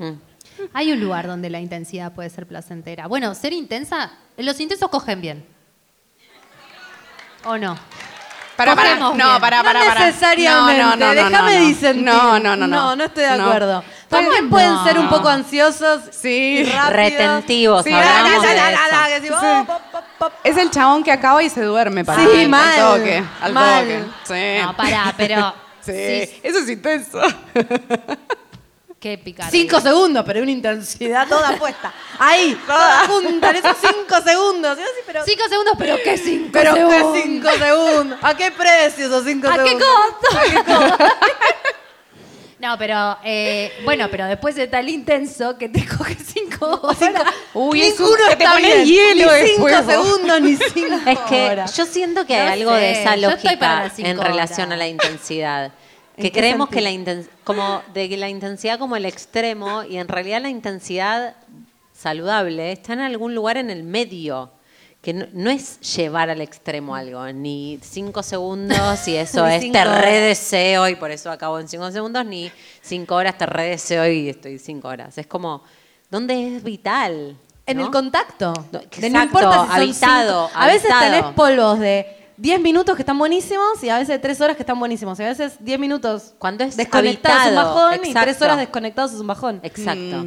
Speaker 14: Mm.
Speaker 3: Claro. Hay un lugar donde la intensidad puede ser placentera. Bueno, ser intensa, los intensos cogen bien. ¿O no?
Speaker 1: Para, para,
Speaker 3: Cogemos
Speaker 1: no,
Speaker 3: bien.
Speaker 1: para, para,
Speaker 14: No
Speaker 1: para. No,
Speaker 14: necesariamente,
Speaker 1: no, no, no,
Speaker 14: déjame
Speaker 1: no, no.
Speaker 14: disentir.
Speaker 1: No, no, no, no.
Speaker 14: No, no estoy de
Speaker 1: No.
Speaker 14: acuerdo.
Speaker 1: ¿Cómo
Speaker 14: También
Speaker 1: no?
Speaker 14: pueden ser un poco ansiosos.
Speaker 1: Sí.
Speaker 14: y rápidos.
Speaker 4: Retentivos,
Speaker 14: Sí,
Speaker 4: hablamos
Speaker 14: la, la,
Speaker 4: de
Speaker 14: la, la, la,
Speaker 4: eso.
Speaker 14: que si, oh, pop, pop, pop.
Speaker 1: Es el chabón que acaba y se duerme para
Speaker 14: Sí,
Speaker 1: mí,
Speaker 14: mal,
Speaker 1: Al toque, al
Speaker 14: mal.
Speaker 1: toque. Sí.
Speaker 3: No, pará,
Speaker 14: *laughs*
Speaker 3: pero-
Speaker 1: Sí,
Speaker 3: sí.
Speaker 1: eso es intenso.
Speaker 3: *laughs* Qué picante.
Speaker 14: Cinco segundos, pero una intensidad toda puesta. Ahí, toda junta, en esos cinco segundos. Y yo así, pero-
Speaker 3: Cinco segundos, pero ¿qué cinco
Speaker 14: Pero qué
Speaker 3: segundos?
Speaker 14: cinco segundos. *laughs* ¿A qué precio esos cinco
Speaker 3: ¿A qué
Speaker 14: segundos?
Speaker 3: costo?
Speaker 14: ¿A qué Ah, costo?
Speaker 3: No, pero eh, bueno, pero después de tal intenso que te *laughs* coge cinco horas.
Speaker 1: Uy,
Speaker 14: es Ninguno un- que te está pones bien. hielo Ni cinco después, vos. segundos, ni cinco
Speaker 4: Es que
Speaker 14: horas.
Speaker 4: yo siento que hay
Speaker 14: No
Speaker 4: algo
Speaker 14: sé,
Speaker 4: de esa
Speaker 14: yo estoy
Speaker 4: lógica
Speaker 14: para las cinco
Speaker 4: en relación a la intensidad. Que
Speaker 14: *laughs* ¿En qué
Speaker 4: creemos que la
Speaker 14: sentido?
Speaker 4: inten- como de que la intensidad como el extremo y en realidad la intensidad saludable está en algún lugar en el medio. Que no, no es llevar al extremo algo, ni cinco segundos y
Speaker 14: *laughs*
Speaker 4: eso
Speaker 22: Ni
Speaker 4: es
Speaker 22: cinco
Speaker 4: te
Speaker 22: horas.
Speaker 4: redeseo y por eso acabo en cinco segundos, ni cinco horas te redeseo y estoy cinco horas. Es como, ¿dónde es vital?
Speaker 14: En
Speaker 4: ¿no?
Speaker 14: el contacto.
Speaker 4: Exacto,
Speaker 14: De no importa si son
Speaker 4: habitado,
Speaker 14: cinco. A veces
Speaker 4: habitado.
Speaker 14: tenés polvos de
Speaker 13: eh,
Speaker 14: 10 minutos que están buenísimos y a veces 3 horas que están buenísimos. Y a veces 10 minutos
Speaker 4: Cuando es
Speaker 14: desconectados es un
Speaker 4: habitado,
Speaker 14: bajón y
Speaker 4: exacto.
Speaker 14: 3 horas desconectados es un bajón.
Speaker 4: Exacto.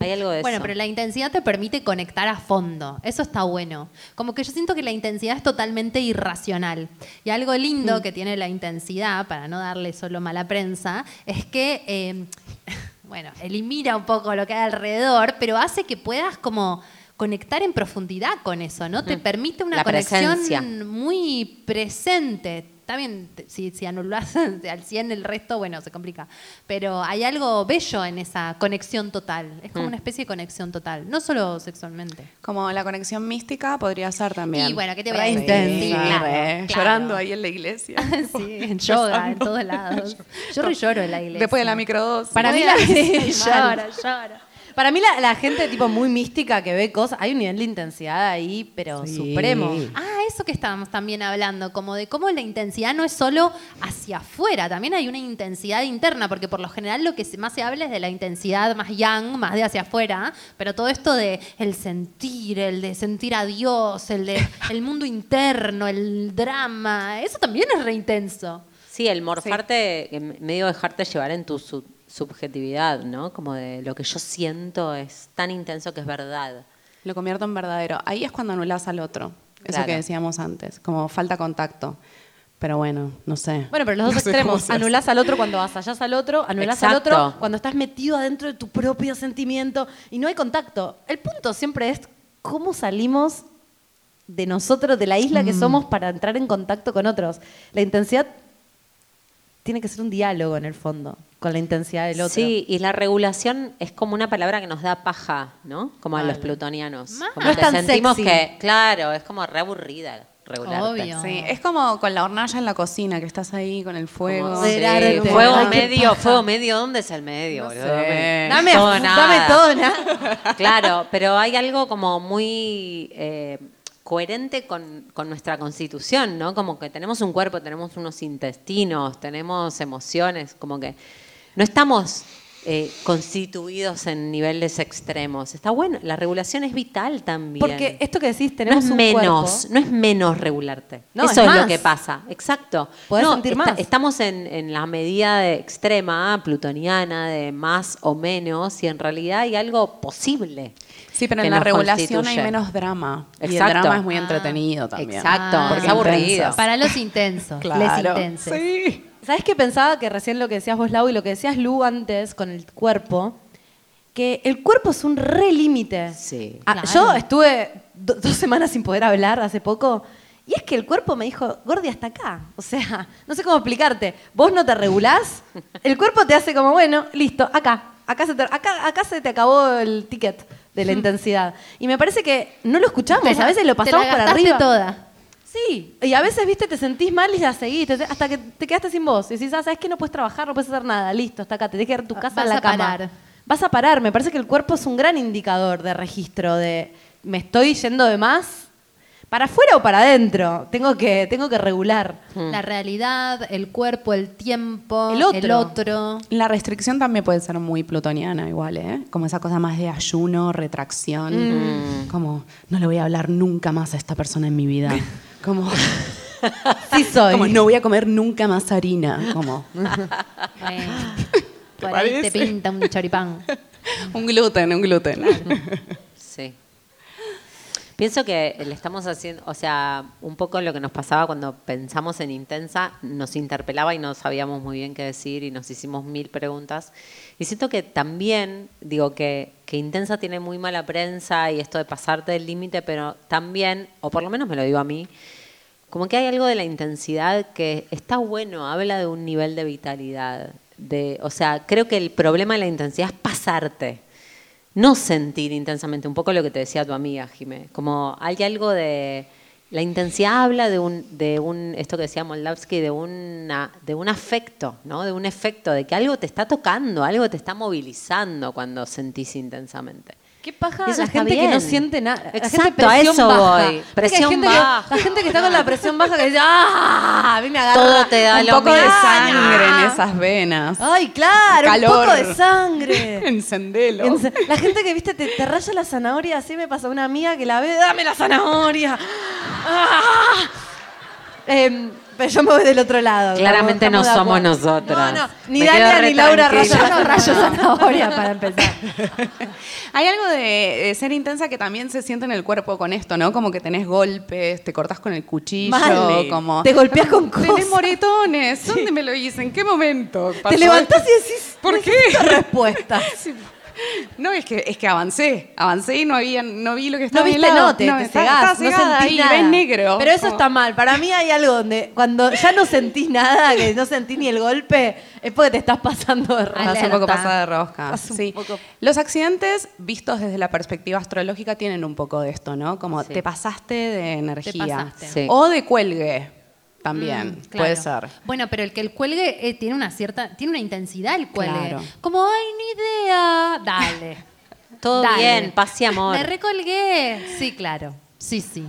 Speaker 4: Hay algo de
Speaker 3: Bueno,
Speaker 4: eso.
Speaker 3: pero la intensidad te permite conectar a fondo. Eso está bueno. Como que yo siento que la intensidad es totalmente irracional. Y algo lindo que tiene la intensidad, para no darle solo mala prensa, es que, eh, *laughs* bueno, elimina un poco lo que hay alrededor, pero hace que puedas como conectar en profundidad con eso, ¿no? Te
Speaker 4: Mm.
Speaker 3: permite una
Speaker 4: La
Speaker 3: conexión
Speaker 4: presencia.
Speaker 3: muy presente. Está bien, te- si, si anulás *laughs* al 100 el resto, bueno, se complica. Pero hay algo bello en esa conexión total. Es como
Speaker 1: Mm.
Speaker 3: una especie de conexión total, no solo sexualmente. *laughs*
Speaker 1: Como la conexión mística podría ser también.
Speaker 3: Y bueno, ¿qué te voy a
Speaker 1: Re
Speaker 3: decir? Sí,
Speaker 1: intensa,
Speaker 3: claro,
Speaker 1: re,
Speaker 3: claro.
Speaker 1: Llorando ahí en la iglesia.
Speaker 3: *laughs*
Speaker 1: *laughs*
Speaker 3: sí, en yoga, en todos lados. Yo re lloro en la iglesia. *laughs*
Speaker 1: Después de la microdosis.
Speaker 3: Para mí la
Speaker 14: Sí,
Speaker 3: lloro,
Speaker 14: mal.
Speaker 3: lloro.
Speaker 6: Para mí la, la gente tipo muy mística que ve cosas, hay un nivel de intensidad ahí, pero supremo.
Speaker 3: Ah, eso que estábamos también hablando, como de cómo la intensidad no es solo hacia afuera, también hay una intensidad interna, porque por lo general lo que se- más se habla es de la intensidad más yang, más de hacia afuera, pero todo esto de el sentir, el de sentir a Dios, el de el mundo interno, el drama, eso también es re intenso.
Speaker 4: Sí, el morfarte, que me- medio dejarte llevar en tu sub- subjetividad, ¿no? Como de lo que yo siento es tan intenso que es verdad.
Speaker 1: *laughs* Lo convierto en verdadero. Ahí es cuando anulas al otro. Eso
Speaker 4: Claro.
Speaker 1: que decíamos antes, como falta contacto. Pero bueno, no sé.
Speaker 6: Bueno, pero los dos
Speaker 1: No sé cómo
Speaker 6: extremos.
Speaker 1: se hace.
Speaker 6: Anulás al otro cuando asallás al otro, anulás al
Speaker 1: Exacto.
Speaker 6: otro cuando estás metido adentro de tu propio sentimiento y no hay contacto. El punto siempre es cómo salimos de nosotros, de la isla
Speaker 1: Mm.
Speaker 6: que somos, para entrar en contacto con otros. La intensidad tiene que ser un diálogo en el fondo, con la intensidad del otro.
Speaker 4: Sí, y la regulación es como una palabra que nos da paja, ¿no? Como a los
Speaker 6: Mal.
Speaker 4: plutonianos.
Speaker 1: Mal.
Speaker 4: Como
Speaker 1: No es
Speaker 4: que
Speaker 1: tan
Speaker 4: sentimos
Speaker 1: sexy.
Speaker 4: que, claro, es como re aburrida regular.
Speaker 1: Sí, es como con la hornalla en la cocina, que estás ahí con el fuego.
Speaker 4: Como, sí, fuego medio, fuego medio, ¿dónde es el medio?
Speaker 1: No
Speaker 4: boludo?
Speaker 1: sé.
Speaker 4: No
Speaker 1: Dame-
Speaker 4: todo
Speaker 1: dame
Speaker 4: nada.
Speaker 1: todo,
Speaker 4: *laughs* Claro, pero hay algo como muy eh, coherente con, con nuestra constitución, ¿no? Como que tenemos un cuerpo, tenemos unos intestinos, tenemos emociones, como que no estamos eh, constituidos en niveles extremos. Está bueno, la regulación es vital también.
Speaker 6: Porque esto que decís, tenemos
Speaker 4: no es
Speaker 6: un
Speaker 4: menos,
Speaker 6: cuerpo.
Speaker 4: no es menos regularte.
Speaker 6: No,
Speaker 4: Eso
Speaker 6: es
Speaker 4: es, lo
Speaker 6: más.
Speaker 4: que pasa. Exacto.
Speaker 6: Podés
Speaker 4: No,
Speaker 6: sentir
Speaker 4: esta-
Speaker 6: más.
Speaker 4: Estamos en, en la medida de extrema, plutoniana, de más o menos, y en realidad hay algo posible.
Speaker 1: Sí, pero
Speaker 4: que
Speaker 1: en la
Speaker 4: nos
Speaker 1: regulación
Speaker 4: constituye.
Speaker 1: hay menos drama. Y el
Speaker 4: Exacto.
Speaker 1: drama es muy
Speaker 4: Ah.
Speaker 1: entretenido también.
Speaker 4: Exacto,
Speaker 6: Ah,
Speaker 1: Porque
Speaker 4: es aburrido.
Speaker 1: intensas.
Speaker 3: Para los intensos, les
Speaker 1: Claro.
Speaker 3: intensos.
Speaker 6: ¿Sabes qué pensaba que recién lo que decías vos, Lau, y lo que decías Lu antes con el cuerpo? Que el cuerpo es un re límite.
Speaker 4: Sí.
Speaker 6: Ah, Yo estuve do- dos semanas sin poder hablar hace poco. Y es que el cuerpo me dijo, Gordi, hasta acá. O sea, *laughs* no sé cómo explicarte. Vos no te regulás, el cuerpo te hace como, bueno, listo, acá. Acá se te, acá, acá se te acabó el ticket de
Speaker 4: *laughs*
Speaker 6: la intensidad. Y me parece que no lo escuchamos,
Speaker 3: Te la-
Speaker 6: a veces lo
Speaker 3: te la
Speaker 6: pasamos por
Speaker 3: gastaste
Speaker 6: arriba.
Speaker 3: toda.
Speaker 6: Sí, y a veces, viste, te sentís mal y la seguís, te- hasta que te quedaste sin voz. Y decís, ah, sabes que no puedes trabajar, no puedes hacer nada, listo, hasta acá, te dejes ir a
Speaker 4: Ah,
Speaker 6: tu casa
Speaker 3: Vas
Speaker 6: en la
Speaker 3: a
Speaker 6: cama.
Speaker 3: parar.
Speaker 6: Vas a parar, me parece que el cuerpo es un gran indicador de registro, de me estoy yendo de más, para afuera o para adentro, tengo que, tengo que regular.
Speaker 3: La realidad, el cuerpo, el tiempo,
Speaker 6: El otro.
Speaker 3: El otro.
Speaker 1: La restricción también puede ser muy plutoniana igual, ¿eh? Como esa cosa más de ayuno, retracción.
Speaker 3: Mm.
Speaker 1: Como, no le voy a hablar nunca más a esta persona en mi vida. Como...
Speaker 6: Sí soy.
Speaker 1: Como, Ah, no voy a comer nunca más harina. Como...
Speaker 3: Bueno, Eh, por ahí te
Speaker 1: parece?
Speaker 3: pinta un choripán.
Speaker 1: Un gluten, *laughs* un gluten.
Speaker 4: Sí. Pienso que le estamos haciendo, o sea, un poco lo que nos pasaba cuando pensamos en Intensa, nos interpelaba y no sabíamos muy bien qué decir y nos hicimos mil preguntas. Y siento que también, digo que, que Intensa tiene muy mala prensa y esto de pasarte del límite, pero también, o por lo menos me lo digo a mí, como que hay algo de la intensidad que está bueno, habla de un nivel de vitalidad. De, o sea, creo que el problema de la intensidad es pasarte no sentir intensamente, un poco lo que te decía tu amiga, Jimé. Como hay algo de. La intensidad habla de un, de un esto que decía Moldavsky, de, una, de un afecto, ¿no? De un efecto, de que algo te está tocando, algo te está movilizando cuando sentís intensamente.
Speaker 6: ¿Qué paja
Speaker 4: Eso
Speaker 6: la
Speaker 4: está
Speaker 6: gente que no
Speaker 4: bien.
Speaker 6: siente nada? La gente
Speaker 4: Exacto, a
Speaker 6: presión
Speaker 4: eso
Speaker 6: baja.
Speaker 4: voy.
Speaker 6: Viste que hay
Speaker 4: Presión
Speaker 6: gente que-
Speaker 4: baja.
Speaker 6: la gente que está con la presión baja que dice, ¡ah! A mí me agarra
Speaker 4: Todo te da
Speaker 6: un
Speaker 4: lo
Speaker 6: poco de
Speaker 4: mismo.
Speaker 6: sangre.
Speaker 1: en esas venas.
Speaker 6: Ay, claro, Ah. un
Speaker 1: Ah. Calor.
Speaker 6: poco de
Speaker 1: *laughs*
Speaker 6: sangre.
Speaker 1: Encendelo.
Speaker 6: Ense- La gente que viste te, te raya la zanahoria, así me pasó una amiga que la ve, dame la zanahoria. ¡Ah! Em, pero yo me voy del otro lado.
Speaker 4: Claramente
Speaker 6: estamos-
Speaker 4: no
Speaker 6: estamos de
Speaker 4: somos
Speaker 6: acuerdo.
Speaker 4: nosotras.
Speaker 6: No, no, ni
Speaker 4: Me quedo
Speaker 6: Dalia
Speaker 4: re
Speaker 6: ni Laura
Speaker 4: tranquila.
Speaker 6: rayan
Speaker 4: Yo
Speaker 1: *laughs*
Speaker 4: no
Speaker 6: rayo
Speaker 4: rayo
Speaker 6: zanahoria para empezar.
Speaker 1: Hay algo de, de ser intensa que también se siente en el cuerpo con esto, ¿no? Como que tenés golpes, te cortás con el cuchillo,
Speaker 6: Mal.
Speaker 1: como...
Speaker 6: Te golpeás con
Speaker 1: Tenés
Speaker 6: cosas. *laughs*
Speaker 1: moretones. ¿Dónde me lo hice? ¿En qué momento?
Speaker 6: Te levantás y decís,
Speaker 1: ¿por qué? *laughs*
Speaker 6: respuestas.
Speaker 1: No, es que, es que avancé. Avancé y no, había, no vi lo que estaba a
Speaker 6: no
Speaker 1: mi
Speaker 6: viste,
Speaker 1: lado.
Speaker 6: no, te, te
Speaker 1: está-
Speaker 6: cegás,
Speaker 1: está cegada
Speaker 6: no sentís
Speaker 1: ahí,
Speaker 6: nada.
Speaker 1: ves negro.
Speaker 6: Pero eso
Speaker 1: Como-
Speaker 6: está mal. Para mí hay algo donde cuando ya no sentís nada, que no sentís ni el golpe, es porque te estás pasando de rosca.
Speaker 1: Estás un poco pasada de rosca.
Speaker 6: Estás un
Speaker 1: sí.
Speaker 6: poco-
Speaker 1: Los accidentes vistos desde la perspectiva astrológica tienen un poco de esto, ¿no? Como
Speaker 4: Sí.
Speaker 1: te pasaste de energía.
Speaker 3: pasaste. Sí.
Speaker 1: O de cuelgue también,
Speaker 3: Mm, claro.
Speaker 1: puede ser.
Speaker 3: Bueno, pero el que el cuelgue eh, tiene una cierta, tiene una intensidad el cuelgue.
Speaker 1: Claro.
Speaker 3: Como, ay, ni idea. Dale.
Speaker 4: Todo
Speaker 3: Dale.
Speaker 4: bien, paz y amor.
Speaker 3: Me recolgué. Sí, claro. Sí, sí.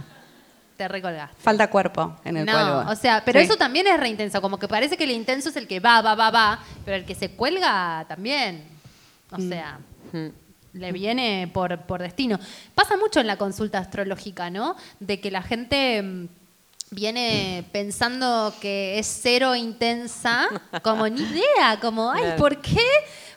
Speaker 3: Te recolgaste.
Speaker 14: Falta cuerpo en el
Speaker 3: No,
Speaker 14: cuervo.
Speaker 3: o sea, pero
Speaker 14: Sí.
Speaker 3: eso también es re intenso. Como que parece que el intenso es el que va, va, va, va, pero el que se cuelga también. O sea,
Speaker 4: Mm.
Speaker 3: le viene por, por destino. Pasa mucho en la consulta astrológica, ¿no? De que la gente mm, viene pensando que es cero intensa, como ni idea, como, ay,
Speaker 2: Claro.
Speaker 3: ¿por qué?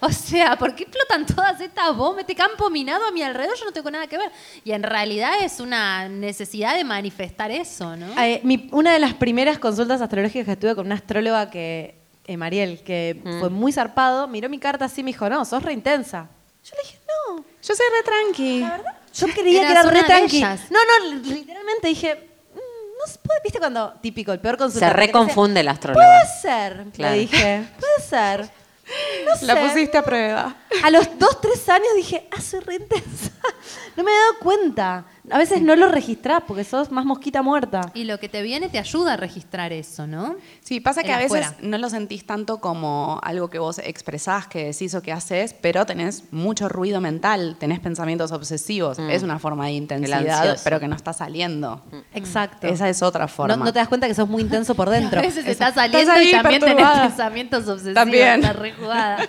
Speaker 3: O sea, ¿por qué explotan todas estas bombas? Este campo minado a mi alrededor, yo no tengo nada que ver. Y en realidad es una necesidad de manifestar eso, ¿no?
Speaker 6: Eh, mi- una de las primeras consultas astrológicas que estuve con una astróloga que, eh, Mariel, que
Speaker 4: Mm.
Speaker 6: fue muy zarpado, miró mi carta así y me dijo, no, sos re intensa.
Speaker 14: Yo soy re tranqui. La
Speaker 6: verdad, yo
Speaker 4: *laughs*
Speaker 6: creía que era re tranqui. No, no, literalmente dije, "Mm, no se puede, viste cuando, típico, el peor consulta.
Speaker 4: Se reconfunde la astróloga.
Speaker 6: Puede ser,
Speaker 4: Claro.
Speaker 6: le dije, puede
Speaker 4: *laughs*
Speaker 6: ser. No sé.
Speaker 14: pusiste a prueba.
Speaker 6: A los dos, tres años dije, ah, soy re intensa. *laughs* No me he dado cuenta. A veces no lo registrás porque sos más mosquita muerta.
Speaker 3: Y lo que te viene te ayuda a registrar eso, ¿no?
Speaker 14: Sí, pasa que
Speaker 3: El
Speaker 14: a veces
Speaker 3: afuera.
Speaker 14: no lo sentís tanto como algo que vos expresás, que decís o que haces, pero tenés mucho ruido mental, tenés pensamientos obsesivos.
Speaker 6: Mm.
Speaker 14: Es una forma de intensidad,
Speaker 6: ansioso. Mm.
Speaker 14: pero que no está saliendo.
Speaker 6: Exacto.
Speaker 14: Esa es otra forma.
Speaker 6: No, no te das cuenta que sos muy intenso por dentro.
Speaker 3: *laughs* A veces está saliendo
Speaker 14: ahí
Speaker 3: y también
Speaker 14: perturbada.
Speaker 3: tenés pensamientos obsesivos.
Speaker 14: También.
Speaker 3: Está rejugada.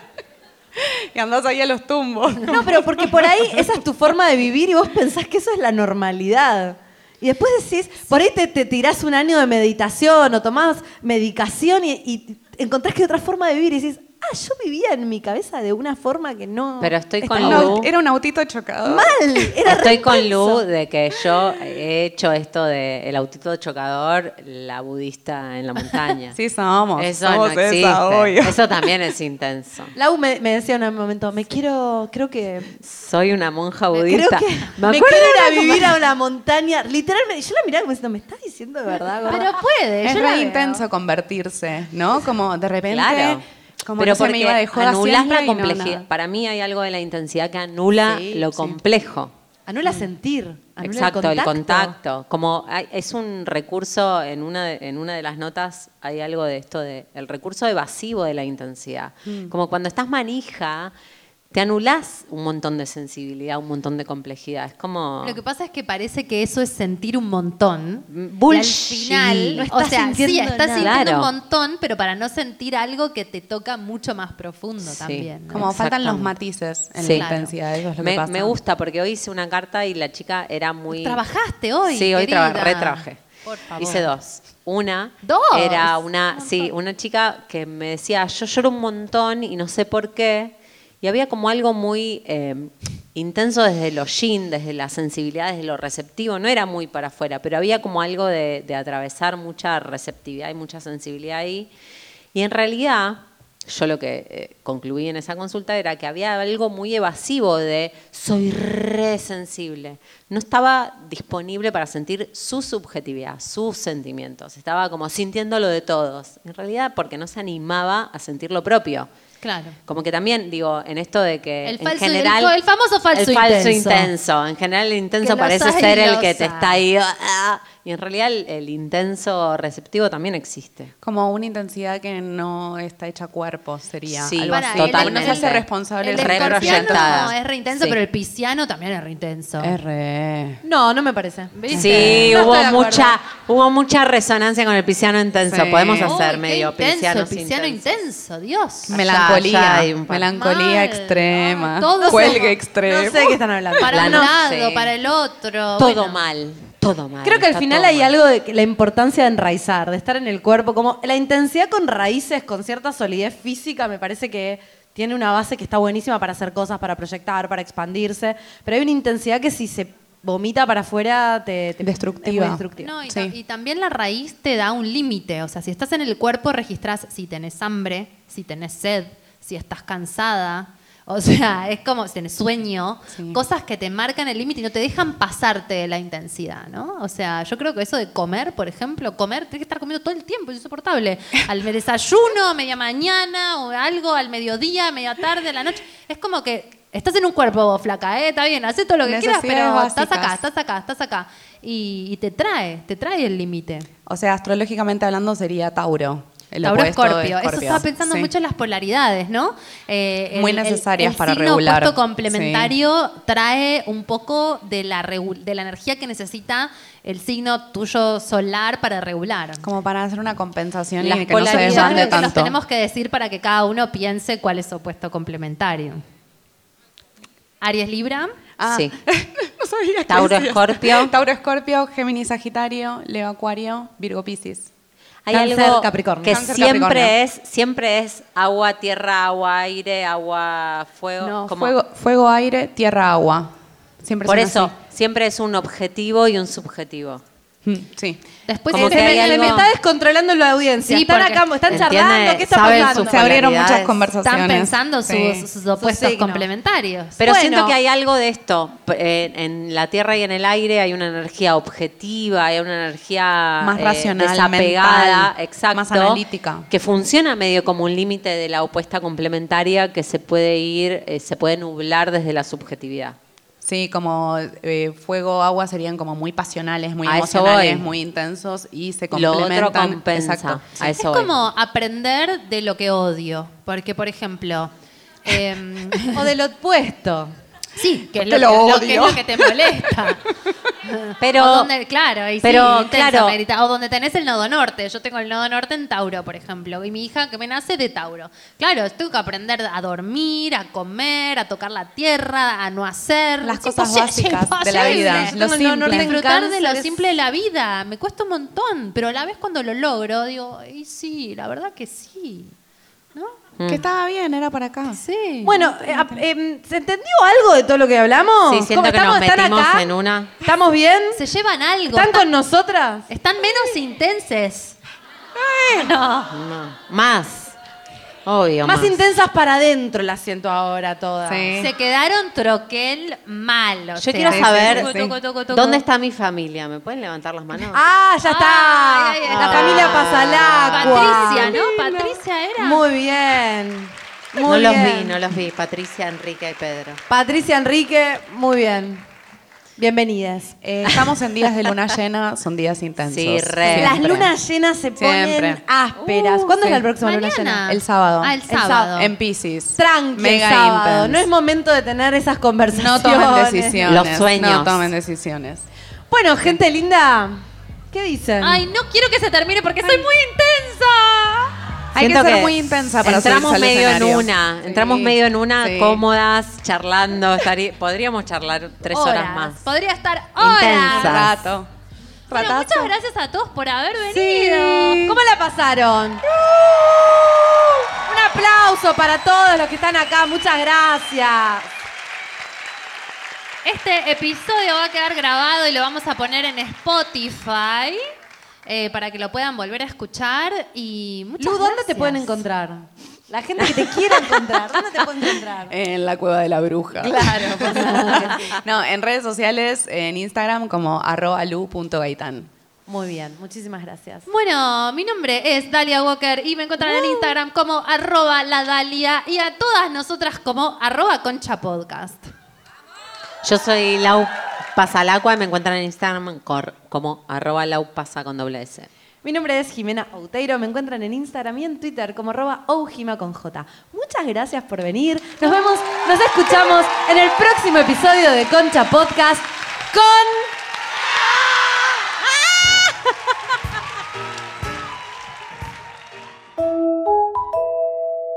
Speaker 14: Y andás ahí a los *laughs* tumbos.
Speaker 6: No, pero porque por ahí esa es tu forma de vivir y vos pensás que eso es la normalidad. Y después decís, por ahí te, te tirás un año de meditación o tomás medicación y, y encontrás que hay otra forma de vivir y decís, ah, yo vivía en mi cabeza de una forma que no...
Speaker 4: Pero estoy
Speaker 6: está
Speaker 4: *laughs* con
Speaker 6: bien".
Speaker 4: Lu.
Speaker 14: Era un autito chocado.
Speaker 6: Mal.
Speaker 4: Estoy con Lu de que yo he hecho esto de el autito chocador, la budista en la montaña.
Speaker 14: Sí, somos.
Speaker 4: Eso
Speaker 14: Somos
Speaker 4: no existe.
Speaker 14: esa, obvio.
Speaker 4: Eso también es intenso.
Speaker 6: Lau me, me decía en un momento, me quiero, creo que...
Speaker 4: Soy una monja
Speaker 6: Creo
Speaker 4: budista.
Speaker 6: que me, quiero ir a vivir a la montaña. Literalmente, yo la miraba como diciendo, ¿me estás diciendo de verdad? gorda?".
Speaker 3: Pero puede,
Speaker 14: Es
Speaker 3: yo
Speaker 14: re
Speaker 3: la veo.
Speaker 14: intenso convertirse, ¿no? Como de repente.
Speaker 4: Claro.
Speaker 14: Como
Speaker 4: Pero
Speaker 14: no sé,
Speaker 4: porque
Speaker 14: me iba de joda
Speaker 4: anulás
Speaker 14: haciendo
Speaker 4: la
Speaker 14: y no,
Speaker 4: complejidad.
Speaker 14: nada.
Speaker 4: Para mí hay algo de la intensidad que anula
Speaker 6: Sí,
Speaker 4: lo
Speaker 6: sí.
Speaker 4: complejo.
Speaker 6: Anula sentir. Anula
Speaker 4: Exacto,
Speaker 6: el
Speaker 4: el
Speaker 6: contacto.
Speaker 4: contacto. Como hay- es un recurso, en una, de, en una de las notas hay algo de esto, de el recurso evasivo de la intensidad.
Speaker 2: Mm.
Speaker 4: Como cuando estás manija, te anulás un montón de sensibilidad, un montón de complejidad. Es como...
Speaker 3: Lo que pasa es que parece que eso es sentir un montón.
Speaker 4: Mm, bullshit.
Speaker 3: Y al final,
Speaker 4: No
Speaker 3: o
Speaker 4: estás
Speaker 3: sea, sí,
Speaker 4: sintiendo
Speaker 3: estás
Speaker 4: nada.
Speaker 3: sintiendo
Speaker 4: Claro.
Speaker 3: un montón, pero para no sentir algo que te toca mucho más profundo también. ¿no?
Speaker 14: Como faltan los matices en
Speaker 4: Sí.
Speaker 14: la intensidad, eso es lo
Speaker 4: me,
Speaker 14: que pasa.
Speaker 4: me gusta porque hoy hice una carta y la chica era muy...
Speaker 3: Trabajaste hoy,
Speaker 4: Sí, hoy
Speaker 3: querida.
Speaker 4: traba- retrabajé.
Speaker 3: Por favor.
Speaker 4: Hice dos. Una
Speaker 3: ¿Dos?
Speaker 4: era una, sí, una chica que me decía, yo lloro un montón y no sé por qué. Y había como algo muy eh, intenso desde lo yin, desde la sensibilidad, desde lo receptivo. No era muy para afuera, pero había como algo de, de atravesar mucha receptividad y mucha sensibilidad ahí. Y en realidad, yo lo que eh, concluí en esa consulta era que había algo muy evasivo de soy re sensible. No estaba disponible para sentir su subjetividad, sus sentimientos. Estaba como sintiendo lo de todos. En realidad, porque no se animaba a sentir lo propio.
Speaker 3: Claro.
Speaker 4: Como que también, digo, en esto de que
Speaker 3: El
Speaker 4: en
Speaker 3: falso-
Speaker 4: general.
Speaker 3: el- el famoso falso
Speaker 4: el falso
Speaker 3: intenso.
Speaker 4: intenso. En general, el intenso
Speaker 3: lo
Speaker 4: parece
Speaker 3: sabe y
Speaker 4: ser
Speaker 3: lo
Speaker 4: el que te
Speaker 3: sabe.
Speaker 4: está ahí. ah, Y en realidad, el- el intenso receptivo también existe.
Speaker 14: Como una intensidad que no está hecha cuerpo, sería.
Speaker 4: Sí,
Speaker 14: algo
Speaker 4: Para,
Speaker 14: así.
Speaker 4: el- totalmente.
Speaker 14: No se hace responsable.
Speaker 3: El
Speaker 14: de sus
Speaker 3: escorpiano
Speaker 4: Reproyectada.
Speaker 3: es re intenso,
Speaker 4: Sí.
Speaker 3: pero el pisciano también es re intenso.
Speaker 14: Es re.
Speaker 6: No, no me parece.
Speaker 4: Sí,
Speaker 3: No estoy de
Speaker 4: hubo
Speaker 3: acuerdo.
Speaker 4: mucha, hubo mucha resonancia con el pisciano intenso.
Speaker 14: Sí.
Speaker 4: Podemos hacer
Speaker 3: Uy,
Speaker 4: medio
Speaker 3: qué intenso,
Speaker 4: pisciano sin
Speaker 3: pisciano intenso, Dios.
Speaker 14: Melancolía.
Speaker 4: Allá hay un par.
Speaker 14: melancolía
Speaker 3: Mal.
Speaker 14: extrema.
Speaker 3: Todos
Speaker 14: cuelgue
Speaker 3: somos-
Speaker 14: extremo.
Speaker 6: no sé de qué están hablando.
Speaker 3: Para
Speaker 6: La
Speaker 3: un
Speaker 6: no
Speaker 3: lado,
Speaker 6: sé.
Speaker 3: para el otro.
Speaker 4: Todo
Speaker 3: bueno.
Speaker 4: mal, todo mal.
Speaker 6: Creo que al
Speaker 4: está
Speaker 6: final
Speaker 4: todo
Speaker 6: hay
Speaker 4: mal.
Speaker 6: algo de que- la importancia de enraizar, de estar en el cuerpo, como la intensidad con raíces, con cierta solidez física, me parece que tiene una base que está buenísima para hacer cosas, para proyectar, para expandirse, pero hay una intensidad que si se vomita para afuera te, te- es muy
Speaker 14: Destructiva.
Speaker 6: destructiva.
Speaker 3: No, y, ta- y también la raíz te da un límite. O sea, si estás en el cuerpo, registrás si tenés hambre, si tenés sed, si estás cansada. O *laughs* sea, es como si tenés sueño, cosas que te marcan el límite y no te dejan pasarte la intensidad, ¿no? O sea, yo creo que eso de comer, por ejemplo, comer, tenés que estar comiendo todo el tiempo, es insoportable. Al desayuno, media mañana o algo, al mediodía, media tarde, a la noche. Es como que estás en un cuerpo vos, flaca, ¿eh? Está bien, haces todo lo que quieras,
Speaker 14: Necesidades
Speaker 3: pero estás
Speaker 14: básicas.
Speaker 3: acá, estás acá, estás acá. Y, y te trae, te trae el límite.
Speaker 14: O sea, astrológicamente hablando sería Tauro.
Speaker 1: el
Speaker 3: Tauro
Speaker 1: opuesto de
Speaker 3: Escorpio. Eso
Speaker 1: Escorpio.
Speaker 3: estaba pensando
Speaker 1: Sí.
Speaker 3: mucho en las polaridades, ¿no? Eh,
Speaker 1: Muy
Speaker 3: el- el-
Speaker 1: necesarias
Speaker 3: el
Speaker 1: para
Speaker 3: signo
Speaker 1: regular.
Speaker 3: opuesto complementario trae un poco de la, regu- de la energía que necesita el signo tuyo solar para regular.
Speaker 1: Como para hacer una compensación
Speaker 3: Las
Speaker 1: y que no se
Speaker 3: polaridades
Speaker 1: desbande
Speaker 3: creo que Los
Speaker 1: tanto.
Speaker 3: tenemos que decir para que cada uno piense cuál es su opuesto complementario. Aries Libra.
Speaker 4: Ah. *laughs*
Speaker 1: Sí. No sabía que
Speaker 3: Tauro,
Speaker 1: decías.
Speaker 3: Escorpio.
Speaker 1: Tauro, Escorpio, Géminis, Sagitario, Leo, Acuario, Virgo, Piscis.
Speaker 4: Hay algo que
Speaker 1: Cáncer, Capricornio.
Speaker 4: siempre es, siempre es agua, tierra, agua, aire, agua, fuego.
Speaker 1: No,
Speaker 4: como-
Speaker 1: fuego, fuego, aire, tierra, agua. Siempre
Speaker 4: Por
Speaker 1: son
Speaker 4: eso,
Speaker 1: así.
Speaker 4: siempre es un objetivo y un subjetivo.
Speaker 1: Mm, Sí.
Speaker 4: Después
Speaker 6: se, me, se me está descontrolando la audiencia.
Speaker 4: Sí,
Speaker 6: están
Speaker 4: porque-
Speaker 6: acá, están
Speaker 4: Entiende,
Speaker 6: charlando. ¿Qué está
Speaker 4: saben
Speaker 6: pasando?
Speaker 4: sus Se abrieron muchas polaridades.
Speaker 3: Están
Speaker 4: conversaciones.
Speaker 3: pensando sus,
Speaker 4: Sí.
Speaker 3: sus opuestos
Speaker 4: signo.
Speaker 3: complementarios.
Speaker 4: Pero siento que hay algo de esto. P- eh, en la tierra y en el aire hay una energía objetiva, hay una energía
Speaker 1: Más
Speaker 4: eh,
Speaker 1: racional,
Speaker 4: desapegada,
Speaker 1: mental,
Speaker 4: exacto,
Speaker 1: más analítica.
Speaker 4: que funciona medio como un límite de la opuesta complementaria que se puede ir, eh, se puede nublar desde la subjetividad.
Speaker 1: Sí, como eh, fuego, agua serían como muy pasionales, muy
Speaker 4: A eso
Speaker 1: emocionales,
Speaker 4: voy.
Speaker 1: muy intensos y se
Speaker 4: Lo
Speaker 1: complementan.
Speaker 4: otro compensa.
Speaker 1: Exacto.
Speaker 4: A eso
Speaker 3: Es
Speaker 4: voy.
Speaker 3: como aprender de lo que odio. Porque, por ejemplo. em,
Speaker 6: O del opuesto.
Speaker 3: Sí, que es
Speaker 6: Porque
Speaker 3: lo, que- lo
Speaker 6: lo
Speaker 3: que es
Speaker 6: odio.
Speaker 3: lo que te molesta.
Speaker 4: Pero-
Speaker 3: O donde, claro, y sí,
Speaker 4: pero,
Speaker 3: intensa,
Speaker 4: claro.
Speaker 3: Marita, o donde tenés el nodo norte. Yo tengo el nodo norte en Tauro, por ejemplo, y mi hija que me nace de Tauro. Claro, tengo que aprender a dormir, a comer, a tocar la tierra, a no hacer
Speaker 1: Las
Speaker 3: Es *laughs*
Speaker 1: cosas
Speaker 3: imposible,
Speaker 1: básicas de la
Speaker 3: imposible.
Speaker 1: vida, Yo lo tengo el nodo simple. norte en
Speaker 3: Disfrutar de lo
Speaker 1: Cáncer es-
Speaker 3: simple de la vida. Me cuesta un montón, pero a la vez cuando lo logro digo, y sí, la verdad que sí.
Speaker 4: Mm.
Speaker 1: Que estaba bien, era para acá.
Speaker 3: Sí.
Speaker 6: Bueno, eh, ap- em, ¿se entendió algo de todo lo que hablamos?
Speaker 4: Sí,
Speaker 6: ¿Cómo
Speaker 4: siento que nos
Speaker 6: estamos? ¿Están
Speaker 4: metimos
Speaker 6: acá?
Speaker 4: en una.
Speaker 6: ¿Estamos bien?
Speaker 3: Se llevan algo.
Speaker 6: ¿Están con nosotras?
Speaker 3: Están menos intenses. *laughs* No.
Speaker 4: Más. Obvio,
Speaker 6: Más
Speaker 4: más.
Speaker 6: intensas para adentro las siento ahora todas.
Speaker 3: Se quedaron troquel mal. o
Speaker 4: Yo
Speaker 3: sea,
Speaker 4: quiero saber
Speaker 3: toco, toco, toco, toco.
Speaker 4: dónde está mi familia. ¿Me pueden levantar las manos?
Speaker 6: Ah, ya está.
Speaker 3: Ay, ay, ay,
Speaker 6: la
Speaker 3: ay.
Speaker 6: familia
Speaker 4: Ah.
Speaker 6: Pasalacua.
Speaker 3: Patricia, ¿no? Patricia era.
Speaker 6: Muy bien. Muy
Speaker 4: no los
Speaker 6: bien.
Speaker 4: vi, no los vi. Patricia, Enrique y Pedro.
Speaker 6: Patricia Enrique, muy bien. Bienvenidas.
Speaker 1: Eh, estamos en días de luna *laughs* llena, son días intensos.
Speaker 4: Sí, re.
Speaker 6: Las lunas llenas se ponen
Speaker 1: Siempre.
Speaker 6: ásperas. ¿Cuándo
Speaker 3: Uh,
Speaker 6: es la próxima luna llena?
Speaker 1: El sámega
Speaker 6: Ah, el sábado.
Speaker 1: En Pisces.
Speaker 6: Tranqui,
Speaker 1: Mega
Speaker 6: el sábado.
Speaker 1: intense.
Speaker 6: No es momento de tener esas
Speaker 1: No
Speaker 6: conversaciones.
Speaker 1: tomen decisiones. No tomen
Speaker 6: decisiones.
Speaker 1: decisiones.
Speaker 6: Bueno, gente linda, ¿qué dicen?
Speaker 3: Ay, no quiero que se termine porque soy muy intensa.
Speaker 1: Hay que
Speaker 4: Siento
Speaker 1: ser muy intensa para subirse
Speaker 4: entramos
Speaker 1: al
Speaker 4: medio en
Speaker 1: escenario.
Speaker 4: una,
Speaker 1: Sí,
Speaker 4: entramos medio en una,
Speaker 1: sí.
Speaker 4: cómodas, charlando, estarí- podríamos charlar tres horas,
Speaker 3: Horas.
Speaker 4: más.
Speaker 3: Podría estar horas.
Speaker 4: Intensas.
Speaker 3: Bueno, muchas gracias a todos por haber venido.
Speaker 6: ¿Cómo la pasaron? Un aplauso para todos los que están acá. Muchas gracias.
Speaker 3: Este episodio va a quedar grabado y lo vamos a poner en Spotify eh, para que lo puedan volver a escuchar. Y muchas
Speaker 6: Lu, ¿dónde te
Speaker 3: gracias.
Speaker 6: pueden encontrar? La gente que te quiera encontrar, ¿dónde te puede encontrar?
Speaker 1: En la cueva de la bruja. Claro. *laughs* no, en redes sociales, en Instagram como arroba lu.gaitán.
Speaker 6: Muy bien, muchísimas gracias.
Speaker 3: Bueno, mi nombre es Dalia Walker y me encontrarán en Instagram como arroba la Dalia y a todas nosotras como arroba concha podcast.
Speaker 4: Yo soy Lau Pasalacua y me encuentran en Instagram cor- como arroba laupasa con doble S.
Speaker 6: Mi nombre es Jimena Outeiro, me encuentran en Instagram y en Twitter como arroba oujima con J. Muchas gracias por venir, nos vemos, nos escuchamos en el próximo episodio de Concha Podcast con...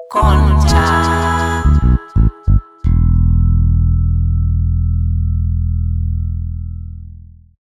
Speaker 23: Concha.